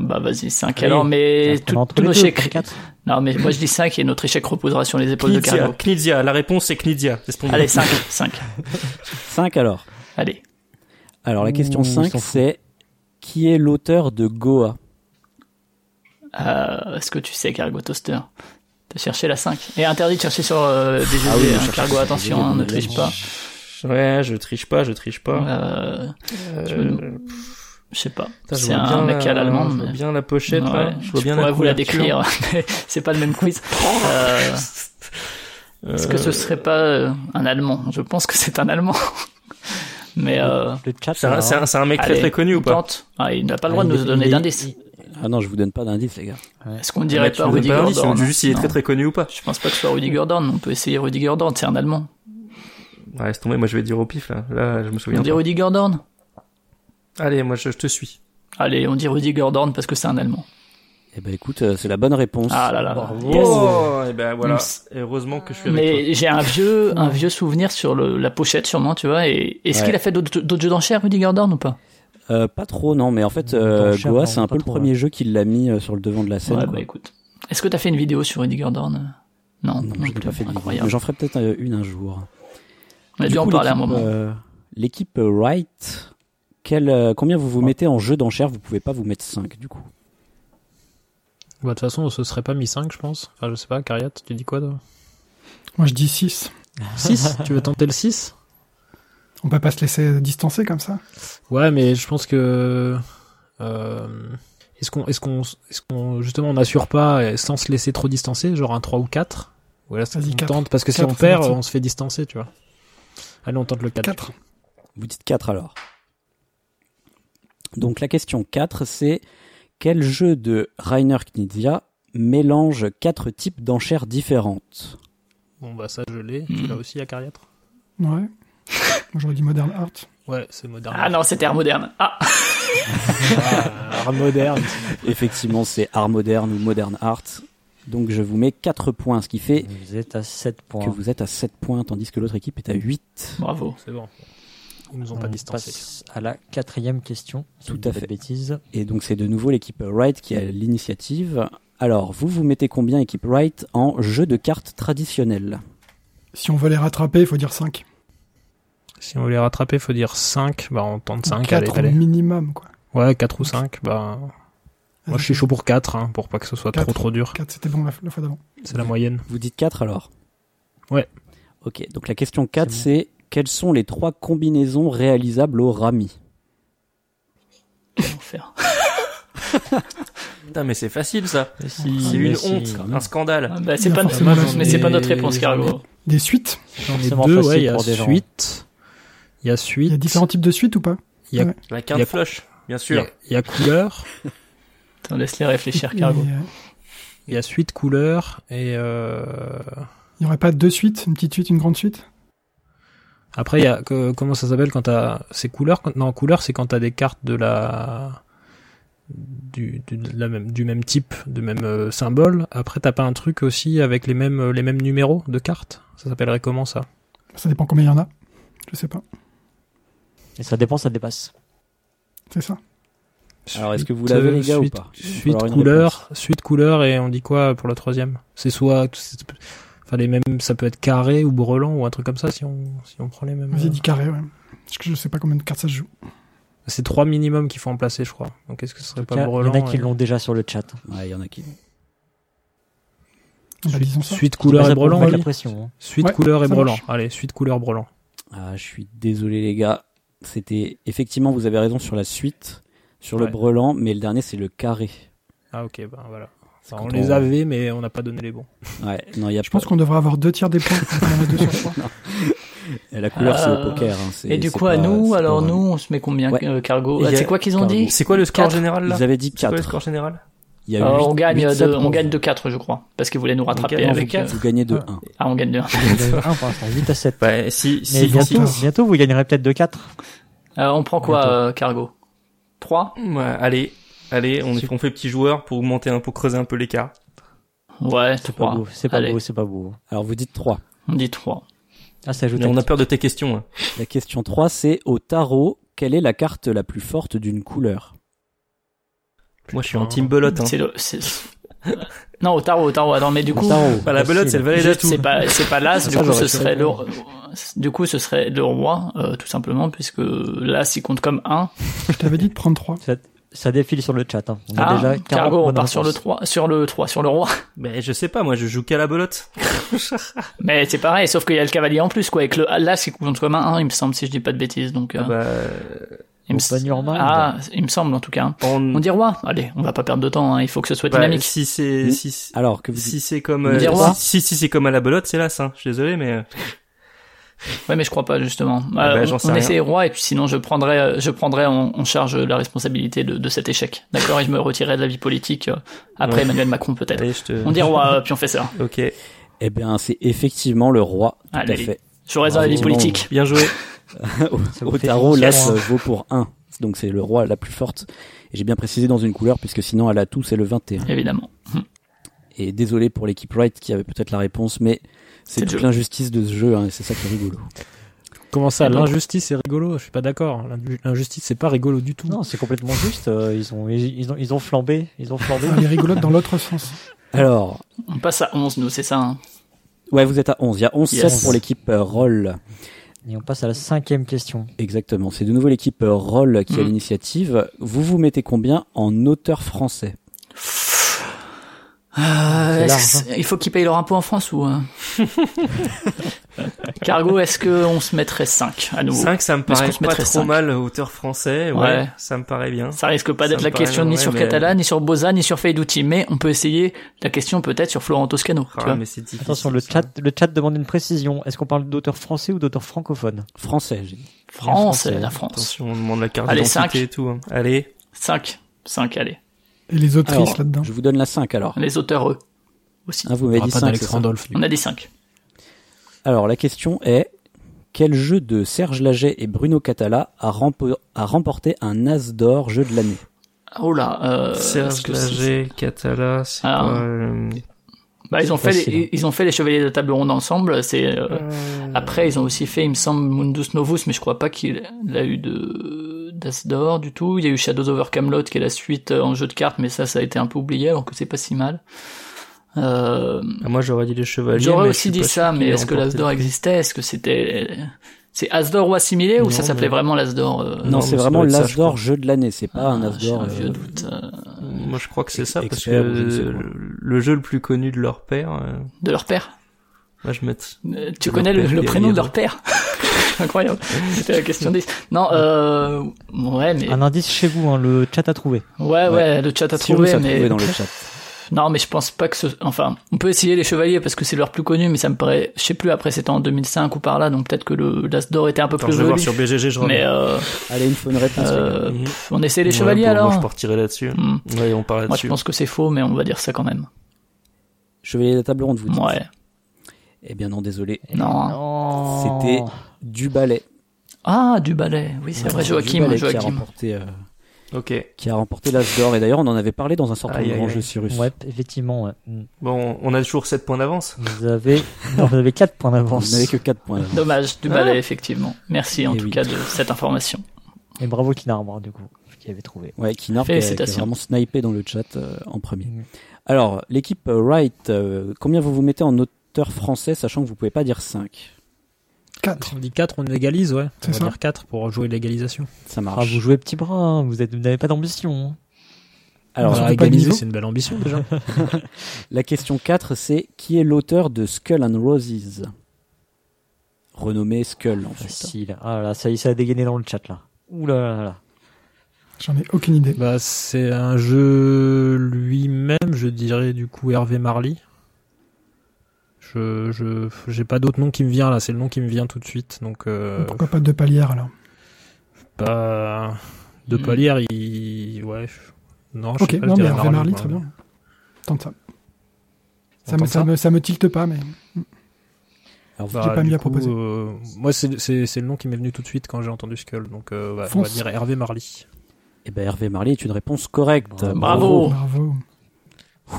B: Bah vas-y, 5.
A: Allez.
B: Alors, mais tout,
A: entre
B: tout
A: les
B: nos
A: deux,
B: chèques-
A: 4.
B: Non, mais moi je dis 5 et notre échec reposera sur les épaules de
I: Knizia.
B: Cargo.
I: Knizia. La réponse, c'est Knizia. C'est ce qu'on dit.
B: Allez, 5,
I: [laughs]
B: 5.
G: 5 alors.
B: Allez.
G: Alors la question
A: Ouh, ils
G: 5
A: sont fous.
G: c'est qui est l'auteur de Goa
B: Euh, Est-ce que tu sais, Cargo Toaster T'as cherché la 5. Et interdit de chercher sur euh, des jeux,
G: Ah oui,
B: hein,
G: je cherche
B: Cargo,
G: sur
B: attention,
G: des jeux,
B: hein, ne
G: des
B: triche
G: jeux.
B: pas.
I: Ouais, je triche pas, je triche pas.
B: Euh, je
I: Euh,
B: me- je sais pas.
I: Putain, je
B: C'est
I: vois
B: un
I: bien
B: mec
I: la-
B: à l'allemande.
I: Je vois
B: mais-
I: bien la pochette,
B: Ouais,
I: là. Je vois bien
B: pourrais
I: la
B: vous la décrire,
I: couverture. [laughs]
B: mais [laughs] c'est pas le même quiz. Euh, Est-ce que ce serait pas euh, un Allemand Je pense que c'est un Allemand. [laughs] Mais euh,
A: Le chat, hein.
I: C'est un, c'est un- c'est un mec très
B: allez,
I: très connu ou
B: on
I: pas
B: tente. Ah, il n'a pas le droit de
A: Il
B: nous
A: est-
B: donner
A: il est-
B: d'indices.
G: Ah non, je vous donne pas d'indice les gars.
B: Est-ce qu'on dirait
I: Bah, tu
B: pas
I: nous donnes
B: Rudy
I: pas l'indice,
B: Gordon
I: on dit juste s'il est
B: Non.
I: très très connu ou pas.
B: Je pense pas que ce soit Rudy Gordon. On peut essayer Rudy Gordon. C'est un Allemand.
I: Ouais, laisse tomber, moi je vais dire au pif là. Là, je me
B: On
I: souviens.
B: dit
I: pas.
B: Rudy Gordon.
I: Allez, moi je, je te suis.
B: Allez, on dit Rudiger Dorn parce que c'est un Allemand.
G: Eh ben écoute, euh, c'est la bonne réponse.
B: Ah là là.
I: Bravo.
B: Yes.
I: Eh ben voilà.
B: Oups.
I: Et heureusement que je suis avec
B: Mais
I: toi.
B: j'ai un
G: [laughs]
B: vieux, un vieux souvenir sur le- la pochette sûrement, tu vois. Et est-ce
G: Ouais.
B: qu'il a fait d'autres d'autres jeux d'enchères, Rudiger Dorn ou pas
G: Euh, pas trop, non, mais en fait, euh,
B: cher,
G: Goa,
B: non,
G: c'est un
B: pas
G: peu le
B: trop,
G: premier jeu qui l'a mis euh, sur le devant de la scène.
B: Ouais,
G: quoi.
B: bah écoute. Est-ce que t'as fait une vidéo sur Rudiger Dorn Non, non,
G: j'ai pas fait de vidéo,
B: incroyable.
G: mais j'en ferai peut-être euh, une un jour.
B: On a
G: Du
B: dû en
G: coup,
B: parler à un
G: l'équipe,
B: moment.
G: euh, L'équipe euh, Wright, quel, euh, combien vous vous mettez en jeu d'enchères Vous pouvez pas vous mettre 5 du coup.
K: Bah, de toute façon, on se serait pas mis 5, je pense. Enfin, je sais pas, Cariat, tu dis quoi, toi
H: Moi, je dis
K: [laughs]
H: 6.
K: 6 Tu veux tenter le 6
H: On peut pas se laisser distancer comme ça
K: Ouais, mais je pense que euh, est-ce qu'on est-ce qu'on est-ce qu'on justement on n'assure pas euh, sans se laisser trop distancer, genre un 3 ou 4 Voilà, ça
H: Vas-y,
K: on
H: quatre.
K: tente parce que si
H: Quatre,
K: on
H: c'est
K: perd,
H: parti.
K: on se fait distancer, tu vois. Allez, on tente le 4.
H: 4.
G: Vous dites 4 alors. Donc la question 4, c'est quel jeu de Rainer Knizia mélange quatre types d'enchères différentes
K: Bon bah ça je l'ai,
B: Mhm.
K: tu l'as aussi à Cariatre.
H: Ouais. Moi, j'aurais dit Modern Art.
K: Ouais, c'est moderne.
B: Ah non, c'était Air Moderne. Ah
K: Ah, Art moderne.
G: Effectivement, c'est art moderne ou modern art. Donc je vous mets 4 points, ce qui fait
A: Vous êtes à 7 points.
G: que vous êtes à 7 points, tandis que l'autre équipe est à 8.
B: Bravo.
K: C'est bon. Ils nous ont
A: On
K: pas distancés.
A: passe à la quatrième question. si
G: Tout
A: je dis
G: à
A: pas de
G: fait.
A: Bêtises.
G: Et donc c'est de nouveau l'équipe Wright qui a l'initiative. Alors, vous vous mettez combien, équipe Wright, en jeu de cartes traditionnel
H: [laughs] Si on veut les rattraper, il faut dire 5.
K: Si on veut les rattraper, faut dire 5, bah on tente 5 allez,
H: 4 au
K: allez.
H: minimum, quoi. Ah,
K: Ouais, 4 ou 5, bah moi je suis chaud pour 4 hein, pour pas que ce soit
H: Quatre.
K: trop trop dur.
H: 4, c'était bon la, la fois d'avant.
K: C'est la moyenne.
G: Vous dites 4 alors
K: Ouais.
G: Ok, donc la question 4 c'est quelles sont les trois combinaisons réalisables au Rami
B: Enfer.
I: Putain, mais c'est facile ça.
A: si,
I: c'est
A: mais
I: une
A: si,
I: honte,
A: quand même.
I: un scandale.
B: Ah, bah, c'est
H: Il y a
B: pas notre
H: forcément
B: réponse,
H: des-
B: mais c'est pas notre réponse, Cargo.
H: Des suites
K: J'en ai
A: Forcément
K: deux,
A: facile
K: ouais, il y a
A: pour des gens.
K: suite. Il
H: Il
K: y a
H: y a
K: suite.
H: différents types de suites ou pas
K: Il y a-
H: Ouais.
I: La
K: Il y
I: carte
K: a-
I: flush, bien
K: Il y
I: sûr.
K: a- il y a couleur,
B: Attends, laisse-les réfléchir, Cargo.
H: Il y a-
K: il y a suite couleur et euh,
H: il y aurait pas deux suites Une petite suite, une grande suite
K: après il y a que- comment ça s'appelle quand t'as c'est couleur quand- non couleur c'est quand t'as des cartes de la du, du- de la même du même type de même euh, symbole après t'as pas un truc aussi avec les mêmes euh, les mêmes numéros de cartes ça s'appellerait comment ça
H: Ça dépend combien il y en a. Je sais pas.
A: Et ça dépend, ça dépasse.
H: C'est ça.
G: Alors, est-ce que vous
K: Suite,
G: l'avez, les gars, ou
K: suite-
G: pas Il va
K: Suite
G: falloir une
K: couleur, suite couleur et on dit quoi pour la troisième C'est soit, c'est- enfin les mêmes, ça peut être carré ou brelan ou un truc comme ça si on si on prend les mêmes.
H: Vas-y,
K: euh,
H: dis carré, ouais. Parce que je sais pas combien de cartes ça se joue.
K: C'est trois minimum qu'il faut en placer, je crois. Donc est-ce que ce serait
A: Il y
K: pas
A: en a
K: brelan
A: qui
K: et-
A: l'ont déjà sur le chat.
G: Ouais, il y en a qui.
H: Ah bah, disons ça.
K: Suite couleur
A: Ça
K: et
A: pour
K: brelan.
A: mettre la
K: on dit
A: pression. hein.
K: Suite
H: Ouais,
K: couleur et
H: ça
K: brelan.
H: marche.
K: Allez, suite couleur brelan.
G: Ah, je suis désolé, les gars. C'était effectivement, vous avez raison sur la suite, sur le
K: Ouais.
G: brelan, mais le dernier c'est le carré.
K: Ah ok,
I: bah,
K: ben voilà. Enfin, on
G: quand
K: les
G: on-
K: avait, mais on n'a pas donné les bons.
G: Ouais, non, il y a
H: Je pense qu'on devrait avoir deux tiers des points. quand on en a deux
B: [laughs]
H: sur trois.
G: La couleur c'est
B: Ah.
G: au poker. hein, c'est-
B: Et du
G: c'est
B: coup, à
G: pas- c'est
B: nous,
G: pas
B: alors
K: hein.
G: au Rami.
B: nous, on se met combien,
G: Ouais.
B: euh, Cargo
I: Et
B: Ah,
I: y a-
B: C'est quoi qu'ils ont
G: Cargo.
B: dit
I: C'est quoi le score
B: Quatre.
I: général là
G: Ils avaient dit
I: C'est quoi le
G: 4.
I: score général
G: Il y a
B: Euh,
G: huit-
B: on, gagne
G: huit
B: de,
G: sept
B: on
G: pour
B: gagne
G: vous.
B: de 4, je crois. Parce qu'ils voulaient nous rattraper
I: gagne
G: Non,
B: avec.
I: de
G: vous,
B: euh,
G: vous gagnez de 1.
B: Ah, on gagne
G: [laughs]
B: de 1.
A: Ah, pour l'instant, 8 à 7.
I: Bah, si,
A: Mais
I: si, si,
A: bientôt,
H: si.
A: bientôt, vous gagnerez peut-être de 4.
B: Euh, on prend quoi,
K: Bientôt.
B: euh, Cargo 3
I: Mmh, Ouais, allez, allez, on, est, on fait petit joueur pour augmenter un, pour creuser un peu l'écart.
B: Ouais,
G: Ah,
A: C'est pas
B: 3.
A: beau, c'est pas
B: Allez.
A: beau, c'est pas beau.
G: Alors vous dites 3.
B: On dit 3.
A: Ah, ça ajoute
I: Mais
A: à
I: on a
A: dix.
I: peur de tes questions. hein.
G: La question 3 c'est au tarot, quelle est la carte la plus forte d'une couleur
I: Moi, je suis
K: Putain.
I: en team belote. Hein.
B: C'est le. c'est- non, au tarot, au tarot. Attends, mais du
A: Le
B: coup.
A: tarot,
I: Bah, la belote, c'est le valet
B: Juste,
I: d'atout.
B: c'est pas c'est pas l'as du
K: Ça,
B: coup ce
K: j'aurais
B: serait
K: fait.
B: le du coup ce serait le roi euh, tout simplement puisque l'as il compte comme 1
H: Je t'avais dit de prendre trois.
A: Ça, ça défile sur le chat. hein. On a
B: ah,
A: déjà 40
B: cargo on
A: bonnes
B: part sur le
A: réponses.
B: 3 sur le 3 sur le roi
I: Mais je sais pas, moi, je joue qu'à la belote.
B: [laughs] mais c'est pareil sauf qu'il y a le cavalier en plus quoi avec le l'as il compte comme un 1 il me semble si je dis pas de bêtises donc euh,
I: Ah bah,
B: il me
A: Open your mind.
B: ah il me semble en tout cas hein.
I: on...
B: on dit roi allez on va pas perdre de temps hein, il faut que ce soit
I: bah,
B: dynamique Hmm
I: Si c'est,
A: Hmm.
G: Oui.
I: si,
G: Alors que vous dites
I: si c'est comme,
B: On
I: euh,
B: dit roi.
I: si, si, si c'est comme à la belote, c'est l'as, hein. Je suis désolé, mais euh,
B: ouais mais je crois pas justement
I: Ah
B: Euh,
I: bah,
B: on-
I: j'en sais
B: on,
I: rien.
B: essaie roi et puis sinon je prendrai euh, je prendrai en, en charge la responsabilité de, de cet échec d'accord et je me retirerai de la vie politique euh, après
I: Ouais.
B: Emmanuel Macron peut-être
I: allez, je te,
B: on dit roi euh, puis on fait ça
I: ok.
G: Eh bien, c'est effectivement le roi, tout
B: Allez.
G: à fait.
B: Je raison à la vie
G: Bravo.
I: [laughs]
B: politique.
G: [laughs]
I: Bien joué.
G: au
A: vous
G: au
A: fait
G: tarot,
A: une
G: l'as
K: hein.
A: question,
G: vaut pour 1. Donc c'est le roi la plus forte. Et j'ai bien précisé dans une couleur, puisque sinon elle a tout, c'est le 21.
B: Évidemment.
G: Et désolé pour l'équipe Wright qui avait peut-être la réponse, mais c'est toute l'injustice de ce jeu, hein, et c'est ça qui est rigolo.
K: Comment ça, l'injustice est rigolo Je suis pas d'accord. L'injustice, c'est pas rigolo du tout.
A: Non, c'est complètement juste. euh, ils, ont, ils, ils ont, ils ont flambé. Ils ont flambé.
H: Elle est rigolote Ah, dans l'autre sens.
G: Alors.
B: On passe à 11, nous, c'est ça hein
G: Ouais, vous êtes à 11. Il y a 11-7
B: Yes.
G: pour l'équipe euh, Roll.
A: Et on passe à la cinquième question.
G: Exactement. C'est de nouveau l'équipe euh, Roll qui a
A: Mm.
G: l'initiative. Vous vous mettez combien en auteur français
B: Euh,
G: C'est
B: Ah, est-ce
G: large,
B: que
I: hein.
B: c'est- Il faut qu'ils payent leur impôt en France ou. euh [laughs] Cargo, est-ce qu'on se mettrait 5 à nouveau
I: 5, ça me
B: Est-ce qu'on
I: paraît
B: se
I: pas
B: mettrait
I: trop
B: cinq
I: mal, auteur français. Ouais,
B: Ouais.
I: ça me paraît bien.
B: Ça risque pas d'être
I: me
B: la
I: paraît
B: question
I: bien,
B: ni
I: ouais,
B: sur
I: mais-
B: Catala, ni sur Boza, ni sur Feiduti, mais on peut essayer la question peut-être sur Florent Toscano. tu
I: Ah,
B: vois.
I: mais c'est difficile.
A: Attention, le chat, le chat demande une précision. Est-ce qu'on parle d'auteur français ou d'auteur francophone
G: Français, j'ai dit.
B: France,
A: Bien français.
B: la France.
I: Attention, on demande la carte
B: Allez,
I: d'identité
B: cinq.
I: et tout. hein. Allez.
B: 5. 5, allez.
H: Et les autrices
G: Alors,
H: là-dedans.
G: Je vous donne la 5 alors.
B: Les auteurs, eux. Aussi.
G: Hein, vous
K: Ah,
G: m'avez dit 5.
B: On a dit 5.
G: Alors la question est quel jeu de Serge Laget et Bruno Catala a, rempo- a remporté un As d'or jeu de l'année
B: Oh là. Euh, est-ce
I: Serge
B: que c'est-
I: Lager, Catala, c'est
B: Alors,
I: quoi euh,
B: Bah, ils ont fait,
I: Facile.
B: les, ils ont fait les Chevaliers de la Table Ronde ensemble. C'est euh, après, ils ont aussi fait, il me semble, Mundus Novus, mais je crois pas qu'il a eu de d'As d'or du tout. Il y a eu Shadows over Camelot, qui est la suite euh, en jeu de cartes, mais ça, ça a été un peu oublié, alors que c'est pas si mal. Euh,
I: Ah, Moi, j'aurais dit les chevaliers.
B: J'aurais
I: mais
B: aussi
I: je suis
B: dit
I: pas
B: ça,
I: sûr
B: mais
I: qu'ils
B: est-ce que
I: remportent
B: l'Asdor
I: le prix.
B: existait Est-ce que c'était. C'est Asdor ou assimilé, ou
I: Non,
B: ça s'appelait
I: mais-
B: vraiment l'Asdor euh,
G: Non, c'est
I: ça
G: vraiment
I: doit être ça,
G: l'As
I: je
G: d'or
I: crois.
G: jeu de l'année, c'est pas un
B: Ah,
G: As
B: j'ai
G: d'or.
B: un vieux
G: euh,
B: doute. euh,
I: Moi, je crois que c'est ça, parce que
G: Expert ou je ne sais quoi.
I: le, le jeu le plus connu de leur père. euh,
B: De leur père
I: Moi, je mette.
B: Euh, Tu
I: de leur
B: connais le,
I: père,
B: le
I: il y a-
B: prénom
I: il y a
B: de leur
I: [laughs]
B: père Incroyable. C'était la question 10. Non, euh. Ouais, mais.
I: Ah
A: Un indice chez vous, hein, le chat a trouvé.
B: Ouais, ouais, le chat a
G: Si
B: trouvé,
G: vous, ça
B: mais.
G: trouvez dans le chat.
B: Non, mais je pense pas que ce. Enfin, on peut essayer les chevaliers parce que c'est leur plus connu, mais ça me paraît. Je sais plus, après c'était en 2005 ou par là, donc peut-être que le l'As d'or était un peu
I: Attends,
B: plus
I: je vais voir
B: joli.
I: sur BGG, je
B: Mais
I: reviens.
B: euh,
G: Allez, une bonne réponse. les
B: euh,
G: gars.
B: pff, on essaie les
I: Ouais,
B: chevaliers
I: bon,
B: alors.
I: Moi, je partirais là-dessus.
B: Hmm.
I: Ouais, on parle
B: Moi, je
I: là-dessus.
B: pense que c'est faux, mais on va dire ça quand même.
G: Chevalier de la table ronde, vous dites.
B: Ouais.
G: Eh bien non, désolé.
B: Non.
A: Non.
G: C'était du ballet.
B: Ah, du ballet. Oui, c'est vrai, Joachim.
G: Duballet Qui a
B: Joachim.
G: remporté, euh,
I: Ok.
G: qui a remporté l'As d'or. Et d'ailleurs, on en avait parlé dans un certain
I: Aïe, aïe,
G: grand
I: aïe.
G: jeu Cyrus.
A: Ouais, effectivement. ouais. Mm.
I: Bon, on a toujours 7 points d'avance.
B: Hmm.
A: Vous avez, non, vous avez 4
G: [laughs]
A: points
G: Vous
A: d'avance.
G: n'avez que 4 points.
B: Dommage, du
K: Ah.
I: Ah.
B: ballet, effectivement. Merci en
G: Eh
B: tout
G: oui.
B: cas de cette information.
A: Et bravo Kinarbre, du coup, qui avait trouvé.
G: Ouais, Kinar qui a, qui a
B: Félicitations.
G: vraiment snipé dans le chat euh, en premier.
A: Mm.
G: Alors, l'équipe euh, Wright, euh, combien vous vous mettez en auteur français, sachant que vous pouvez pas dire 5
H: Quatre.
K: On dit 4, on égalise, ouais.
H: C'est
K: On va
H: ça.
K: dire 4 pour jouer l'égalisation.
G: Ça
A: Ah,
G: marche.
A: vous jouez petit bras, hein, vous êtes- vous n'avez pas d'ambition. hein.
G: Alors,
K: Bah,
H: surtout pas
G: [laughs]
K: égaliser,
H: niveau.
K: c'est une belle ambition déjà.
G: la question 4, c'est qui est l'auteur de Skull and Roses Renommé Skull, ensuite.
A: Facile. Ah là, ça y est, ça a dégainé dans le chat là. Ouh là là là.
H: J'en ai aucune idée.
K: bah, c'est un jeu lui-même, je dirais du coup Hervé Marly. Je, je, j'ai pas d'autre nom qui me vient là, c'est le nom qui me vient tout de suite, donc euh,
H: Pourquoi pas deux palières alors
K: pas Bah, de
B: Hmm.
K: palière, il, ouais, je- non, je
H: Ok,
K: sais pas, je
H: non mais
K: dirais
H: Hervé Marly,
K: moi.
H: très bien. Tente ça.
K: On
H: Ça me,
K: tente
H: ça,
K: ça
H: me, ça me tilte pas, mais
G: Alors,
H: J'ai pas
K: bah, du
H: mis à
K: coup,
H: proposer.
K: euh, moi, c'est, c'est, c'est le nom qui m'est venu tout de suite quand j'ai entendu Skull, donc euh, ouais, on va
H: Fonce.
K: dire Hervé [laughs] Marly.
G: Eh ben, Hervé Marly est une réponse correcte.
B: Bravo.
H: bravo.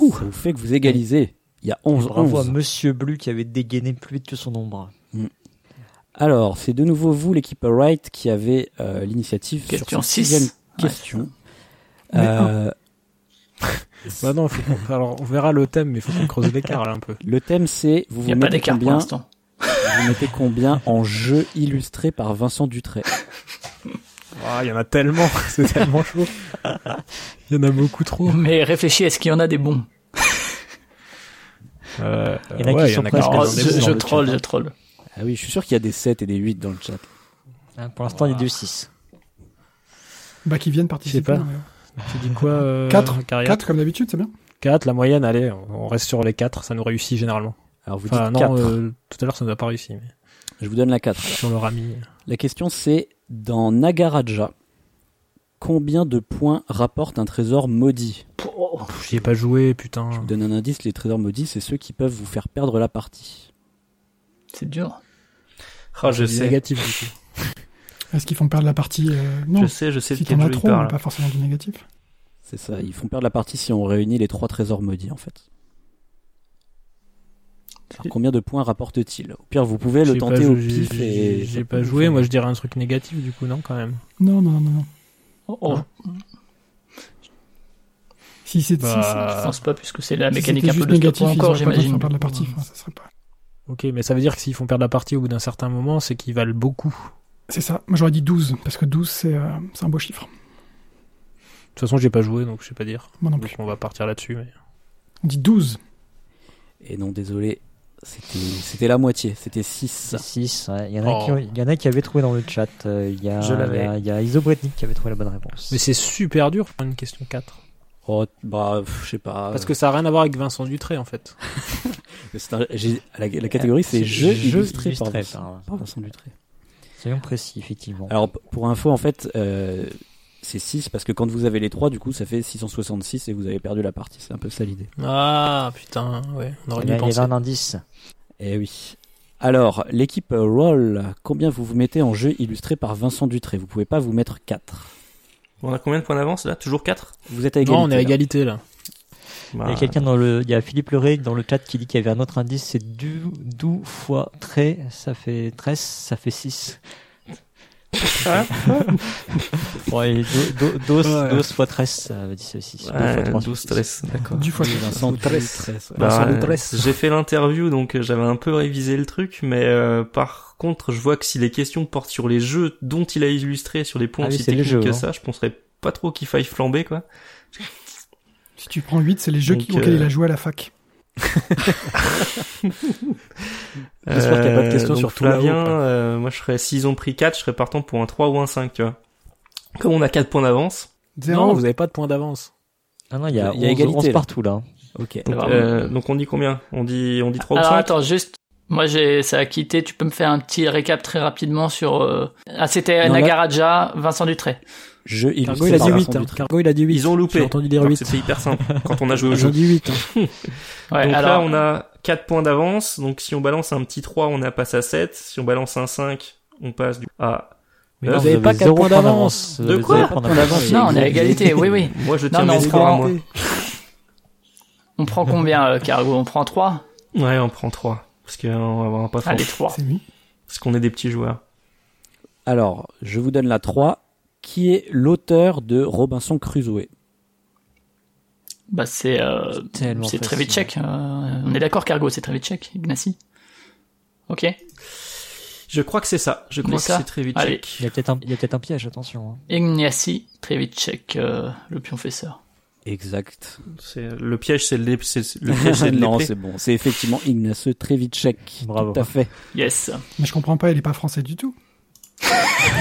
G: Ouh, ça vous fait que vous égalisez. Il y a 11
A: Bravo à
G: 11.
A: Monsieur Blu qui avait dégainé plus vite que son ombre.
G: Alors, c'est de nouveau vous, l'équipe Wright, qui avez euh, l'initiative sur
B: Question
G: cette
B: six.
G: sixième
B: Ouais.
G: question.
H: Mais
G: Euh,
K: Bah non, faut qu'on- alors on verra le thème, mais faut qu'on creuse l'écart là un peu.
G: le thème, c'est vous
B: Il n'y
G: vous
B: a pas
G: mettez
B: d'écart pour
G: combien
B: l'instant.
G: Vous mettez
B: [laughs]
G: combien en jeu illustré par Vincent Dutray
K: [laughs] Ah, il y en a tellement, [laughs] c'est tellement chaud. Il y en a beaucoup trop.
B: Mais réfléchis, est-ce qu'il y en a des bons
K: Euh,
A: Il y en a qui
K: ouais,
A: sont
K: a
A: presque
K: qui
B: Alors,
K: sont
A: des
B: je,
A: bons
B: je
A: dans le
B: troll,
A: chat,
B: je
A: hein.
B: troll.
G: Ah oui, je suis sûr qu'il y a des 7 et des 8 dans le chat.
A: Hein, Pour l'instant, il y a 2-6.
H: Bah qu'ils viennent participer.
K: pas. Tu dis quoi euh,
H: 4,
K: Carrière
H: 4 comme d'habitude, c'est bien.
K: 4, la moyenne, allez, on reste sur les 4, ça nous réussit généralement.
G: Alors vous
K: Enfin,
G: dites
K: non,
G: 4.
K: euh, tout à l'heure ça nous a pas réussi, mais
G: Je vous donne la 4.
K: sur leur ami.
G: La question c'est, dans Nagaraja, combien de points rapporte un trésor maudit
B: Oh,
K: J'y ai pas joué, putain.
G: Je vous donne un indice, les trésors maudits, c'est ceux qui peuvent vous faire perdre la partie.
B: C'est dur.
I: Ah, je
K: C'est
I: sais.
K: négatif du coup.
H: Est-ce qu'ils font perdre la partie euh, Non.
I: Je sais, je sais
H: Si
I: de quel
H: t'en as
I: jeu il
H: trop, on
I: parle.
H: a pas forcément du négatif.
G: C'est ça, ils font perdre la partie si on réunit les trois trésors maudits en fait. Alors, combien de points rapporte-t-il Au pire, vous pouvez le
K: J'ai pas
G: tenter au
K: joué-
G: pif
K: j'ai-
G: et.
K: J'ai pas joué, moi je dirais un truc négatif du coup, non, quand même.
H: Non, non, non, Ah, non. Si c'est
K: Bah,
H: si-
B: Je pense pas, puisque c'est la
H: si
B: mécanique
H: c'était
B: un peu
H: juste
B: de
H: négatif,
B: stop
H: ils
B: encore,
H: auraient pas dû
B: j'imagine.
H: faire perdre la partie. Enfin, ça serait pas.
K: Ok, mais ça veut dire que s'ils font perdre la partie au bout d'un certain moment, c'est qu'ils valent beaucoup.
H: C'est ça. Moi, j'aurais dit 12, parce que 12, c'est euh, c'est un beau chiffre.
K: De toute façon, j'ai pas joué, donc je sais pas dire.
H: Moi non
K: Donc on va partir là-dessus. Mais...
H: On dit 12.
G: Et non, désolé, c'était c'était la moitié, c'était 6.
A: 6, Il y, en
K: Oh.
A: a qui, ont- il y en a qui avaient trouvé dans le chat. euh, Il y a,
G: Oh. Je l'avais.
A: il y a Isobretnik qui avait trouvé la bonne réponse.
K: Mais c'est super dur pour une question 4.
G: Oh, bah, pff, je sais pas.
K: Parce que ça a rien à voir avec Vincent Dutré en fait.
G: C'est un- j'ai- la, la
K: Euh,
G: catégorie, c'est jeux illustrés par, par, Vincent Dutré.
A: Soyons précis, effectivement.
G: Alors, p- pour info, en fait, euh, c'est 6 parce que quand vous avez les 3, du coup, ça fait 666 et vous avez perdu la partie. C'est un peu ça l'idée.
K: Ah putain, ouais, on aurait
G: Eh
K: dû
G: bien, il y
K: penser.
G: avait un Eh oui. Alors, l'équipe euh, Roll, combien vous vous mettez en jeu illustré par Vincent Dutré Vous pouvez pas vous mettre 4.
I: On a combien de points d'avance là Toujours 4
G: Vous êtes à
K: Non, on est à égalité là.
G: Bah,
A: il y a quelqu'un dans le, il y a Philippe Leray dans le chat qui dit qu'il y avait un autre indice, c'est du, dou fois très, ça fait 13, ça fait 6. [laughs] ouais, do, do- dos,
I: Ouais.
A: dos fois 13, ça veut dire 6.
I: Ouais, 12, 13, d'accord.
G: Vincent Dutré.
I: Bah,
G: Vincent
I: euh,
G: Dutré.
I: J'ai fait l'interview, donc euh, j'avais un peu révisé le truc, mais euh, par contre, je vois que si les questions portent sur les jeux dont il a illustré, sur des points
A: Ah oui,
I: aussi
A: c'est les
I: techniques
A: jeux,
I: que
A: hein.
I: ça, je penserais pas trop qu'il faille flamber, quoi.
H: Si tu prends 8, c'est les jeux
I: Donc,
H: qui- auxquels
I: euh,
H: il a joué à la fac.
K: J'espère qu'il y a pas de
H: Euh,
K: questions
I: Euh, donc
K: sur tout
I: Flavien,
K: là-haut, quoi.
I: euh, moi je serais, s'ils ont pris 4, je serais partant pour un 3 ou un 5, tu vois. Comme on a 4 points d'avance.
K: Non, vous avez pas de point d'avance.
A: Ah non,
I: il y a Il y a 11 égalité, 11 là. partout, là.
G: Ok.
I: Donc,
B: Alors,
I: euh, donc on dit combien On dit, on dit 3
B: Alors
I: ou 5
B: attends, juste, moi j'ai ça a quitté, tu peux me faire un petit récap très rapidement sur... euh, Ah c'était
G: Non, là-
B: Nagaraja, Vincent Dutré.
G: Jeu
K: Cargo
G: illustré
K: il a
G: par
K: dit
G: Vincent
K: 8. hein.
G: Dutré.
K: Cargo il a dit 8.
I: Ils ont loupé.
K: J'ai entendu dire
I: Alors que
K: 8.
I: C'était hyper simple quand on a joué au
K: Ils
I: jeu.
K: ont dit hein. 8.
I: [laughs]
B: Ouais,
I: donc
B: alors-
I: là, on a 4 points d'avance. Donc si on balance un petit 3, on a passe à 7. Si on balance un 5, on passe du... à.
K: Mais
I: neuf.
K: non, vous avez pas quatre points d'avance.
I: De
K: Vous
I: quoi
K: avez pas de points d'avance.
B: Non, on est à égalité, oui, oui.
I: [laughs] Moi, je
B: Non,
I: tiens
B: mais
I: mes
B: on
I: points à
B: prend-
I: moi.
B: On prend combien, euh, Cargo On prend 3
I: Ouais, on prend 3. Parce qu'on va avoir pas
B: Allez,
I: fort.
B: trois. C'est
H: lui.
I: Parce qu'on est des petits joueurs.
G: Alors, je vous donne la 3. Qui est l'auteur de Robinson Crusoe
B: Bah c'est... euh,
G: tellement
B: c'est très
G: facile.
B: vite check. hein. on est d'accord, Cargo, c'est très vite check, Ignacy Ok.
I: Je crois que c'est ça. Je
B: Mais
I: crois que
B: ça,
I: c'est très vite
B: allez.
I: check.
A: Il y a peut-être un, il y a peut-être un piège, attention. hein.
B: Ignacy, très vite check, euh, le pionfesseur.
G: Exact. [laughs]
I: C'est- euh, Le piège, c'est le, c'est- c'est- le piège, c'est de
G: non,
I: l'épée.
G: c'est bon. C'est effectivement Ignace Trevicek. Bravo. Tout à fait.
B: Yes.
H: Mais je comprends pas, il est pas français du tout.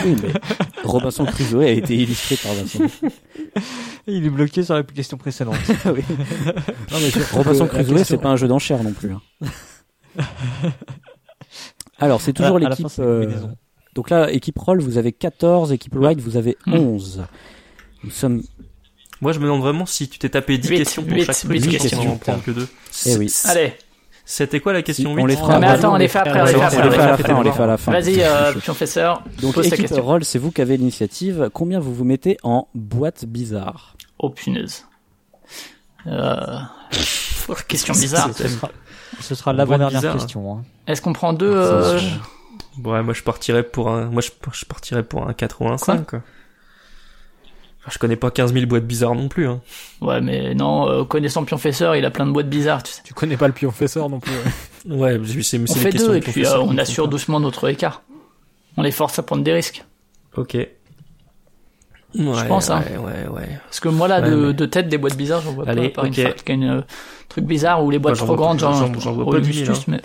G: Oui, mais Robinson Crusoe a été illustré par Vincent.
A: Il est bloqué sur l'application précédente. [laughs]
G: oui.
A: Non,
G: mais
A: euh,
G: Robinson Crusoe, c'est pas un jeu d'enchères [laughs] non plus. hein. Alors, c'est toujours
A: À la- à la
G: l'équipe.
A: fin, c'est
G: euh,
A: combinaison.
G: donc là, équipe Roll, vous avez 14, équipe Ride, vous avez 11. Nous sommes
I: Moi, je me demande vraiment si tu t'es tapé 10
B: Huit,
I: questions pour
B: huit,
I: chaque
B: huit
I: truc,
B: questions.
I: on va en prendre que deux.
G: Eh oui.
B: Allez.
I: C'était quoi la question 8
G: on les fera
B: Non, mais attends, on les fait après, on les fait après.
G: on les fait à la fin, on les fait à la fin.
B: Vas-y, euh, pionfesseur,
G: Donc,
B: pose ta
G: équipe
B: question.
G: Roll, c'est vous qui avez l'initiative. Combien vous vous mettez en boîte bizarre
B: Oh punaise. Euh... Question bizarre.
A: Ce sera, ce sera l'avant-dernière
I: Bizarre, hein.
A: question. hein.
B: Est-ce qu'on prend deux euh,
I: Ouais, moi je partirais pour un, moi je, je partirais pour un 85. Quoi Enfin, je connais pas 15 000 boîtes bizarres non plus. Hein.
B: Ouais, mais non, euh, connaissant pionfesseur, il a plein de boîtes bizarres, tu sais.
K: Tu connais pas le pionfesseur non plus. ouais.
I: Ouais, c'est c'est
B: On
I: des
B: fait
I: questions
B: deux et
I: de
B: puis
I: professeurs
B: euh,
I: qui
B: on
I: me
B: assure doucement notre écart. On les force à prendre des risques.
I: font- Ok.
B: je pense,
I: ouais,
B: hein.
I: Ouais, ouais.
B: Parce que moi là,
I: Ouais,
B: de,
I: mais-
B: de tête, des boîtes bizarres, j'en vois pas.
I: Allez,
B: par
I: ok.
B: une fois qu'il y a un truc bizarre ou les boîtes
I: Enfin, j'en
B: trop
I: vois
B: grandes,
I: pas-
B: genre,
I: j'en- j'en vois pas
B: Royal
I: 10 000,
B: Augustus, mais-
I: Là,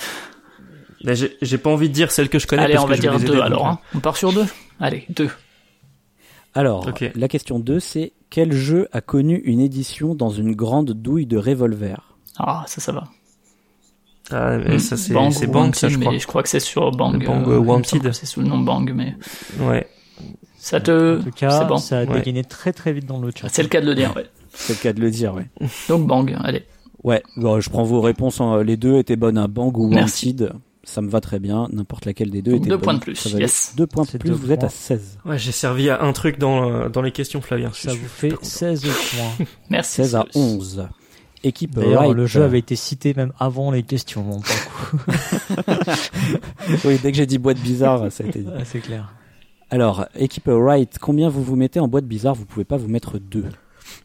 I: Bah, j'ai j'ai pas envie de dire celle que je connais
B: Allez,
I: parce
B: on va
I: que je vais
B: dire
I: les
B: deux
I: aider,
B: alors.
I: donc,
B: hein. On part sur deux Allez, deux.
G: Alors, la question 2, c'est quel jeu a connu une édition dans une grande douille de revolver
B: Ah, ça, ça va.
I: Ah, mais ça, c'est-
B: Bang
I: c'est
B: ou
I: Bang,
B: Wanted,
I: ça, je crois.
B: mais je crois que c'est sur Bang.
I: Le Bang,
B: euh,
I: euh,
B: il me
I: Wanted.
B: semble que C'est sous le nom Bang, mais.
I: Ouais.
B: Ça te.
A: En tout
B: c'est
A: cas,
B: bon.
A: ça a dégainé très très vite dans le chat.
B: C'est le cas de le dire, ouais.
G: C'est le cas de le dire, oui.
B: [laughs] Donc Bang, allez.
G: Ouais, bon, je prends vos réponses. hein. Les deux étaient bonnes, un Bang ou
B: Merci.
G: Wanted. ça me va très bien. N'importe laquelle des deux
B: Donc
G: était
B: deux
G: bonne.
B: points de plus,
G: Ça valait
B: yes.
G: Deux points de
B: C'est
G: plus,
B: deux
G: vous êtes
B: points.
G: à 16.
I: Ouais, j'ai servi à un truc dans, euh, dans les questions, Flavien.
A: Ça vous fait 16
I: [laughs]
A: points.
G: 16 à 11. Équipe
A: D'ailleurs,
G: Wright.
A: le jeu avait été cité même avant les questions, bon, pour
H: [laughs]
A: le coup.
G: oui, dès que j'ai dit boîte bizarre, ça a été dit.
A: Ah, c'est clair.
G: Alors, équipe Wright, combien vous vous mettez en boîte bizarre Vous pouvez pas vous mettre deux.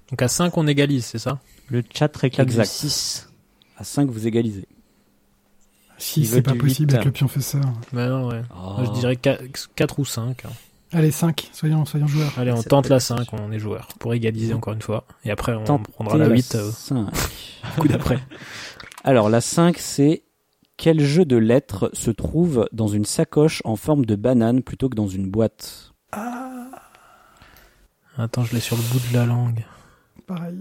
K: Donc à 5, on égalise, c'est ça
A: Le chat réclame
G: Exact.
A: 6.
G: À 5, vous égalisez.
H: Si, c'est pas possible avec le pion fesseur.
K: Bah non, ouais.
L: Oh.
K: Moi, je dirais 4 ou 5.
H: Allez, 5, soyons, soyons joueurs.
K: Allez, on tente la 5, on est joueur, pour égaliser encore une fois. Et après, on prendra la 8 euh, [laughs] coup d'après.
G: Alors, la 5, c'est quel jeu de lettres se trouve dans une sacoche en forme de banane plutôt que dans une boîte
H: Ah.
K: Attends, je l'ai sur le bout de la langue.
H: Pareil.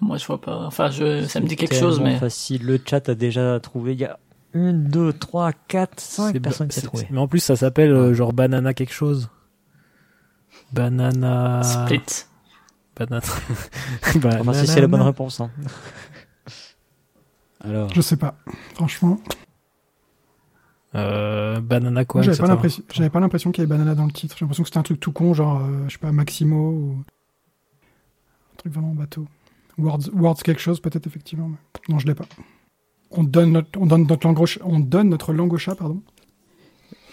B: Moi, je vois pas. Enfin, je, ça me dit
A: C'est
B: quelque chose,
A: tellement
B: mais.
A: facile. Le chat a déjà trouvé. Il y a 1, 2, 3, 4, 5
K: C'est
A: personnes
K: ba-
A: qui ont
K: c'est-
A: trouvé.
K: Mais en plus, ça s'appelle euh, genre banana quelque chose. Banana.
B: Split.
K: Banana.
A: Enfin, si c'est la bonne réponse. hein.
G: Alors.
H: Je sais pas. Franchement,
K: Euh, banana quoi
H: j'avais pas
K: etc.
H: l'impression, j'avais pas l'impression qu'il y avait banana dans le titre. J'ai l'impression que c'était un truc tout con, genre, euh, je sais pas, Maximo ou un truc vraiment bateau. Words, words quelque chose peut-être effectivement. mais Non, je l'ai pas. On donne notre, on donne notre langue au chat, on donne notre langue au chat, pardon.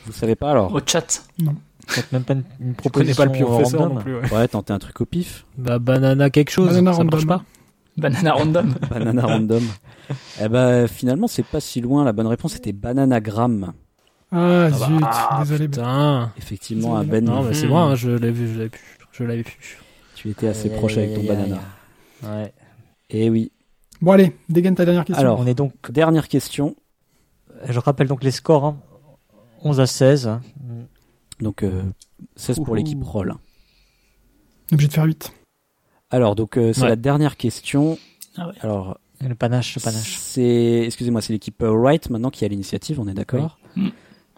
G: Vous savez pas alors
B: Au chat.
H: Non.
A: Faites même pas une,
G: [laughs]
A: une
K: Je connais
A: proposition.
K: pas le pur
A: random.
K: professeur non plus. Ouais.
G: Ouais, tentez un truc au pif.
K: Bah, banana quelque chose,
H: Banana
K: ça marche
H: random.
K: pas.
B: Banana random.
G: [laughs] Banana random. eh ben, finalement, c'est pas si loin. La bonne réponse était bananagramme.
H: Ah,
K: bah,
H: zut,
K: ah,
H: désolé.
K: Putain.
G: Effectivement, à Ben,
K: Non, mais c'est
B: Hmm.
K: moi, hein, je l'ai vu, je l'avais pu. Je l'avais pu.
G: tu étais assez
A: Aïe,
G: proche
A: aïe,
G: avec ton
A: aïe,
G: banana.
A: aïe, aïe. Ouais.
G: Eh oui.
H: Bon allez, dégaine ta dernière question.
G: Alors,
A: On est donc,
G: dernière question.
A: je rappelle donc les scores hein. 11 à 16.
G: Donc, euh, 16 pour
A: Ouhou.
G: l'équipe Roll.
H: On est obligé de faire 8.
G: Alors, donc, euh, c'est
K: Ouais.
G: la dernière question.
B: Ah ouais.
G: Alors,
A: Et Le panache, le panache.
G: c'est, excusez-moi, c'est l'équipe euh, Wright maintenant qui a l'initiative, on est d'accord
B: Mm.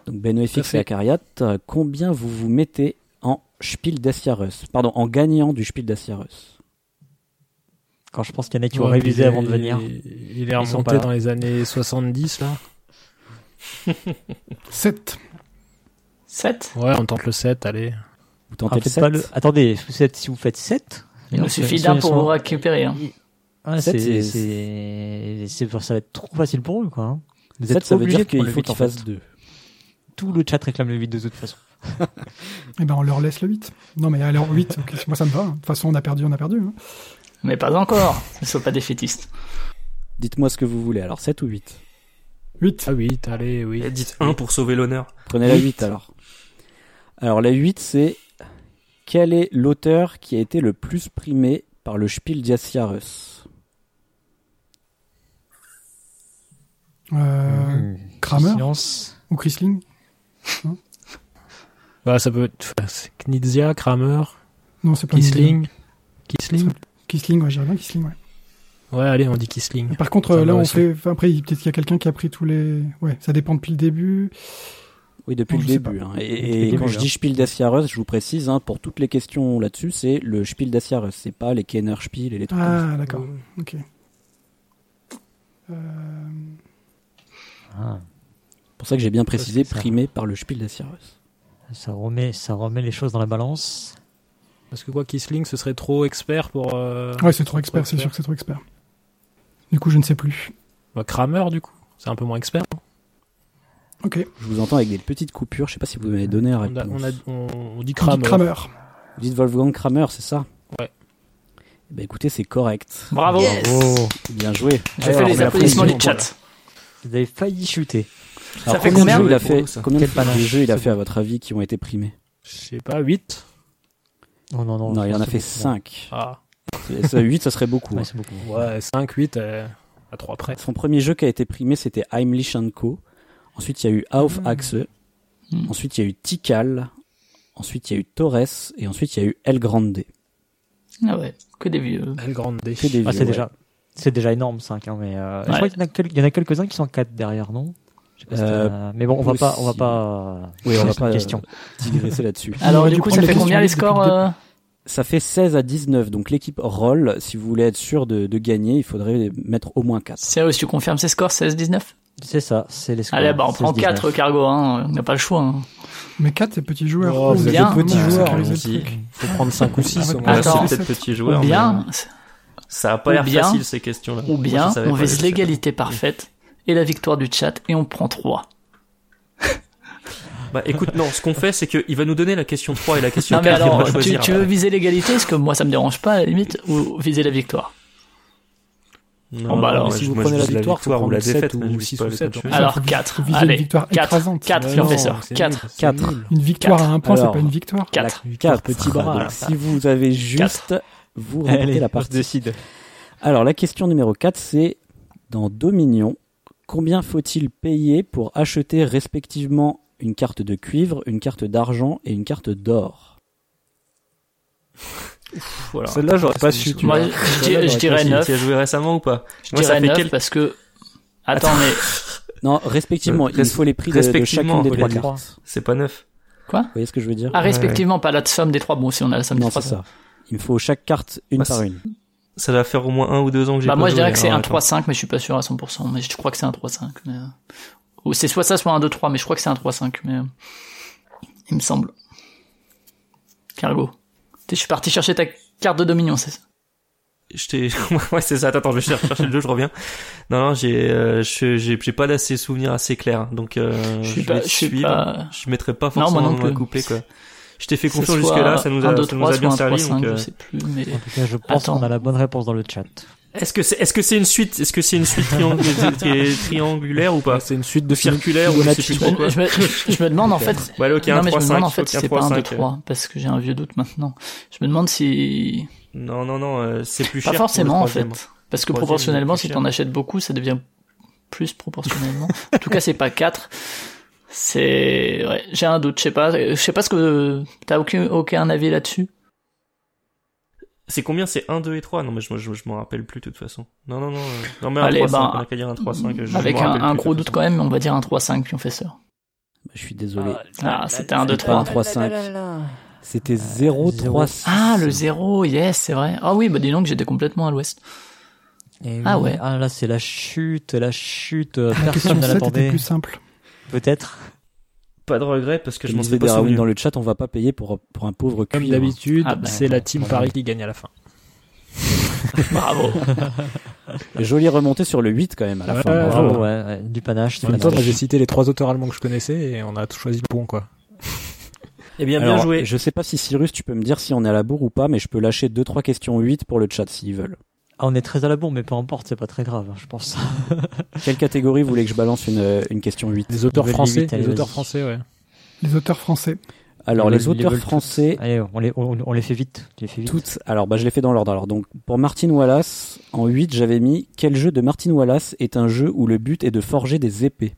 G: Donc, Beno
K: Tout à
G: FX
K: fait.
G: et Acariat, euh, combien vous vous mettez en Spiel des Jahres Pardon, en gagnant du Spiel des Jahres
A: Quand je pense qu'il y en a qui ont
K: Ouais,
A: révisé
K: il est-
A: avant de venir.
K: Il il est
A: Ils sont pas
K: remonté
A: là.
K: dans les années 70 là.
H: [laughs] 7.
B: 7.
K: Ouais, on tente le 7, allez.
G: Vous
A: Ah,
G: tentez le
A: peut-être pas
G: 7
A: le- Attendez, vous êtes- si vous faites 7.
B: Il nous suffit d'un pour vous récupérer. hein.
G: Sept,
A: c'est,
G: c'est-
A: c'est, c'est- ça va être trop facile pour eux, quoi. hein. Vous
G: 7,
A: êtes
G: ça veut
A: obligés
G: dire
A: de prendre
G: qu'il
A: le
G: faut
A: huit, en
G: qu'il fasse
A: fait.
G: 2.
A: Tout le chat réclame le 8 de toute façon.
H: Eh ben on leur laisse le 8. Non mais alors 8, ok, [laughs] moi ça me va. hein. De toute façon on a perdu, on a perdu. hein.
B: Mais pas encore. Ne sois pas défaitiste.
G: Dites-moi ce que vous voulez, alors 7 ou 8
H: 8.
K: Ah oui, allez, oui.
I: Et Eh, dites 1 pour sauver l'honneur.
G: Prenez la 8 alors. Alors la 8 c'est quel est l'auteur qui a été le plus primé par le Spiel des Jahres
H: Euh, Kramer
A: Silence.
H: ou Chrisling hein.
K: Bah ça peut être c'est Knizia, Kramer,
H: Non, c'est pas
K: Kisling. Kisling
H: Kissling, ouais, j'irais bien Kissling, ouais.
K: Ouais, allez, on dit Kisling.
H: Par contre,
K: Ça
H: euh, là,
K: me va
H: on
K: aussi.
H: fait. enfin, Après, il- peut-être qu'il y a quelqu'un qui a pris tous les. Ouais, ça dépend depuis le début.
G: Oui, depuis
H: Non,
G: le
H: Oh, je sais
G: début. hein. Et,
A: Depuis
G: et
A: le début,
G: quand je
A: hein.
G: dis Spiel des Jahres, je vous précise, hein, pour toutes les questions là-dessus, c'est le Spiel des Jahres, c'est pas les Kenner Spiel et les trucs comme ça.
H: Ah, d'accord. Ok. Euh,
A: Ah,
G: C'est pour ça que j'ai bien précisé,
A: c'est ça.
G: primé par le Spiel des Jahres.
A: ça remet, ça remet les choses dans la balance.
K: Parce que quoi, Kisling, ce serait trop expert pour. euh,
H: Ouais, c'est trop expert, c'est sûr que c'est trop expert. Du coup, je ne sais plus.
K: Bah, Kramer, du coup. C'est un peu moins expert.
H: Ok.
G: Je vous entends avec des petites coupures, je sais pas si vous m'avez donné la
K: On, a-
G: réponse.
K: on, a- on- on dit
H: On dit
K: Kramer.
H: Kramer.
G: Vous dites Wolfgang Kramer, c'est ça
K: Ouais.
G: Eh ben, écoutez, c'est correct.
B: Bravo.
A: Yes.
G: Bien joué.
B: J'ai
K: Alors,
B: fait
K: mais
B: les
K: la
B: applaudissements
K: pression,
B: du chat.
A: Vous avez failli chuter.
G: Alors,
B: fait
G: combien de
B: combien
G: jeux il a
I: Pour
G: fait
I: nous, ça.
G: Combien
A: Quel
G: de
A: panache,
G: jeux il a
A: c'est
G: fait à votre avis qui ont été primés
K: Je sais pas, 8
A: Non, non, non.
G: Non,
A: je
G: il en a
A: pense que
G: fait
A: c'est bon.
G: 5.
K: Ah.
G: 8, ça serait beaucoup. hein.
A: Ouais, c'est beaucoup.
K: Ouais, 5, 8, à 3 près.
G: Son premier jeu qui a été primé, c'était Heimlich Co. Ensuite, il y a eu Auf
A: Hmm.
G: Axe.
B: Mm.
G: Ensuite, il y a eu Tikal. Ensuite, il y a eu Torres. Et ensuite, il y a eu El Grande.
B: Ah ouais. Que des vieux.
K: Elle grande D.
G: Que des
A: Ah,
G: vieux,
A: c'est
G: ouais.
A: déjà, c'est déjà énorme 5 mais euh, je
B: Ouais.
A: crois qu'il y en a quel- il y en a quelques-uns qui sont 4 derrière, non Je sais pas si
G: Euh,
A: t'as- Mais bon, on va pas, on va
G: possible.
A: pas.
G: Oui, on va
A: C'est une
G: pas euh,
A: question.
G: digresser
A: [laughs]
G: là-dessus.
B: Alors,
H: aurait
B: du
H: dû
B: coup, ça
H: prendre les
B: fait combien les
H: questions
B: scores
H: depuis le
B: euh,
G: Ça fait 16 à 19. Donc, l'équipe roll. Si vous voulez être sûr de, de gagner, il faudrait mettre au moins 4.
B: Sérieux, tu confirmes ces scores 16-19
A: C'est ça, c'est les scores.
B: Allez, bah, on prend 4 cargo, hein. On n'a pas le choix, hein.
H: Mais 4, c'est petits joueurs.
B: Oh, vous êtes Bien. des petits
H: joueurs,
K: allons-y.
H: sécuriser le truc. Ah, bah,
K: Faut prendre cinq ou six, au
I: Là,
K: moins.
B: Ah, Attends.
I: c'est peut-être petit joueur.
B: Ou bien,
I: mais euh, Ça a pas
B: ou
I: l'air
B: bien-
I: facile, ces questions-là.
B: Ou
I: Moi, je
B: bien,
I: savais
B: on
I: pas
B: vise
I: les faire.
B: l'égalité parfaite et la victoire du chat et on prend
I: [laughs]
B: 3.
I: Bah, écoute, non, ce qu'on fait, c'est qu'il va nous donner la question 3 et la question
B: Non, mais
I: 4. il va
B: alors, tu,
I: choisir.
B: tu veux viser l'égalité Parce que moi, ça me dérange pas, à la limite, ou viser la victoire
I: Non,
B: Bon, bah, alors,
I: moi,
B: si
I: je-
K: vous
I: moi, je
K: prenez la
I: vise
K: victoire, faut
I: ou hein. la
K: prendre
I: défaite,
K: sept
I: mais je
K: ou
I: vise
K: six
I: pas
K: ou
I: la
K: sept,
I: coach.
K: en fait.
B: Alors
H: faut
B: 4.
H: viser une
B: Allez,
H: victoire
B: 4.
H: écrasante.
B: 4,
K: Mais non,
B: professeur.
K: c'est nul,
B: 4.
K: c'est
A: Quatre.
K: nul.
H: Une victoire à un point, c'est
G: Alors,
H: pas une victoire.
B: 4.
G: Quatre
K: Quatre, Ah,
G: petits
K: frère,
G: bras.
K: donc
G: Donc, si vous avez juste, vous remportez
A: Allez,
G: la
A: on se
G: partie.
A: décide.
G: Alors, la question numéro 4, c'est dans Dominion, combien faut-il payer pour acheter respectivement une carte de cuivre, une carte d'argent et une carte d'or
I: Voilà.
K: Celle-là, j'aurais pas su. tu
B: Moi,
K: vois.
B: je
K: Celle-là,
B: dirais- je
K: j'aurais pas
B: dirais
K: su.
I: Tu
B: neuf.
I: y as joué récemment ou pas
B: Je
I: Moi, ça
B: dirais
I: fait
B: 9
I: quel-
B: parce que. Attends, mais.
G: [laughs] Non, respectivement,
I: Euh,
G: il
I: res-
G: faut les prix de, de
I: respectivement,
G: chacune des
I: faut
G: trois
I: les-
G: cartes.
I: C'est pas 9.
G: Vous voyez ce que je veux dire
B: Ah, respectivement, pas la somme des 3. Bon, si on a la somme
G: Non,
B: des
G: c'est
B: 3.
G: ça. Il me faut chaque carte une
I: Bah,
G: par
I: c'est-
G: une.
I: Ça va faire au moins un ou deux ans que j'ai
B: Bah,
I: pas
B: moi, je
I: joué,
B: dirais que c'est
I: alors,
B: un
I: attends.
B: 3-5, mais je suis pas sûr à 100%. Mais je crois que c'est un 3-5. mais, euh, Ou c'est soit ça, soit un 2-3, mais je crois que c'est un 3-5. Mais. euh, Il me semble. Cargo. T'es- Je suis parti chercher ta carte de dominion, c'est ça
I: Je t'ai- [laughs] ouais, c'est ça. Attends, attends, je vais cher- chercher le jeu, je reviens. Non, non, j'ai, euh, je- j'ai, j'ai pas d'assez souvenirs assez clairs, donc
B: Je
I: euh, je,
B: suis pas-
I: vais
B: je suis
I: suivre.
B: pas-
I: Je mettrai pas
B: moi
I: forcément
B: non
I: dans un
B: plus.
I: couplet quoi. Je t'ai fait
B: Que ce
I: confiance
B: soit
I: jusque là, ça nous a,
B: un, deux,
I: ça nous
B: trois,
I: a bien
B: soit un
I: servi.
B: 3-5,
I: donc, euh,
B: je sais plus, mais-
A: En tout cas, je pense
B: Attends.
A: qu'on a la bonne réponse dans le chat.
I: Est-ce que c'est, est-ce que c'est une suite, est-ce que c'est une suite
B: [laughs]
I: triangu- tri- triangulaire ou pas
K: C'est une suite de films
I: Circulaire ou je sais plus
B: Je
I: trop quoi.
B: me, je me- je me demande en fait.
I: Ouais, allez, ok,
B: non,
I: un
B: mais je me
I: 3-5,
B: demande en
I: faut
B: fait
I: qu'il
B: si
I: y ait
B: c'est pas un
I: 3-5,
B: 2-3, parce que j'ai un vieux doute maintenant. Je me demande si.
I: Non, non, non, euh, c'est plus cher.
B: Pas
I: pour le
B: forcément en fait.
I: troisième.
B: Parce que
I: Troisième,
B: proportionnellement,
I: plus
B: si
I: cher.
B: t'en achètes beaucoup, ça devient plus
I: [laughs]
B: proportionnellement. en tout cas, c'est pas 4. C'est. Ouais, j'ai un doute, je sais pas. Je sais pas ce que. T'as aucun, aucun avis là-dessus
I: C'est combien C'est 1, 2 et 3 Non, mais je, je, je m'en rappelle plus de toute façon. Non, non, non. euh, Non, mais un
B: Allez,
I: 3-5,
B: ben,
I: on a qu'à dire un 3-5. je- je
B: Avec
I: m'en
B: un,
I: rappelle
B: un
I: plus, de
B: gros
I: toute
B: doute
I: façon.
B: quand même, mais on va dire un 3-5 puis on fait ça.
G: Bah, Je suis désolé.
B: Ah, c'était un
G: C'était
B: 2-3.
G: pas un 3-5. C'était 0-3-6.
B: Ah, le 0, yes, c'est vrai. Ah oui, bah dis donc, j'étais complètement à l'ouest. Ah ouais.
A: Ah là, c'est la chute, la chute. euh,
H: La Ah,
A: Personne
H: question
A: ne
H: 7 était
A: l'attendait.
H: plus simple.
A: Peut-être.
I: Pas de regret parce que je
G: Comme
I: m'en
G: disait
I: suis pas
G: Darwin
I: souvenu.
G: dans le chat, on va pas payer pour, pour un pauvre
K: Comme
G: cuivre.
K: d'habitude,
A: ben,
B: Ah, bah,
K: c'est la team
G: bon,
K: Paris
G: bon.
K: [laughs] qui gagne
A: [laughs]
K: à la fin.
B: Bravo.
G: Et jolie remontée sur le 8 quand même à la
K: Ouais,
G: fin.
K: ouais,
G: bravo.
A: Bravo, ouais, ouais, du panache. du
K: En même temps,
A: panache.
K: moi, j'ai cité les trois auteurs allemands que je connaissais et on a choisi le bon, quoi.
I: Eh bien,
G: Alors,
I: bien joué.
G: Je sais pas si Cyrus, tu peux me dire si on est à la bourre ou pas, mais je peux lâcher 2-3 questions 8 pour le chat s'ils veulent.
A: Ah, on est très à la bourre, mais peu importe, c'est pas très grave, hein,
G: [laughs]
A: je pense.
G: Quelle catégorie vous voulez que je balance une, euh, une question 8
K: Les auteurs
A: Level
K: français,
A: limite, allez,
K: les auteurs
A: vas-y.
K: français, ouais.
H: Les auteurs français.
G: Alors,
A: Ils
G: les
A: veulent- ils
G: auteurs
A: veulent tous.
G: français,
A: Allez, on les, on, on les fait vite. Tu les fais vite.
G: toutes. Alors, bah, je les fais dans l'ordre. Alors, donc, pour Martin Wallace, en 8, j'avais mis Quel jeu de Martin Wallace est un jeu où le but est de forger des épées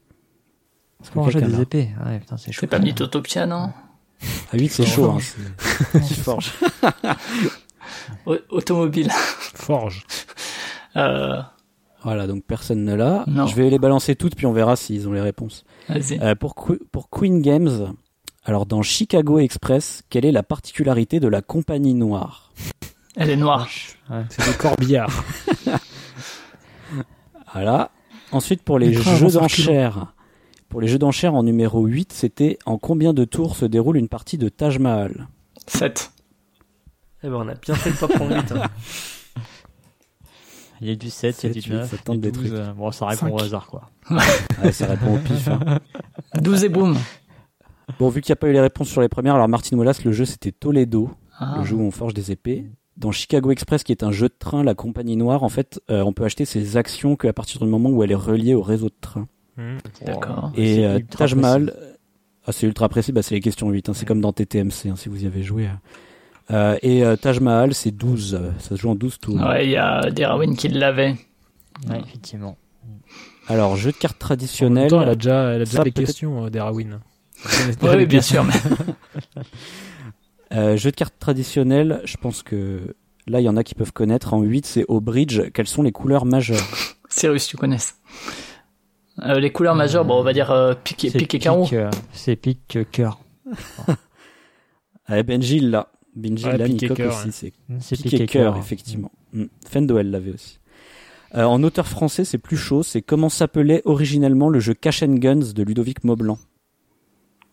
G: Est-ce que
A: Forger
G: quelqu'un
A: des
G: l'a
A: épées. Ah Ouais, putain, c'est chaud.
B: C'est pas mis Totopia, non
A: Ah,
G: À 8, c'est
B: [laughs]
G: chaud, hein. Qui
A: [laughs]
G: forge.
B: Au- Automobile.
K: Forge.
B: Euh,
G: Voilà, donc personne ne l'a.
B: Non.
G: Je vais les balancer toutes, puis on verra s'ils ont les réponses.
B: vas-y.
G: Euh, pour, Qu- pour Queen Games, alors dans Chicago Express, quelle est la particularité de la compagnie noire
B: Elle est noire.
K: C'est des corbillards.
G: [laughs] Voilà. Ensuite, pour les
H: Mais grave,
G: jeux
H: on s'en recule.
G: d'enchères, pour les jeux d'enchères en numéro 8, c'était en combien de tours se déroule une partie de Taj Mahal
B: 7.
I: Eh ben, on a bien fait de pas prendre vite. hein.
A: Il y a du 7, il y a
G: Sept,
A: du
G: huit,
A: 9,
G: ça tente
A: du
G: des
A: 12, euh, Bon, ça répond
H: Cinq.
A: au hasard,
B: [laughs]
A: quoi.
G: Ouais, Ça répond au pif. hein.
A: [laughs]
B: 12 et boum.
G: Bon, vu qu'il n'y a pas eu les réponses sur les premières, alors Martin Wallace, le jeu c'était Toledo.
B: Ah.
G: le jeu où on forge des épées. Dans Chicago Express, qui est un jeu de train, la compagnie noire, en fait, euh, on peut acheter ses actions qu'à partir du moment où elle est reliée au réseau de train.
B: D'accord.
A: Ouais, c'est
G: Et euh,
A: ultra
G: Taj
A: précis.
G: Mahal, euh, ah, c'est ultra précis, bah, c'est les questions 8, hein, c'est comme dans TTMC, hein, si vous y avez joué. hein. Euh, et euh, Taj Mahal, c'est 12, euh, ça se joue en 12 tours.
B: Ouais, il y a Darwin qui l'avait.
A: Ouais, effectivement.
G: Alors, jeu de cartes
K: En même
G: traditionnel.
K: temps, elle a déjà, elle a déjà
G: Ça,
K: les
G: peut-être-
K: questions,
G: [laughs]
K: euh, Derawin.
B: Oui, oui, bien
K: [laughs]
B: sûr. mais-
G: Euh, jeu de cartes traditionnel, je pense que là, il y en a qui peuvent connaître. En 8, c'est au bridge. Quelles sont les couleurs majeures
B: Cyrus, tu connais. Euh, les couleurs majeures, bon, on va dire euh, pique, et-
A: C'est
B: pique et carreau.
A: euh, C'est pique, euh, cœur.
G: [laughs] Ah, Benji là. Benji
K: Ouais,
G: là,
K: pique et
G: Nicoque
K: cœur,
G: aussi,
K: ouais.
G: c'est
A: C'est
G: Piqué
A: pique et cœur.
G: effectivement. Mm. Fendel l'avait aussi. Euh, en auteur français, c'est plus chaud. C'est comment s'appelait originellement le jeu Cash and Guns de Ludovic Maublanc.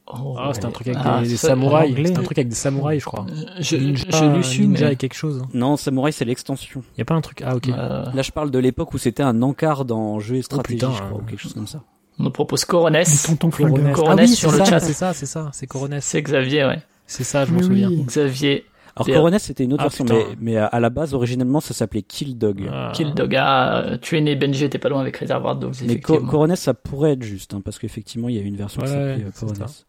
B: Oh,
K: Ah, c'est un truc avec
B: Ah,
K: des, des
B: ça-
K: samouraïs.
B: anglais.
K: C'est un truc avec des samouraïs, je crois.
B: Je-
K: Ninja-
B: je l'ai su,
K: Ninja
B: mais-
K: et quelque chose. hein.
G: Non, Samouraï, c'est l'extension. Euh,
K: Il y a pas un truc. Ah, ok.
G: Là, je parle de l'époque où c'était un encart dans jeu et stratégie,
K: putain,
G: je crois,
K: euh,
G: ou quelque chose comme ça.
B: On nous propose Coronès.
H: Tonton
K: Coronès.
B: Coronès,
K: [laughs] Ah oui, c'est
B: sur le
K: ça,
B: chat.
K: C'est ça, c'est ça, c'est Coronès.
B: C'est Xavier, ouais.
K: C'est ça, je
G: Mais
K: m'en
G: oui.
K: souviens.
B: Xavier.
G: Alors,
B: Pierre.
G: Coronel, c'était une autre
B: Ah,
G: version,
B: putain.
G: mais, mais à- à la base, originellement, ça s'appelait Kill Dog.
K: Ah.
B: Kill Doga, tu es né Benji, t'es pas loin avec Reservoir Dogs,
G: Mais Co-
B: effectivement.
G: Coronel, ça pourrait être juste, hein, parce qu'effectivement, il y a eu une version qui
K: Ouais,
G: s'appelait
K: ouais,
G: euh,
K: c'est
G: Coronel.
K: ça.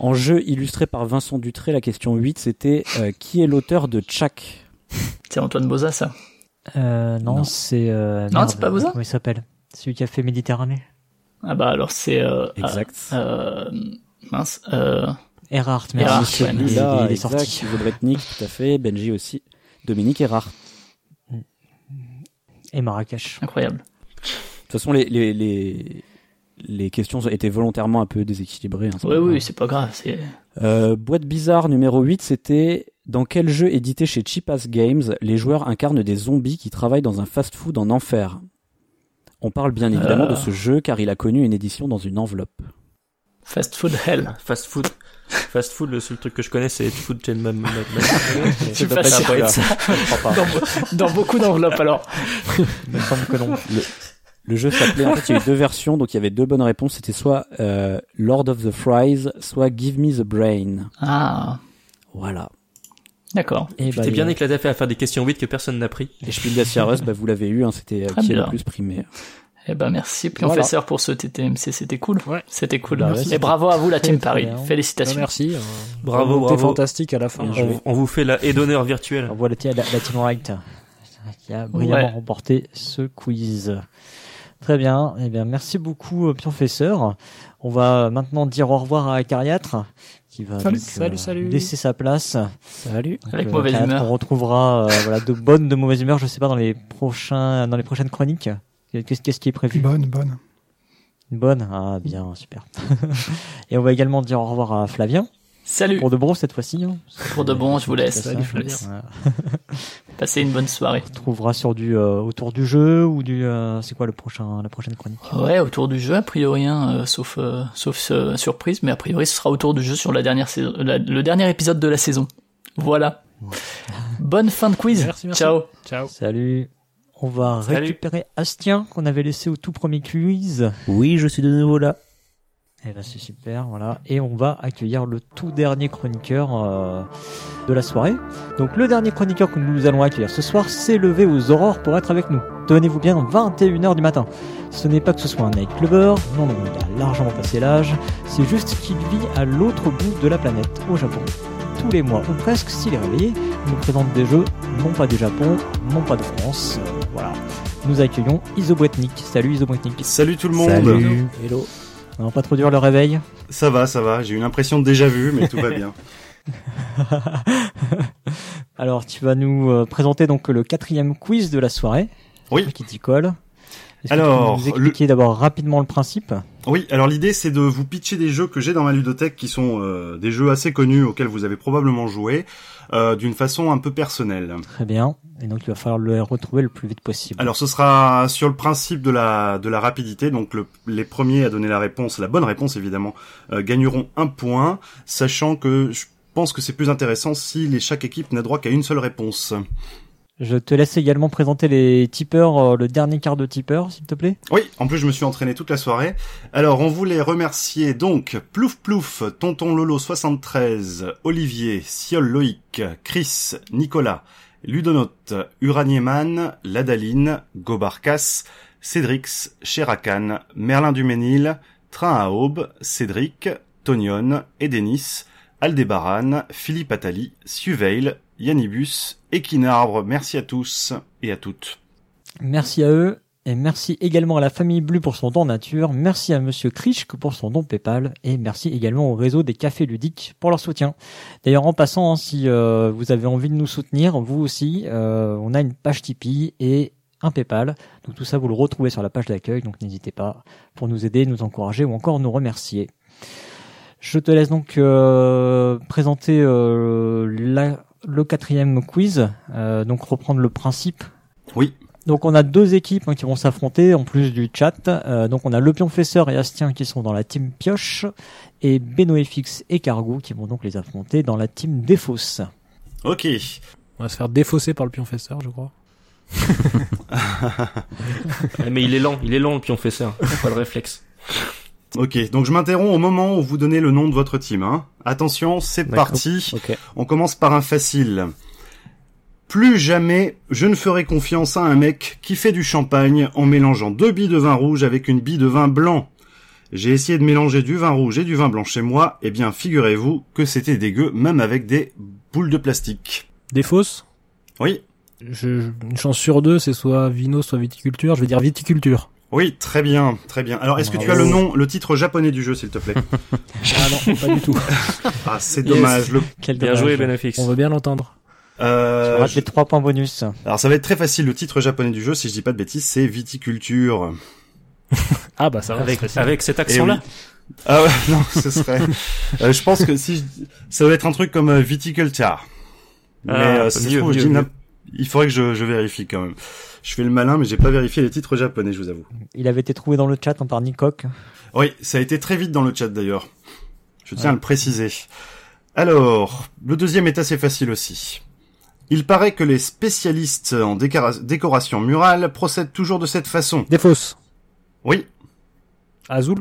G: En jeu illustré par Vincent Dutré, la question 8, c'était euh, Qui est l'auteur de Tchak
B: C'est Antoine Boza, ça.
A: Euh, non,
G: Non.
A: c'est. euh,
B: Non,
A: merde,
B: c'est pas Bozin
A: Comment il s'appelle Celui qui a fait Méditerranée.
B: Ah bah alors c'est... euh,
G: Exact.
B: euh, mince. Euh,
A: Erhardt, merci.
B: Erhardt,
A: c'est
B: ouais,
A: lui,
G: Il
A: il,
G: là
A: il est
G: exact,
A: sorti.
G: Ivo Bretnik, tout à fait, Benji aussi, Dominique Erard.
A: Et Marrakech.
B: Incroyable.
G: De toute façon, les, les, les, les questions étaient volontairement un peu déséquilibrées. hein, c'est
B: Oui,
G: pas grave.
B: oui, c'est pas grave. C'est...
G: Euh, boîte bizarre numéro 8, c'était dans quel jeu édité chez Cheapass Games les joueurs incarnent des zombies qui travaillent dans un fast-food en enfer On parle bien évidemment
B: Euh.
G: de ce jeu car il a connu une édition dans une enveloppe.
B: Fast Food Hell.
I: [laughs] Fast food. Fast food, le seul truc que je connais, c'est Food Chain Man. [laughs] Man- Man-
B: Tu
I: Mais-
B: vas
I: Voilà.
B: de ça dans, be- dans beaucoup d'enveloppes,
I: [laughs]
B: alors.
A: Il me semble que non.
G: [laughs] Le, le jeu s'appelait, en fait, il y a eu deux versions, donc il y avait deux bonnes réponses, c'était soit euh, Lord of the Fries, soit Give Me the Brain.
B: Ah,
G: Voilà.
B: d'accord.
G: Et,
I: Tu t'es bien éclaté à faire, à faire des questions 8 que personne n'a pris.
G: les Spiel des CRS, bah, vous l'avez eu, hein, c'était euh,
B: Très
G: qui est le
B: bien.
G: plus primé.
B: Eh ben merci,
G: Voilà.
B: Pionfesseur, pour ce TTMC, c'était cool.
K: Ouais.
B: C'était cool. hein.
K: Bah ouais, c'était
B: Et bravo à vous, la
A: très,
B: Team
A: très
B: Paris.
A: bien.
K: Bah,
B: Félicitations.
K: merci. euh,
I: Bravo,
K: remontée
I: bravo.
K: fantastique à la fin.
I: On,
K: Je-
I: on vous fait la haie d'honneur virtuelle.
A: Alors voilà la, la, la Team Right qui a brillamment
B: Ouais.
A: remporté ce quiz. Très bien, eh bien merci beaucoup euh, professeur. On va maintenant dire au revoir à Cariatre qui va
K: Salut,
A: donc, euh,
K: salut, salut.
A: laisser sa place.
G: Salut.
A: Donc,
B: Avec mauvaise
A: Acariâtre,
B: humeur.
A: On retrouvera euh, voilà de bonnes, de mauvaises humeurs, je sais pas dans les prochains, dans les prochaines chroniques. Qu'est-ce qu'est-ce qui est prévu
H: Bonne, bonne.
A: Une bonne. Ah bien, super. [laughs] Et on va également dire au revoir à Flavien
B: Salut.
A: pour de bon cette fois-ci. hein.
B: Pour de bon, je vous laisse.
A: Ça,
B: Je vous laisse.
A: voilà.
B: Passez une bonne soirée.
A: trouvera sur du euh, autour du jeu ou du euh, c'est quoi le prochain la prochaine chronique
B: Ouais, autour du jeu, a priori, hein, euh, sauf, euh, sauf euh, surprise, mais a priori, ce sera autour du jeu sur la dernière saison, la- le dernier épisode de la saison. Voilà. Bonne fin de quiz.
K: Merci, merci.
B: Ciao.
K: Ciao.
A: Salut. On va
I: Salut.
A: récupérer Astien qu'on avait laissé au tout premier quiz.
F: Oui, je suis de nouveau là.
A: Eh ben c'est super, voilà. Et on va accueillir le tout dernier chroniqueur euh, de la soirée. Donc le dernier chroniqueur que nous allons accueillir ce soir s'est levé aux aurores pour être avec nous. Tenez-vous bien, 21h du matin. Ce n'est pas que ce soit un night clubber, non, non, il a largement passé l'âge. C'est juste qu'il vit à l'autre bout de la planète, au Japon. Tous les mois, ou presque, s'il est réveillé, il nous présente des jeux, non pas du Japon, non pas de France. euh, voilà. Nous accueillons Isobretnik. Salut Isobretnik.
L: Salut tout le monde
A: Salut.
G: Hello.
A: Non, pas trop dur le réveil.
L: Ça va, ça va, j'ai eu l'impression de déjà vu, mais tout va
K: [laughs]
L: bien.
A: Alors, tu vas nous euh, présenter donc le quatrième quiz de la soirée.
L: Oui.
A: Qui t'y colle. Est-ce que
L: Alors,
A: tu peux nous expliquer d'abord rapidement le principe.
L: Oui, alors l'idée c'est de vous pitcher des jeux que j'ai dans ma ludothèque qui sont euh, des jeux assez connus auxquels vous avez probablement joué, euh, d'une façon un peu personnelle.
A: Très bien. Et donc, il va falloir le retrouver le plus vite possible.
L: Alors ce sera sur le principe de la, de la rapidité, donc le- les premiers à donner la réponse, la bonne réponse évidemment, euh, gagneront un point, sachant que je pense que c'est plus intéressant si les, chaque équipe n'a droit qu'à une seule réponse.
A: Je te laisse également présenter les tipeurs, euh, le dernier quart de tipeurs, s'il te plaît.
L: Oui, en plus je me suis entraîné toute la soirée. Alors on voulait remercier donc Plouf Plouf, Tonton Lolo 73, Olivier, Siol Loïc, Chris, Nicolas, Ludonote, Uranieman, Ladaline, Gobarcas, Cédrix, Cherakan, Merlin Duménil, Train à Aube, Cédric, Tonion, Edenis, Aldébaran, Philippe Attali, Suveil, Yannibus, Equinarbre, merci à tous et à toutes.
A: Merci à eux. Et merci également à la famille Blue pour son don nature. Merci à Monsieur Krischk pour son don PayPal. Et merci également au réseau des cafés ludiques pour leur soutien. D'ailleurs, en passant, hein, si euh, vous avez envie de nous soutenir, vous aussi, euh, on a une page Tipeee et un PayPal. Donc tout ça, vous le retrouvez sur la page d'accueil. Donc n'hésitez pas pour nous aider, nous encourager ou encore nous remercier. Je te laisse donc euh, présenter euh, la- le quatrième quiz. Euh, donc reprendre le principe
L: Oui.
A: Donc on a deux équipes hein, qui vont s'affronter en plus du chat. Euh, donc on a le Pionfesseur et Astien qui sont dans la team Pioche et BenoFX et Cargo qui vont donc les affronter dans la team Défausse.
L: Ok.
K: On va se faire défausser par le Pionfesseur, je crois.
I: Ouais, [laughs] mais il est lent, il est lent le pion fait ça. hein. Pas le réflexe.
L: Ok, donc je m'interromps au moment où vous donnez le nom de votre team. Hein. Attention, c'est
I: D'accord.
L: parti.
I: Ok.
L: On commence par un facile. Plus jamais je ne ferai confiance à un mec qui fait du champagne en mélangeant deux billes de vin rouge avec une bille de vin blanc. J'ai essayé de mélanger du vin rouge et du vin blanc chez moi, et bien figurez-vous que c'était dégueu même avec des boules de plastique.
K: Des fausses
L: Oui.
K: Je, je- une chance sur deux, c'est soit vino, soit viticulture. Je vais dire viticulture.
L: Oui, très bien, très bien. Alors est-ce que tu as
K: Bravo.
L: le nom, le titre japonais du jeu s'il te plaît
K: Ah non, pas du tout.
L: [laughs] Ah c'est dommage.
K: [laughs]
L: Le...
K: On veut bien l'entendre.
L: Euh,
A: Tu rates les trois points bonus.
L: Alors ça va être très facile, le titre japonais du jeu, si je dis pas de bêtises, c'est Viticulture.
K: Ah bah ça va.
I: Avec-
K: c'est facile.
I: avec cet accent-là.
L: Eh oui. Ah [laughs] ouais, non, ce
K: [laughs]
L: serait... Euh, je pense que si... je- Ça doit être un truc comme euh, Viticulture. Mais
I: Ah,
L: euh, si ça se
I: mieux,
L: trouve, je
I: mieux,
L: dis
I: mieux.
L: n'im- Il faudrait que je, je vérifie quand même. Je fais le malin, mais j'ai pas vérifié les titres japonais, je vous avoue.
A: Il avait été trouvé dans le chat hein, par Nicoc.
L: Oui, ça a été très vite dans le chat d'ailleurs. Je tiens
A: Ouais.
L: à le préciser. Alors, le deuxième est assez facile aussi. Il paraît que les spécialistes en décara- décoration murale procèdent toujours de cette façon.
K: Des fausses.
L: Oui.
K: Azul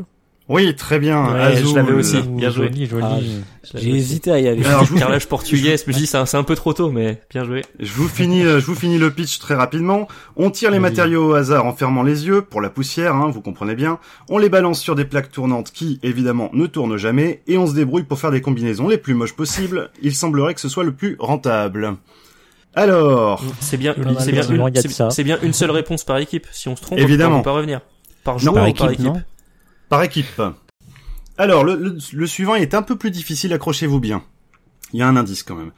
L: Oui, très bien.
I: Ouais,
L: Ah, Azul.
I: je l'avais aussi. Bien joué.
A: Joli, joli.
I: Ah,
G: J'ai hésité à y aller.
I: Alors, [laughs] je vous... Carrelage portugais, je me dis, c'est un, c'est un peu trop tôt, mais bien joué.
L: Je vous finis, euh, je vous finis le pitch très rapidement. On tire les
I: Vas-y.
L: matériaux au hasard en fermant les yeux pour la poussière, hein, vous comprenez bien. On les balance sur des plaques tournantes qui, évidemment, ne tournent jamais, et on se débrouille pour faire des combinaisons les plus moches possibles. Il semblerait que ce soit le plus rentable. Alors,
I: C'est bien,
L: Il en a le
I: c'est bien,
L: droit,
I: une,
L: il y a de
I: c'est-
L: ça.
I: c'est bien une seule réponse par équipe. Si on se trompe,
L: Évidemment.
I: on peut pas revenir. Par joueur ou par équipe.
L: Par équipe. Alors, le, le- le suivant est un peu plus difficile, accrochez-vous bien. Il y a un indice quand même.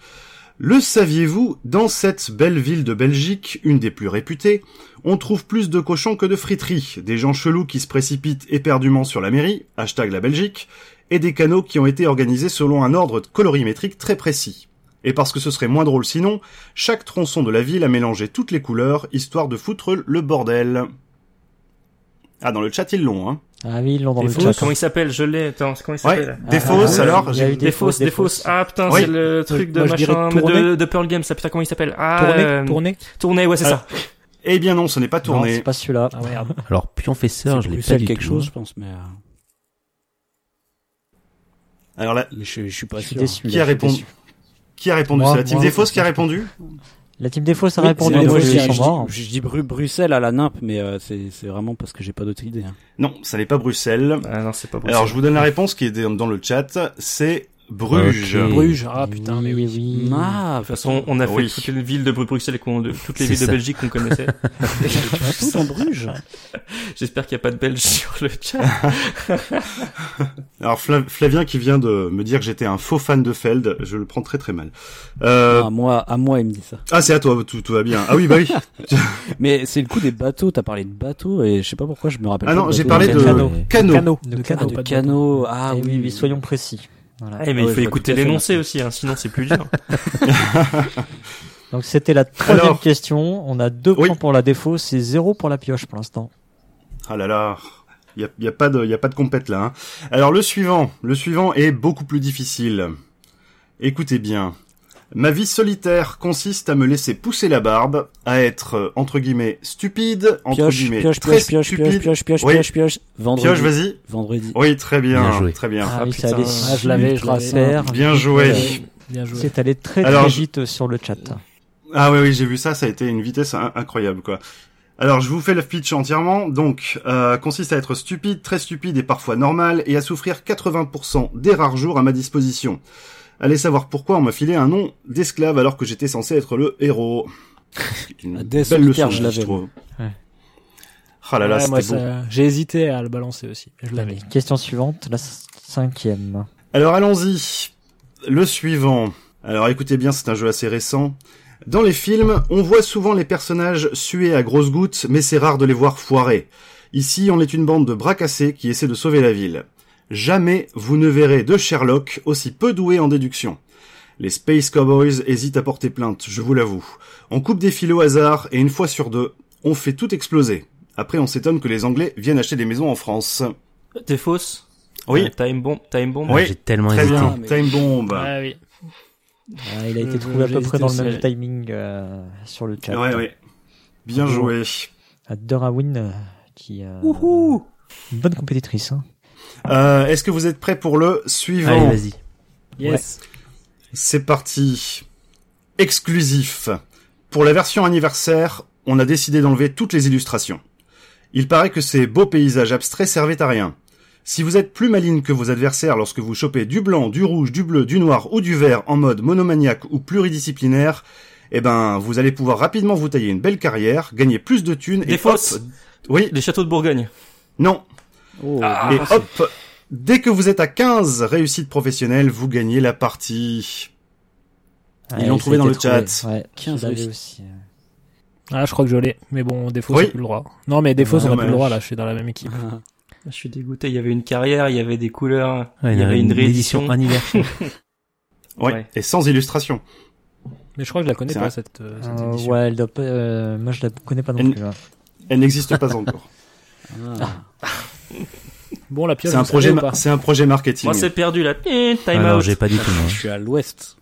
L: Le saviez-vous, dans cette belle ville de Belgique, une des plus réputées, on trouve plus de cochons que de friteries, des gens chelous qui se précipitent éperdument sur la mairie, hashtag la Belgique, et des canaux qui ont été organisés selon un ordre colorimétrique très précis. Et parce que ce serait moins drôle sinon, chaque tronçon de la ville a mélangé toutes les couleurs, histoire de foutre le bordel. Ah, dans le chat, ils l'ont, hein.
A: Ah oui, ils l'ont dans
I: Des
A: le
I: fausses,
A: chat.
I: Comment il s'appelle Je l'ai. Attends, comment il s'appelle
L: des Ah, fausses, ouais, alors, il y a j'ai- eu
I: Des fausses, des fausses. Ah putain,
L: Oui.
I: c'est le truc de
L: Moi, je dirais
I: machin
L: tourner.
I: de, de Pearl Games. ça, putain, comment il s'appelle Ah,
L: Tourner,
I: euh,
K: tourner
I: Tourner, ouais, c'est
L: Alors,
I: ça.
L: Eh bien non, ce n'est pas tourné.
A: Non, c'est pas celui-là.
M: Alors, Pionfesseur, je l'ai
G: Ah plus
M: pas
G: celle
M: du
G: quelque
M: tout,
G: chose,
M: hein.
G: je pense, mais. euh,
L: Alors là,
G: mais je, je suis pas
A: suis
G: sûr. hein.
A: déçu,
L: qui a répondu Qui a répondu
G: Moi,
L: C'est la team
G: moi,
L: des
G: c'est
L: fausses qui a
G: ça.
L: répondu
A: La team des fausses a
G: Oui,
A: répondu.
G: c'est des
A: donc
G: fausses,
A: ils
G: je,
A: sont
G: dis- je
A: morts.
G: dis- je dis Bru- Bruxelles à la NIMP, mais euh, c'est c'est vraiment parce que j'ai pas d'autre idée. hein.
L: Non, ça n'est pas Bruxelles.
I: non, c'est pas
G: Bruxelles.
L: Alors je vous donne la réponse qui est dans le chat, c'est Bruges.
G: Ok.
K: Bruges. Ah putain, mais oui.
G: Ah,
I: de toute façon, on a fait
L: Oui.
I: toutes les villes de Bru- Bruxelles, qu'on- de- toutes les
L: C'est
I: villes de
L: ça.
I: Belgique qu'on connaissait.
G: Tous en Bruges.
I: J'espère qu'il n'y a pas de Belges sur le chat.
L: Alors Fla- Flavien qui vient de me dire que j'étais un faux fan de Feld, je le prends très très mal. Euh,
G: Ah, moi, à moi, il me dit ça.
L: Ah c'est à toi, tout, tout va bien. Ah oui, bah oui.
G: [laughs] mais c'est le coup des bateaux. T'as parlé de bateaux et je sais pas pourquoi je me rappelle.
L: Ah
G: pas
L: non,
G: de
L: j'ai
G: bateaux.
L: parlé de canaux. Canaux.
G: De
A: De
G: canaux.
A: canaux.
G: de canaux. Ah
A: Eh
G: oui,
A: oui, soyons précis. Voilà.
I: Eh, mais
G: Ah ouais,
I: il
G: je
I: faut
G: vois tout
I: écouter
G: à fait,
I: l'énoncé
G: merci.
I: aussi, hein, sinon c'est plus dur.
A: [laughs] Donc
L: [laughs]
A: c'était la troisième
I: Alors.
A: question. On a deux points pour la défaut, c'est zéro pour la pioche pour l'instant.
L: Ah là là. Il y a, y a pas de y a pas de compète là. hein. Alors le suivant, le suivant est beaucoup plus difficile. Écoutez bien. Ma vie solitaire consiste à me laisser pousser la barbe, à être euh, entre guillemets stupide, entre
G: Pioche,
L: guillemets
G: pioche,
L: très
G: pioche, pioche,
L: stupide.
G: pioche, pioche, pioche,
L: Oui.
G: pioche, pioche. Vendredi.
L: Pioche, vas-y.
G: Vendredi.
L: Oui, très bien,
G: Bien joué.
L: très bien.
A: Ah, oui,
L: putain.
A: c'est allé
G: Ah, je l'avais, je
A: ultra
G: l'avais.
A: serre.
L: Bien joué.
G: Bien joué.
A: C'est allé très
L: Alors,
A: très
L: je-
A: vite sur le chat.
L: Ah oui, oui, j'ai vu ça, ça a été une vitesse in- incroyable, quoi. Alors, je vous fais le pitch entièrement. Donc, euh, consiste à être stupide, très stupide et parfois normal, et à souffrir 80% des rares jours à ma disposition. Allez savoir pourquoi on m'a filé un nom d'esclave alors que j'étais censé être le
G: [laughs]
L: héros. C'est Une
G: Des
L: belle leçon,
G: solitaires, je
L: je
G: l'avais.
L: trouve.
G: Ouais.
L: Ah là là,
K: Ouais,
L: c'était
K: moi,
L: beau.
K: ça- J'ai hésité à le balancer aussi. mais Je l'avais.
A: Question suivante, la c- cinquième.
L: Alors allons-y. Le suivant. Alors écoutez bien, c'est un jeu assez récent. Dans les films, on voit souvent les personnages suer à grosses gouttes, mais c'est rare de les voir foirer. Ici, on est une bande de bras cassés qui essaie de sauver la ville. Jamais vous ne verrez de Sherlock aussi peu doué en déduction. Les Space Cowboys hésitent à porter plainte, je vous l'avoue. On coupe des fils au hasard et une fois sur deux, On fait tout exploser. Après, on s'étonne que les Anglais viennent acheter des maisons en France.
I: T'es fausse.
L: Oui.
I: Euh, time bomb. Time bomb.
L: Oui. J'ai tellement Très hésité. bien. Time bomb.
I: Ah oui.
A: Ah, il a été
I: Euh,
A: trouvé à
I: j'ai
A: peu près
I: hésité
A: dans le
I: aussi,
A: même
I: ouais.
A: timing euh, sur le chat.
L: Ouais, ouais. Bien joué.
A: À Dorawin, euh, qui. euh,
L: Wouhou
A: une bonne compétitrice. hein.
L: Euh, Est-ce que vous êtes prêts pour le suivant
A: Allez, vas-y.
K: Yes.
L: C'est parti. Exclusif. Pour la version anniversaire, on a décidé d'enlever toutes les illustrations. Il paraît que ces beaux paysages abstraits servaient à rien. Si vous êtes plus maligne que vos adversaires lorsque vous chopez du blanc, du rouge, du bleu, du noir ou du vert en mode monomaniaque ou pluridisciplinaire, eh ben, vous allez pouvoir rapidement vous tailler une belle carrière, gagner plus de thunes
I: Des
L: et
I: fosses.
L: hop, Oui.
I: Des châteaux de Bourgogne.
L: Non.
I: Ah,
L: Oh, et
I: bien passé.
L: hop, dès que vous êtes à 15 réussites professionnelles, vous gagnez la partie. Ils
A: Ouais,
L: l'ont
A: ça
L: Ah, trouvé
A: a
L: dans
A: été
L: le
A: trouvé.
L: chat.
A: Ouais,
G: 15
A: je l'avais
G: réussites.
A: aussi.
K: Ah, je crois que je l'ai. Mais bon, défaut,
L: Oui. Ah
K: on n'a plus le droit. Non, mais défaut, on n'a plus le
I: Dommage. Ah.
K: droit, là. Je suis dans la même équipe.
I: Je suis dégoûté. Il y avait une carrière, il y avait des couleurs,
M: Ouais,
I: il y avait une, réédition.
M: édition [laughs] anniversaire.
I: [laughs]
L: Ouais.
I: Ouais.
L: Et sans illustration.
K: Mais je crois que je la connais
L: C'est
K: pas,
L: vrai.
K: cette, euh, cette
A: Euh,
K: édition.
A: ouais, elle doit pas, euh, moi je la connais pas non
L: Elle-
A: plus. hein.
L: Elle n'existe pas encore.
K: Bon, la pièce,
L: C'est un
K: vous savez
L: projet,
K: ou
L: ma-
K: pas
L: c'est un projet marketing.
I: Moi, c'est perdu là. Eh, Time
M: Ah non,
I: out. [laughs]
M: j'ai pas du tout, non.
G: Je suis à l'ouest.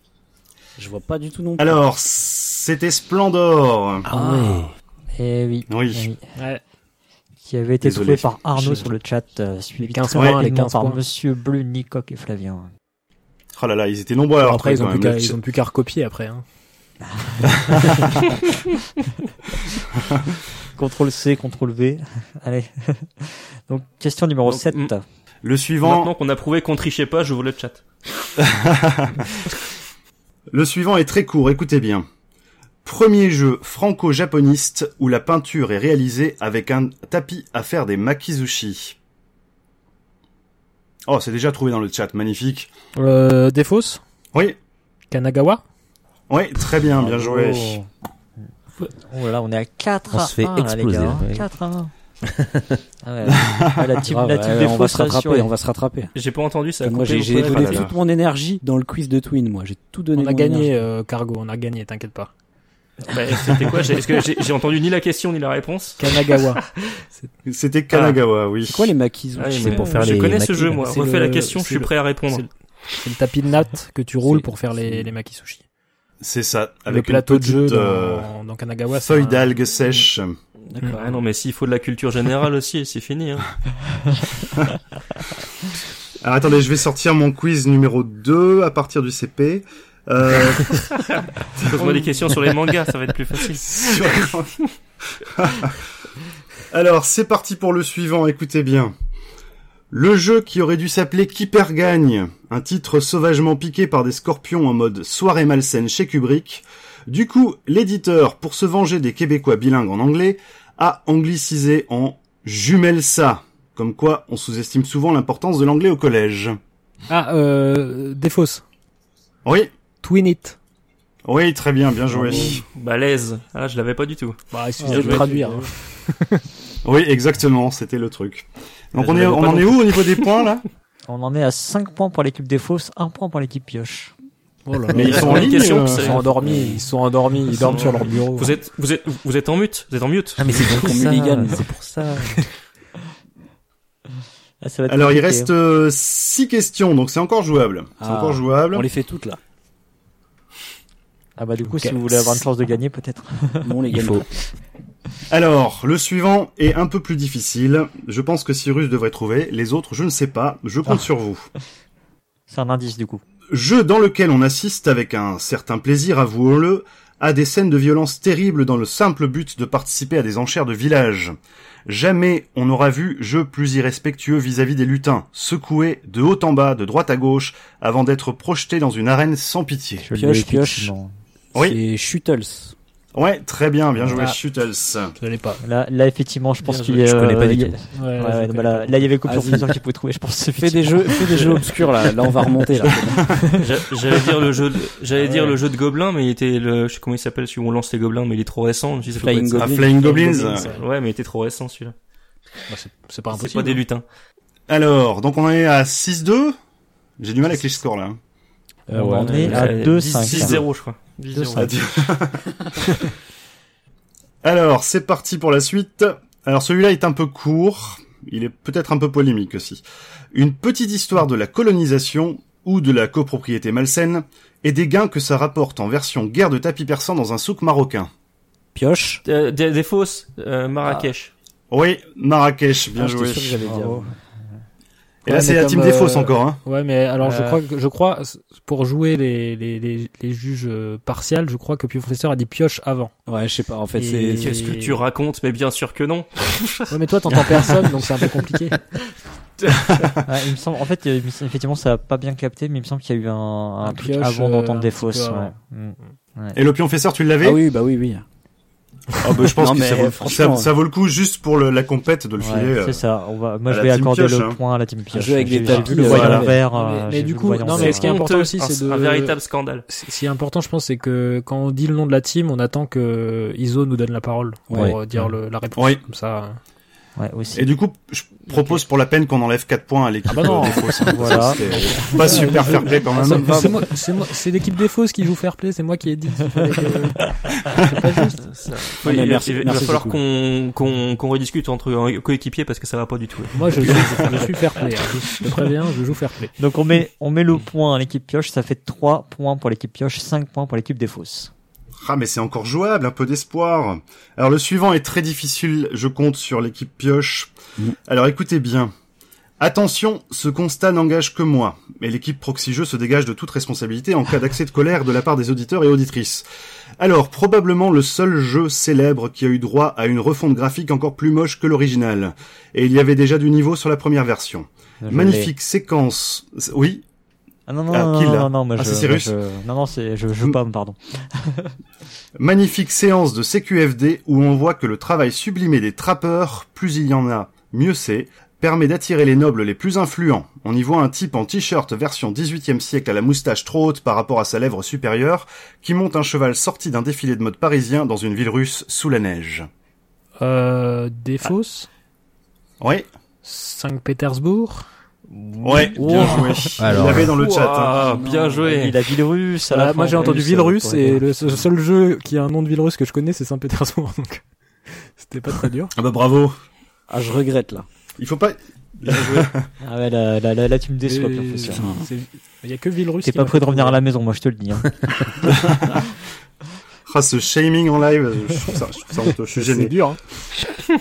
G: Je vois pas du tout non plus.
L: Alors, c'était Splendor.
M: Ah ouais.
A: Eh oui.
L: Oui.
A: eh oui.
K: Ouais.
A: [laughs] Qui avait été
L: Désolé.
A: trouvé par Arnaud
L: Je-
A: sur le chat, euh, suivi
K: Les 15
A: très
K: points, les
A: rapidement
K: 15
A: par
K: points.
A: Monsieur Bleu, Nicoc et Flavien.
L: Oh là là, ils étaient nombreux à avoir
K: Après,
L: trouvé
K: ils ont,
L: quand
K: plus
L: même.
K: qu'à,
L: Le
K: ils ont plus qu'à recopier après. Hein.
A: [laughs] Contrôle C, contrôle V. Allez. Donc question numéro 7.
L: le suivant.
I: Maintenant qu'on a prouvé qu'on trichait pas, j'ouvre le [laughs] chat.
L: Le suivant est très court, écoutez bien. Premier jeu franco-japoniste où la peinture est réalisée avec un tapis à faire des makizushi. Oh, c'est déjà trouvé dans le chat, magnifique.
K: Euh, défaut
L: Oui,
K: Kanagawa
L: oui, très bien, bien joué.
A: Oh là là, on est à 4
M: On
A: à
M: se fait
A: 1, là, les
M: exploser,
A: gars.
M: là, ouais.
A: 4 à 1. Ah ouais, ouais, la team, la
G: Grave,
A: team
G: ouais,
A: des
G: on va
A: fausses
G: se rattraper,
A: assurées.
G: on va se rattraper.
I: J'ai pas entendu ça. a
G: Moi, j'ai
I: coupé, vous
G: j'ai
I: pouvez
G: donné
I: répéter.
G: toute mon énergie dans le quiz de Twin, moi. J'ai tout donné.
K: On a
G: mon
K: gagné,
G: énergie.
K: euh, Cargo, on a gagné, t'inquiète pas.
I: Bah, C'était quoi J'ai- Est-ce que j'ai j'ai entendu ni la question ni la réponse [laughs]
K: Kanagawa.
L: C'était Kanagawa, oui.
G: C'est quoi les maquis
I: Ah,
M: C'est
I: mais
M: pour faire
I: je
M: les
I: connais ce
M: maquis,
I: jeu,
M: là.
I: moi.
K: Euh, C'est
I: Refais la
K: le-
I: question, je
K: c'est
I: suis
K: le-
I: prêt à répondre.
K: c'est le- C'est le tapis de natte que tu roules
I: C'est-
K: pour faire les, les makisushi.
L: C'est ça, avec
K: le
L: une
K: plateau de jeu
L: petite,
K: dans,
L: euh,
K: dans Kanagawa. c'est
L: feuille
K: un-
L: d'algues sèches.
G: D'accord.
I: Ah non, mais s'il faut de la culture générale aussi, c'est fini. Hein.
L: Alors attendez, je vais sortir mon quiz numéro 2 à partir du CP.
I: [laughs]
L: Euh,
I: Pose-moi des questions sur les mangas, ça va être plus facile.
L: sur- Alors, c'est parti pour le suivant, écoutez bien. Le jeu qui aurait dû s'appeler Qui perd gagne, un titre sauvagement piqué par des scorpions en mode soirée malsaine chez Kubrick. Du coup, l'éditeur, pour se venger des Québécois bilingues en anglais, a anglicisé en jumelle ça. Comme quoi, on sous-estime souvent l'importance de l'anglais au collège.
K: Ah, euh, Défausse.
L: Oui,
K: Twin It.
L: oui, très bien, bien joué.
I: Balèze. Ah, je l'avais pas du tout.
K: Bah, il
I: Ah,
K: suffisait de
I: ouais.
K: traduire. hein.
L: Oui, exactement, c'était le truc. Donc
A: Ah,
I: Je
L: on, est,
I: l'avais
L: on
I: pas
L: en
I: non
L: est où au niveau des points là
A: On en est à 5 points pour l'équipe des fausses, 1 point pour l'équipe pioche.
K: Oh là là.
L: Mais ils sont en
I: Une
L: ligne,
I: question,
L: euh,
K: Ils
I: c'est-
K: sont endormis, ils sont endormis, ils dorment sur leur bureau.
L: hein.
I: Vous êtes, vous êtes, vous êtes en mute. Vous êtes en mute.
M: Ah mais c'est pour
G: Qu'on
M: ça.
G: mulligan, c'est pour ça.
A: [laughs] Ah, ça va être
L: Alors il
A: compliqué.
L: reste 6 questions, donc c'est encore jouable. C'est
G: Ah.
L: encore jouable.
G: On les fait toutes là.
A: Ah bah du coup,
K: Ok.
A: si vous voulez avoir une chance de
G: [laughs]
A: gagner, peut-être.
G: Bon, les
M: Il
G: gagne
M: faut.
L: Alors, le suivant est un peu plus difficile. Je pense que Cyrus devrait trouver. Les autres, je ne sais pas. Je
A: Ah.
L: compte sur vous.
A: C'est un indice du coup.
L: Jeu dans lequel on assiste avec un certain plaisir, avouons-le, à des scènes de violence terribles dans le simple but de participer à des enchères de village. Jamais on n'aura vu jeu plus irrespectueux vis-à-vis des lutins, secoués de haut en bas, de droite à gauche, avant d'être projetés dans une arène sans pitié.
A: Je l'ai,
G: Pioche, pioche.
A: effectivement.
L: Oui.
G: C'est Shuttles.
L: Ouais, très bien, bien joué,
K: Ah.
L: Shuttles.
K: Je l'ai pas.
A: Là, là, effectivement, je pense
K: Bien
A: qu'il
K: joué.
A: y a-
M: Je connais pas du
A: il y a-
M: tout.
K: Ouais,
A: Ouais,
K: je
A: ouais,
K: connais
A: bah là,
K: pas.
A: là, il y avait coupure
G: Vas-y.
A: Flavien qui pouvait trouver, je pense.
G: Fais des jeux, fais des jeux obscurs là. Là, on va remonter
A: [laughs]
G: là.
I: [laughs] J'a- J'allais dire le jeu, de- j'allais dire le jeu de gobelins, mais il était le, je sais comment il s'appelle, celui où on lance les gobelins, mais il est trop récent. Je me suis dit, ça peut
G: Flying
I: pas être
L: Ah,
G: Goblin.
L: Flying Goblins.
I: ça. Ouais, mais il était trop récent celui-là.
K: Bah, c'est- C'est pas
I: C'est pas
K: impossible.
I: des lutins.
L: Alors, donc on en est à 6-2. J'ai du mal avec les scores là. hein.
A: Euh, ouais, on en est
I: Euh,
A: à
I: euh,
A: 2,
I: 10,
A: 5.
I: 6-0, je crois.
A: 2,
I: 10-0.
L: Ah,
A: 5.
L: tu- [laughs] Alors, c'est parti pour la suite. Alors, celui-là est un peu court. Il est peut-être un peu polémique aussi. Une petite histoire de la colonisation ou de la copropriété malsaine et des gains que ça rapporte en version guerre de tapis persan dans un souk marocain.
G: Pioche
I: Euh, des, des fausses, euh, Marrakech.
L: Ah. Oui, Marrakech, bien
I: Ah, j'étais
L: joué.
I: sûr que j'allais dire.
L: Bravo. Et
K: Ouais,
L: là, c'est
K: mais
L: la
K: comme,
L: team
K: euh,
L: des fausses encore, hein.
K: Ouais, mais alors je
I: Euh.
K: crois que je crois c- pour jouer les les, les, les juges euh, partiels, je crois que Pio Professeur a dit pioche avant.
G: Ouais, je sais pas. En fait,
K: Et-
I: Qu'est-ce que tu racontes Mais bien sûr que non.
K: Ouais, mais toi t'entends personne, donc c'est un
I: [laughs]
K: peu compliqué.
A: [laughs] Ouais, il me semble, en fait, il me semble- effectivement, ça a pas bien capté, mais il me semble qu'il y a eu un, un
K: Un
A: truc
K: pioche,
A: avant
K: euh,
A: d'entendre
K: un
A: des
K: petit
A: fausses.
K: peu avant.
A: ouais. Mm. Ouais.
L: Et le pionfesseur, tu l'avais
G: Ah oui, bah oui, oui.
L: Ah bah, je pense
G: Non,
L: que
G: mais
L: ça vaut,
G: franchement,
L: ça- ça vaut le coup juste pour le- la compète de le
A: Ouais,
L: filer. euh,
A: c'est ça. On va, moi,
L: à
A: je
L: la
A: vais
L: team
A: accorder
L: pioche,
A: le
L: hein.
A: point à la team pioche.
G: jeu avec
A: J'ai-
G: des
A: j'ai
G: tapis,
A: vu le
G: euh,
A: voyant
G: voilà.
A: vert.
K: Mais-
A: euh,
K: mais
A: j'ai
K: du
A: vu le
K: coup,
A: voyant
K: non, mais
A: vert.
K: ce qui est important
I: honteux,
K: aussi, c'est
I: un-
K: de
I: un véritable scandale.
K: Ce qui est important, je pense, c'est que quand on dit le nom de la team, on attend que Iso nous donne la parole pour
A: Ouais.
K: euh, dire le- la réponse.
L: Oui.
K: Comme ça. euh.
A: Ouais, aussi.
L: Et du coup, je propose pour la peine qu'on enlève 4 points à l'équipe
K: Ah bah non.
L: euh, des fausses. [laughs] hein,
A: [laughs] Voilà.
L: parce que c'était Pas super fair play quand même.
K: Ah, c'est- c'est moi- c'est moi- C'est l'équipe des fausses qui joue fair play, c'est moi qui ai dit. qu'il fallait que- C'est [laughs] pas juste.
I: Oui,
G: mais
I: il,
G: merci-
I: il- il
G: merci
I: va falloir
G: beaucoup.
I: qu'on qu'on qu'on rediscute entre un coéquipier parce que ça va pas du tout. [laughs]
K: Moi, je, joue- je suis fair play. hein. Je te préviens, je joue fair play.
A: Donc on met, on met le point à l'équipe pioche, ça fait 3 points pour l'équipe pioche, 5 points pour l'équipe des fausses.
L: Ah mais c'est encore jouable, un peu d'espoir. Alors le suivant est très difficile, je compte sur l'équipe pioche.
A: Mm.
G: Mhm.
L: Alors écoutez bien. Attention, ce constat n'engage que moi, mais l'équipe Proxy Jeux se dégage de toute responsabilité en cas d'accès de colère de la part des auditeurs et auditrices. Alors, probablement le seul jeu célèbre qui a eu droit à une refonte graphique encore plus moche que l'original, et il y avait déjà du niveau sur la première version.
A: Je l'ai.
L: Magnifique séquence... Oui
A: Ah non, non,
L: Ah,
A: non,
L: qui
A: non,
L: l'a
A: non, non, moi,
L: Ah,
A: je,
L: c'est
A: moi,
L: Cyrus
A: je- non, non, c'est, je, je pomme, pardon.
L: [laughs] Magnifique séance de CQFD où on voit que le travail sublimé des trappeurs, plus il y en a, mieux c'est, permet d'attirer les nobles les plus influents. On y voit un type en t-shirt version 18e siècle à la moustache trop haute par rapport à sa lèvre supérieure, qui monte un cheval sorti d'un défilé de mode parisien dans une ville russe sous la neige.
K: Euh, des fausses.
L: Ouais,
K: Saint-Pétersbourg.
L: ouais, bien
K: Oh.
L: joué.
M: Alors.
L: Il l'avait dans le chat. hein.
I: Ah,
G: Non,
I: bien joué.
A: Il a ville russe, à la
K: Voilà,
A: fin,
K: Bah, moi j'ai
A: en
K: entendu
A: plus,
K: ville
A: euh,
K: russe
A: pour
K: et
A: aider.
K: le se- seul jeu qui a un nom de ville russe que je connais c'est Saint-Pétersbourg donc [laughs] c'était pas très dur.
L: Ah bah bravo.
G: Ah, je regrette là.
L: Il faut pas...
A: [laughs] Ah ouais, là, là, là, là, tu me déçois,
K: Et-
A: professeur.
K: c'est- Il y a que ville russe.
A: T'es
K: qui
A: pas
K: m'a
A: prêt de
K: fait
A: revenir à la maison, moi, je te le dis,
L: [laughs]
A: hein.
L: Ah, ce shaming en live, je trouve ça, je trouve ça honteux, je suis gêné.
K: C'est dur. hein.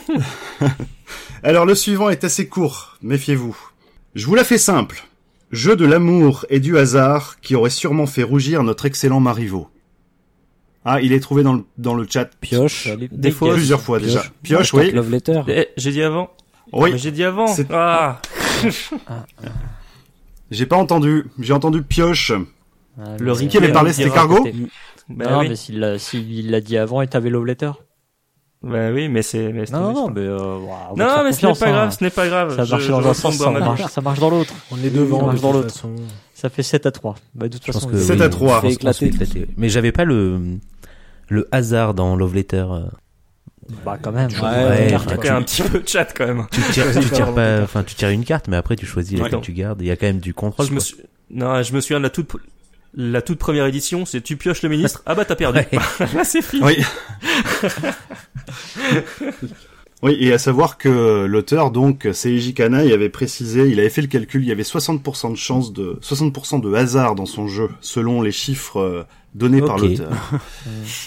L: Alors le suivant est assez court, méfiez-vous. Je vous la fais simple. Jeu de l'amour et du hasard qui aurait sûrement fait rougir notre excellent Marivaux. Ah, il est trouvé dans le, dans le chat
G: Pioche.
I: Des fois,
L: plusieurs fois déjà. Pioche,
G: Attaque
L: oui.
G: Love Letter.
I: Eh, J'ai dit avant.
L: Oui,
I: Mais J'ai dit avant.
L: C'est-
I: Ah,
L: j'ai pas entendu. J'ai entendu pioche.
A: Ah,
I: le
A: mais-
I: riz
L: Qui avait parlé, c'était Cargo
I: Bah
A: Non,
I: oui.
A: mais s'il l'a, s'il l'a dit avant et t'avais Love Letter.
I: Bah oui, mais c'est. mais c'est-
A: Non, non, non,
I: mais
A: mais, euh, waouh, on
I: c'est-
A: va te faire
I: Non, mais ce n'est
A: confiance,
I: pas
A: hein.
I: grave, ce n'est pas grave.
A: Ça
I: Je-
A: marche
I: je
A: dans un
I: retombe
A: sens,
I: dans
A: ça
I: ma-
A: marche, ça marche dans l'autre.
K: On est
A: Ça
K: devant
A: marche
K: de
A: dans
K: toute
A: l'autre.
K: façon.
A: Ça fait 7 à 3. Bah, de toute
M: Je pense
A: façon,
M: que
A: c'est-
L: Sept
M: oui,
L: à trois.
M: je pense qu'on se fait
G: Éclaté.
M: éclater. Mais j'avais pas le le hasard dans Love Letter. euh,
A: bah, quand même.
G: Ouais,
M: Ouais,
G: regarde,
A: Ah,
M: ouais,
G: quoi.
I: Ouais, un petit peu de chat quand
M: [laughs]
I: même.
M: Tu tires,
K: Ouais,
M: tu
K: c'est
M: tires
K: pas
M: pas, enfin tu tires une carte, mais après tu choisis laquelle
I: Ouais.
M: tu gardes. Il y a quand même du contrôle.
I: Je me
M: quoi.
I: suis- Non, je me souviens de la toute, la toute première édition, c'est tu pioches le ministre, ah bah t'as perdu.
M: Ouais.
I: [laughs] Là c'est fini.
L: Oui.
I: [laughs]
L: oui, et à savoir que l'auteur, donc, Seiji Kana, il avait précisé, il avait fait le calcul, il y avait 60% de chance de, 60% de hasard dans son jeu, selon les chiffres euh, donnés par
M: Ok.
L: l'auteur.
G: Euh,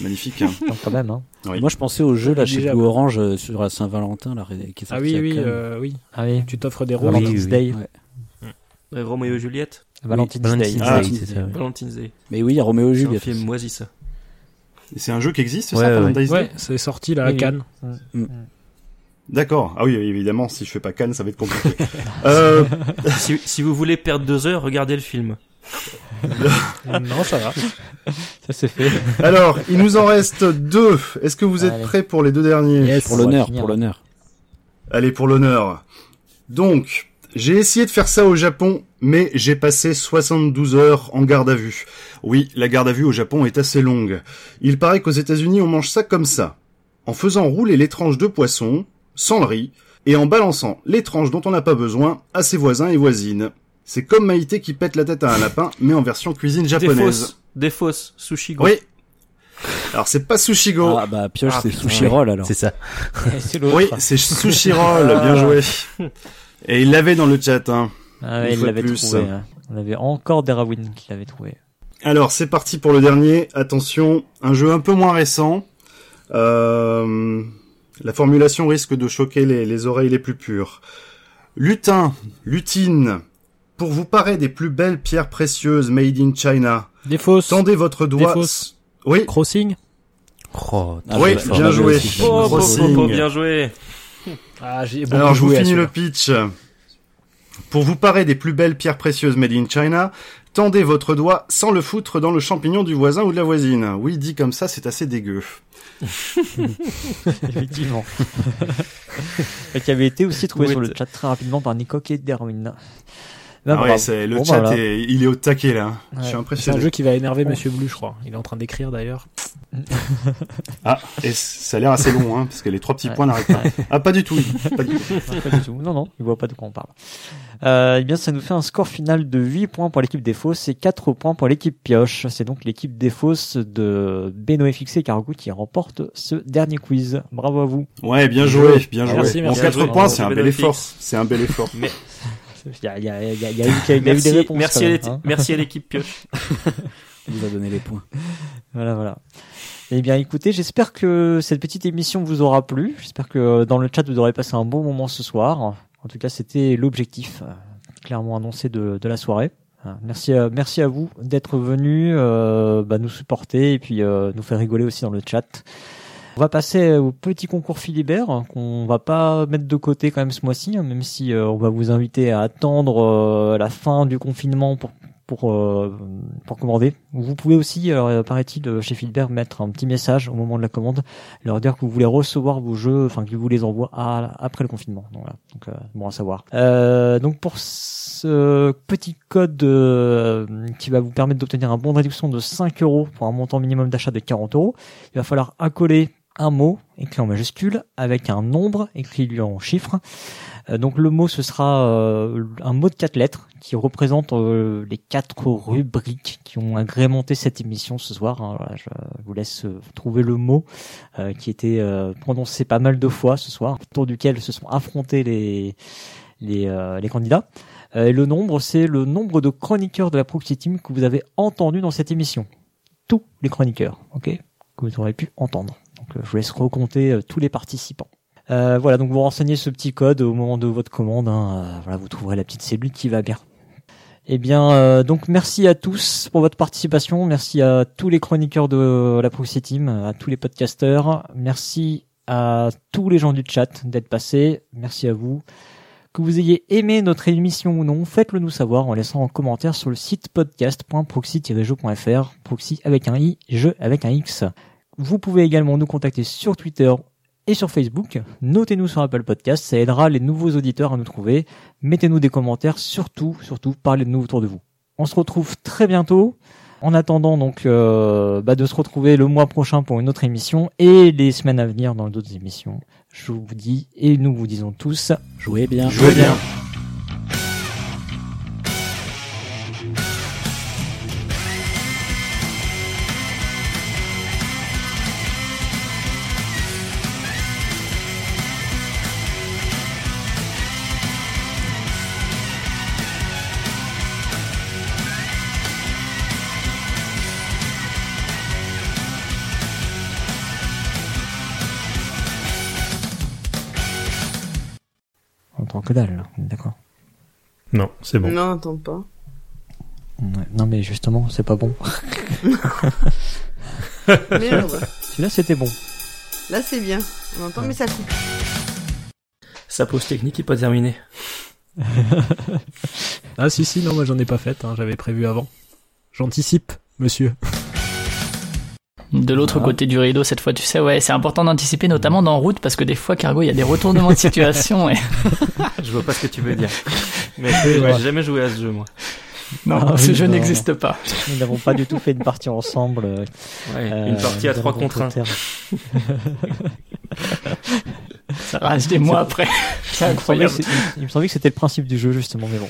L: Magnifique. hein.
I: [laughs]
A: Non, quand même, hein.
L: Oui.
G: Moi, je pensais au jeu là chez
K: Déjà.
G: Blue Orange euh, sur la Saint-Valentin là, qui est
K: Ah
G: sorti
K: oui
G: il y a
K: oui
G: quand même-
K: euh, oui.
A: Ah oui.
K: Tu t'offres des roses.
M: oui,
A: Valentine's
M: oui.
A: Day.
G: Ouais.
I: Euh, Roméo et Juliette,
A: Valentine's Day.
M: Valentine's
L: Ah,
M: Day, c'est ça. ouais.
I: Valentine's Day.
G: Mais oui, il y a Roméo et
I: C'est un
G: Juliette.
I: film moisi ça.
L: Et C'est un jeu qui existe,
M: Ouais,
L: ça,
M: ouais.
L: Paradise Day
K: Ouais, c'est sorti là à
A: Oui, oui.
K: Cannes.
L: D'accord. Ah oui, évidemment, si je fais pas Cannes, ça va être
G: [laughs]
L: compliqué. euh,
I: [laughs] si, si vous voulez perdre deux heures, regardez le film.
K: non, ça va.
A: Ça, c'est fait.
L: [laughs] alors, il nous en reste deux. Est-ce que vous êtes
A: Allez.
L: prêts pour les deux derniers
K: Yes.
G: Pour l'honneur,
A: finir.
G: pour l'honneur.
L: Allez, pour l'honneur. Donc, j'ai essayé de faire ça au Japon, mais j'ai passé 72 heures en garde à vue. Oui, la garde à vue au Japon est assez longue. Il paraît qu'aux États-Unis, on mange ça comme ça. En faisant rouler les tranches de poisson, sans le riz, et en balançant les tranches dont on n'a pas besoin à ses voisins et voisines. C'est comme Maïté qui pète la tête à un lapin, mais en version cuisine
I: Des
L: japonaise.
I: fausses, des fausses, sushi. gros.
L: Oui. Alors c'est pas sushi go.
G: Ah bah pioche c'est sushi roll alors.
M: C'est ça.
A: [laughs]
M: Ah.
A: c'est l'autre.
L: Oui, c'est sushi roll, bien joué. Et il l'avait dans le chat. Hein.
A: Ah ouais,
L: Une
A: il
L: fois
A: l'avait
L: de plus.
A: trouvé. hein. On avait encore Derawin qui l'avait trouvé.
L: Alors c'est parti pour le dernier. Attention, un jeu un peu moins récent. Euh, la formulation risque de choquer les, les oreilles les plus pures. Lutin, lutine, pour vous parer des plus belles pierres précieuses made in China.
K: Des fausses.
L: Tendez votre
K: Des
L: doigt.
K: fausses.
L: Oui.
K: Crossing.
M: Oh,
I: Ah,
G: Ah,
L: oui,
M: très fort.
L: bien joué.
I: Oh, oh, oh, oh,
L: Crossing.
I: bien joué.
K: Ah, j'ai
L: Alors je vous finis le pitch. Pour vous parer des plus belles pierres précieuses made in China, tendez votre doigt sans le foutre dans le champignon du voisin ou de la voisine. Oui, dit comme ça, c'est assez dégueu. Ah
A: Effectivement. [laughs] Et qui avait été aussi trouvé
I: Oui,
A: sur le
I: t'es-
A: chat très rapidement par Nico et Derwin. Bah,
L: Ah ouais, c'est- le chat est- il est au taquet là. Je suis
K: C'est
L: impressionné.
K: un jeu qui va énerver
L: Oh.
K: Monsieur Blue, je crois. Il est en train d'écrire d'ailleurs.
L: Ah, et ça a l'air assez long, hein, parce que les trois petits
A: Ouais.
L: points n'arrêtent
A: [laughs]
L: pas.
A: Ouais.
L: Ah, pas du tout. Pas du [laughs] tout.
A: Non, pas du tout. Non, non, il voit pas de quoi on parle. Euh, eh bien, ça nous fait un score final de 8 points pour l'équipe des fausses et 4 points pour l'équipe pioche. C'est donc l'équipe des fausses de Benoît Fixé et Cargo qui remporte ce dernier quiz. Bravo à vous.
L: Ouais, bien joué, bien joué.
K: Merci,
L: bon,
K: merci.
L: 4
K: Bien joué.
L: points, c'est un
K: Bravo,
L: bel
K: Benofix.
L: effort. C'est un bel effort.
I: Mais-
A: [laughs] Il y a, il y a- il y a- il y a eu, il y a eu des
I: Merci,
A: réponses.
I: merci,
A: quand
I: à
A: même,
I: l'éti-
A: hein.
I: merci à
A: [laughs]
I: l'équipe pioche.
G: Il nous a donné les points.
A: Voilà, voilà. Eh bien, écoutez, j'espère que cette petite émission vous aura plu. J'espère que euh, dans le chat, vous aurez passé un bon moment ce soir. En tout cas, c'était l'objectif euh, clairement annoncé de, de la soirée. Euh, Merci à, merci à vous d'être venus, euh, bah, nous supporter et puis euh, nous faire rigoler aussi dans le chat. On va passer au petit concours Philibert hein, qu'on va pas mettre de côté quand même ce mois-ci, hein, même si euh, on va vous inviter à attendre euh, la fin du confinement pour pour euh, pour commander. Vous pouvez aussi, alors euh, paraît-il, euh, chez Philibert mettre un petit message au moment de la commande, leur dire que vous voulez recevoir vos jeux, enfin qu'ils vous les envoient à- après le confinement. Donc, voilà. donc euh, bon à savoir. Euh, donc pour ce petit code euh, qui va vous permettre d'obtenir un bon de réduction de 5 euros pour un montant minimum d'achat de 40 euros, il va falloir accoler un mot écrit en majuscule avec un nombre écrit lui en chiffres. Euh, donc le mot ce sera euh, un mot de quatre lettres qui représente euh, les quatre rubriques qui ont agrémenté cette émission ce soir. hein. Voilà, je vous laisse euh, trouver le mot euh, qui était euh, prononcé pas mal de fois ce soir, autour duquel se sont affrontés les les, euh, les candidats. Euh, et le nombre, c'est le nombre de chroniqueurs de la Proxy Team que vous avez entendu dans cette émission. Tous les chroniqueurs, ok, que vous aurez pu entendre. Donc, euh, je vous laisse recompter euh, tous les participants. Euh, voilà, donc vous renseignez ce petit code au moment de votre commande. hein, euh, voilà, vous trouverez la petite cellule qui va bien. Eh bien, euh, donc merci à tous pour votre participation. Merci à tous les chroniqueurs de la Proxy Team, à tous les podcasteurs. Merci à tous les gens du chat d'être passés. Merci à vous. Que vous ayez aimé notre émission ou non, faites-le nous savoir en laissant en commentaire sur le site podcast.proxy-jeu.fr, proxy avec un i, jeu avec un x. Vous pouvez également nous contacter sur Twitter et sur Facebook. Notez-nous sur Apple Podcast, ça aidera les nouveaux auditeurs à nous trouver. Mettez-nous des commentaires, surtout, surtout, parlez de nous autour de vous. On se retrouve très bientôt. En attendant donc euh, bah, de se retrouver le mois prochain pour une autre émission et les semaines à venir dans d'autres émissions. Je vous dis et nous vous disons tous,
G: Jouez bien.
L: Jouez bien.
A: en tant que dalle, là. On est d'accord.
E: Non, c'est bon.
C: Non, attends pas.
A: Ouais. Non mais justement, c'est pas bon.
C: Merde.
A: Celui-là c'était bon.
C: Là, c'est bien. On entend, mais ça coupe.
I: Sa pause technique est pas terminée.
K: [laughs] Ah si si non moi j'en ai pas fait. hein, J'avais prévu avant. J'anticipe monsieur.
B: De l'autre
K: Voilà.
B: côté du rideau, cette fois, tu sais, ouais, c'est important d'anticiper, notamment dans route, parce que des fois, cargo, il y a des retournements de situation. et-
I: Je vois pas ce que tu veux dire. Mais
K: Oui, ouais.
I: j'ai jamais joué à ce jeu, moi.
B: Non,
A: Ah,
B: ce
A: oui,
B: jeu
A: non,
B: n'existe
A: non.
B: pas.
A: Nous n'avons pas du tout fait une partie ensemble. euh,
I: Ouais,
A: euh,
I: une partie à
A: nous
I: trois
A: avons
I: contre
B: [laughs]
I: un.
A: d'autres
B: Ça rage des mois après. C'est
A: Il me semblait
B: incroyable.
A: [laughs] que c'est- il me semblait que c'était le principe du jeu justement, mais bon.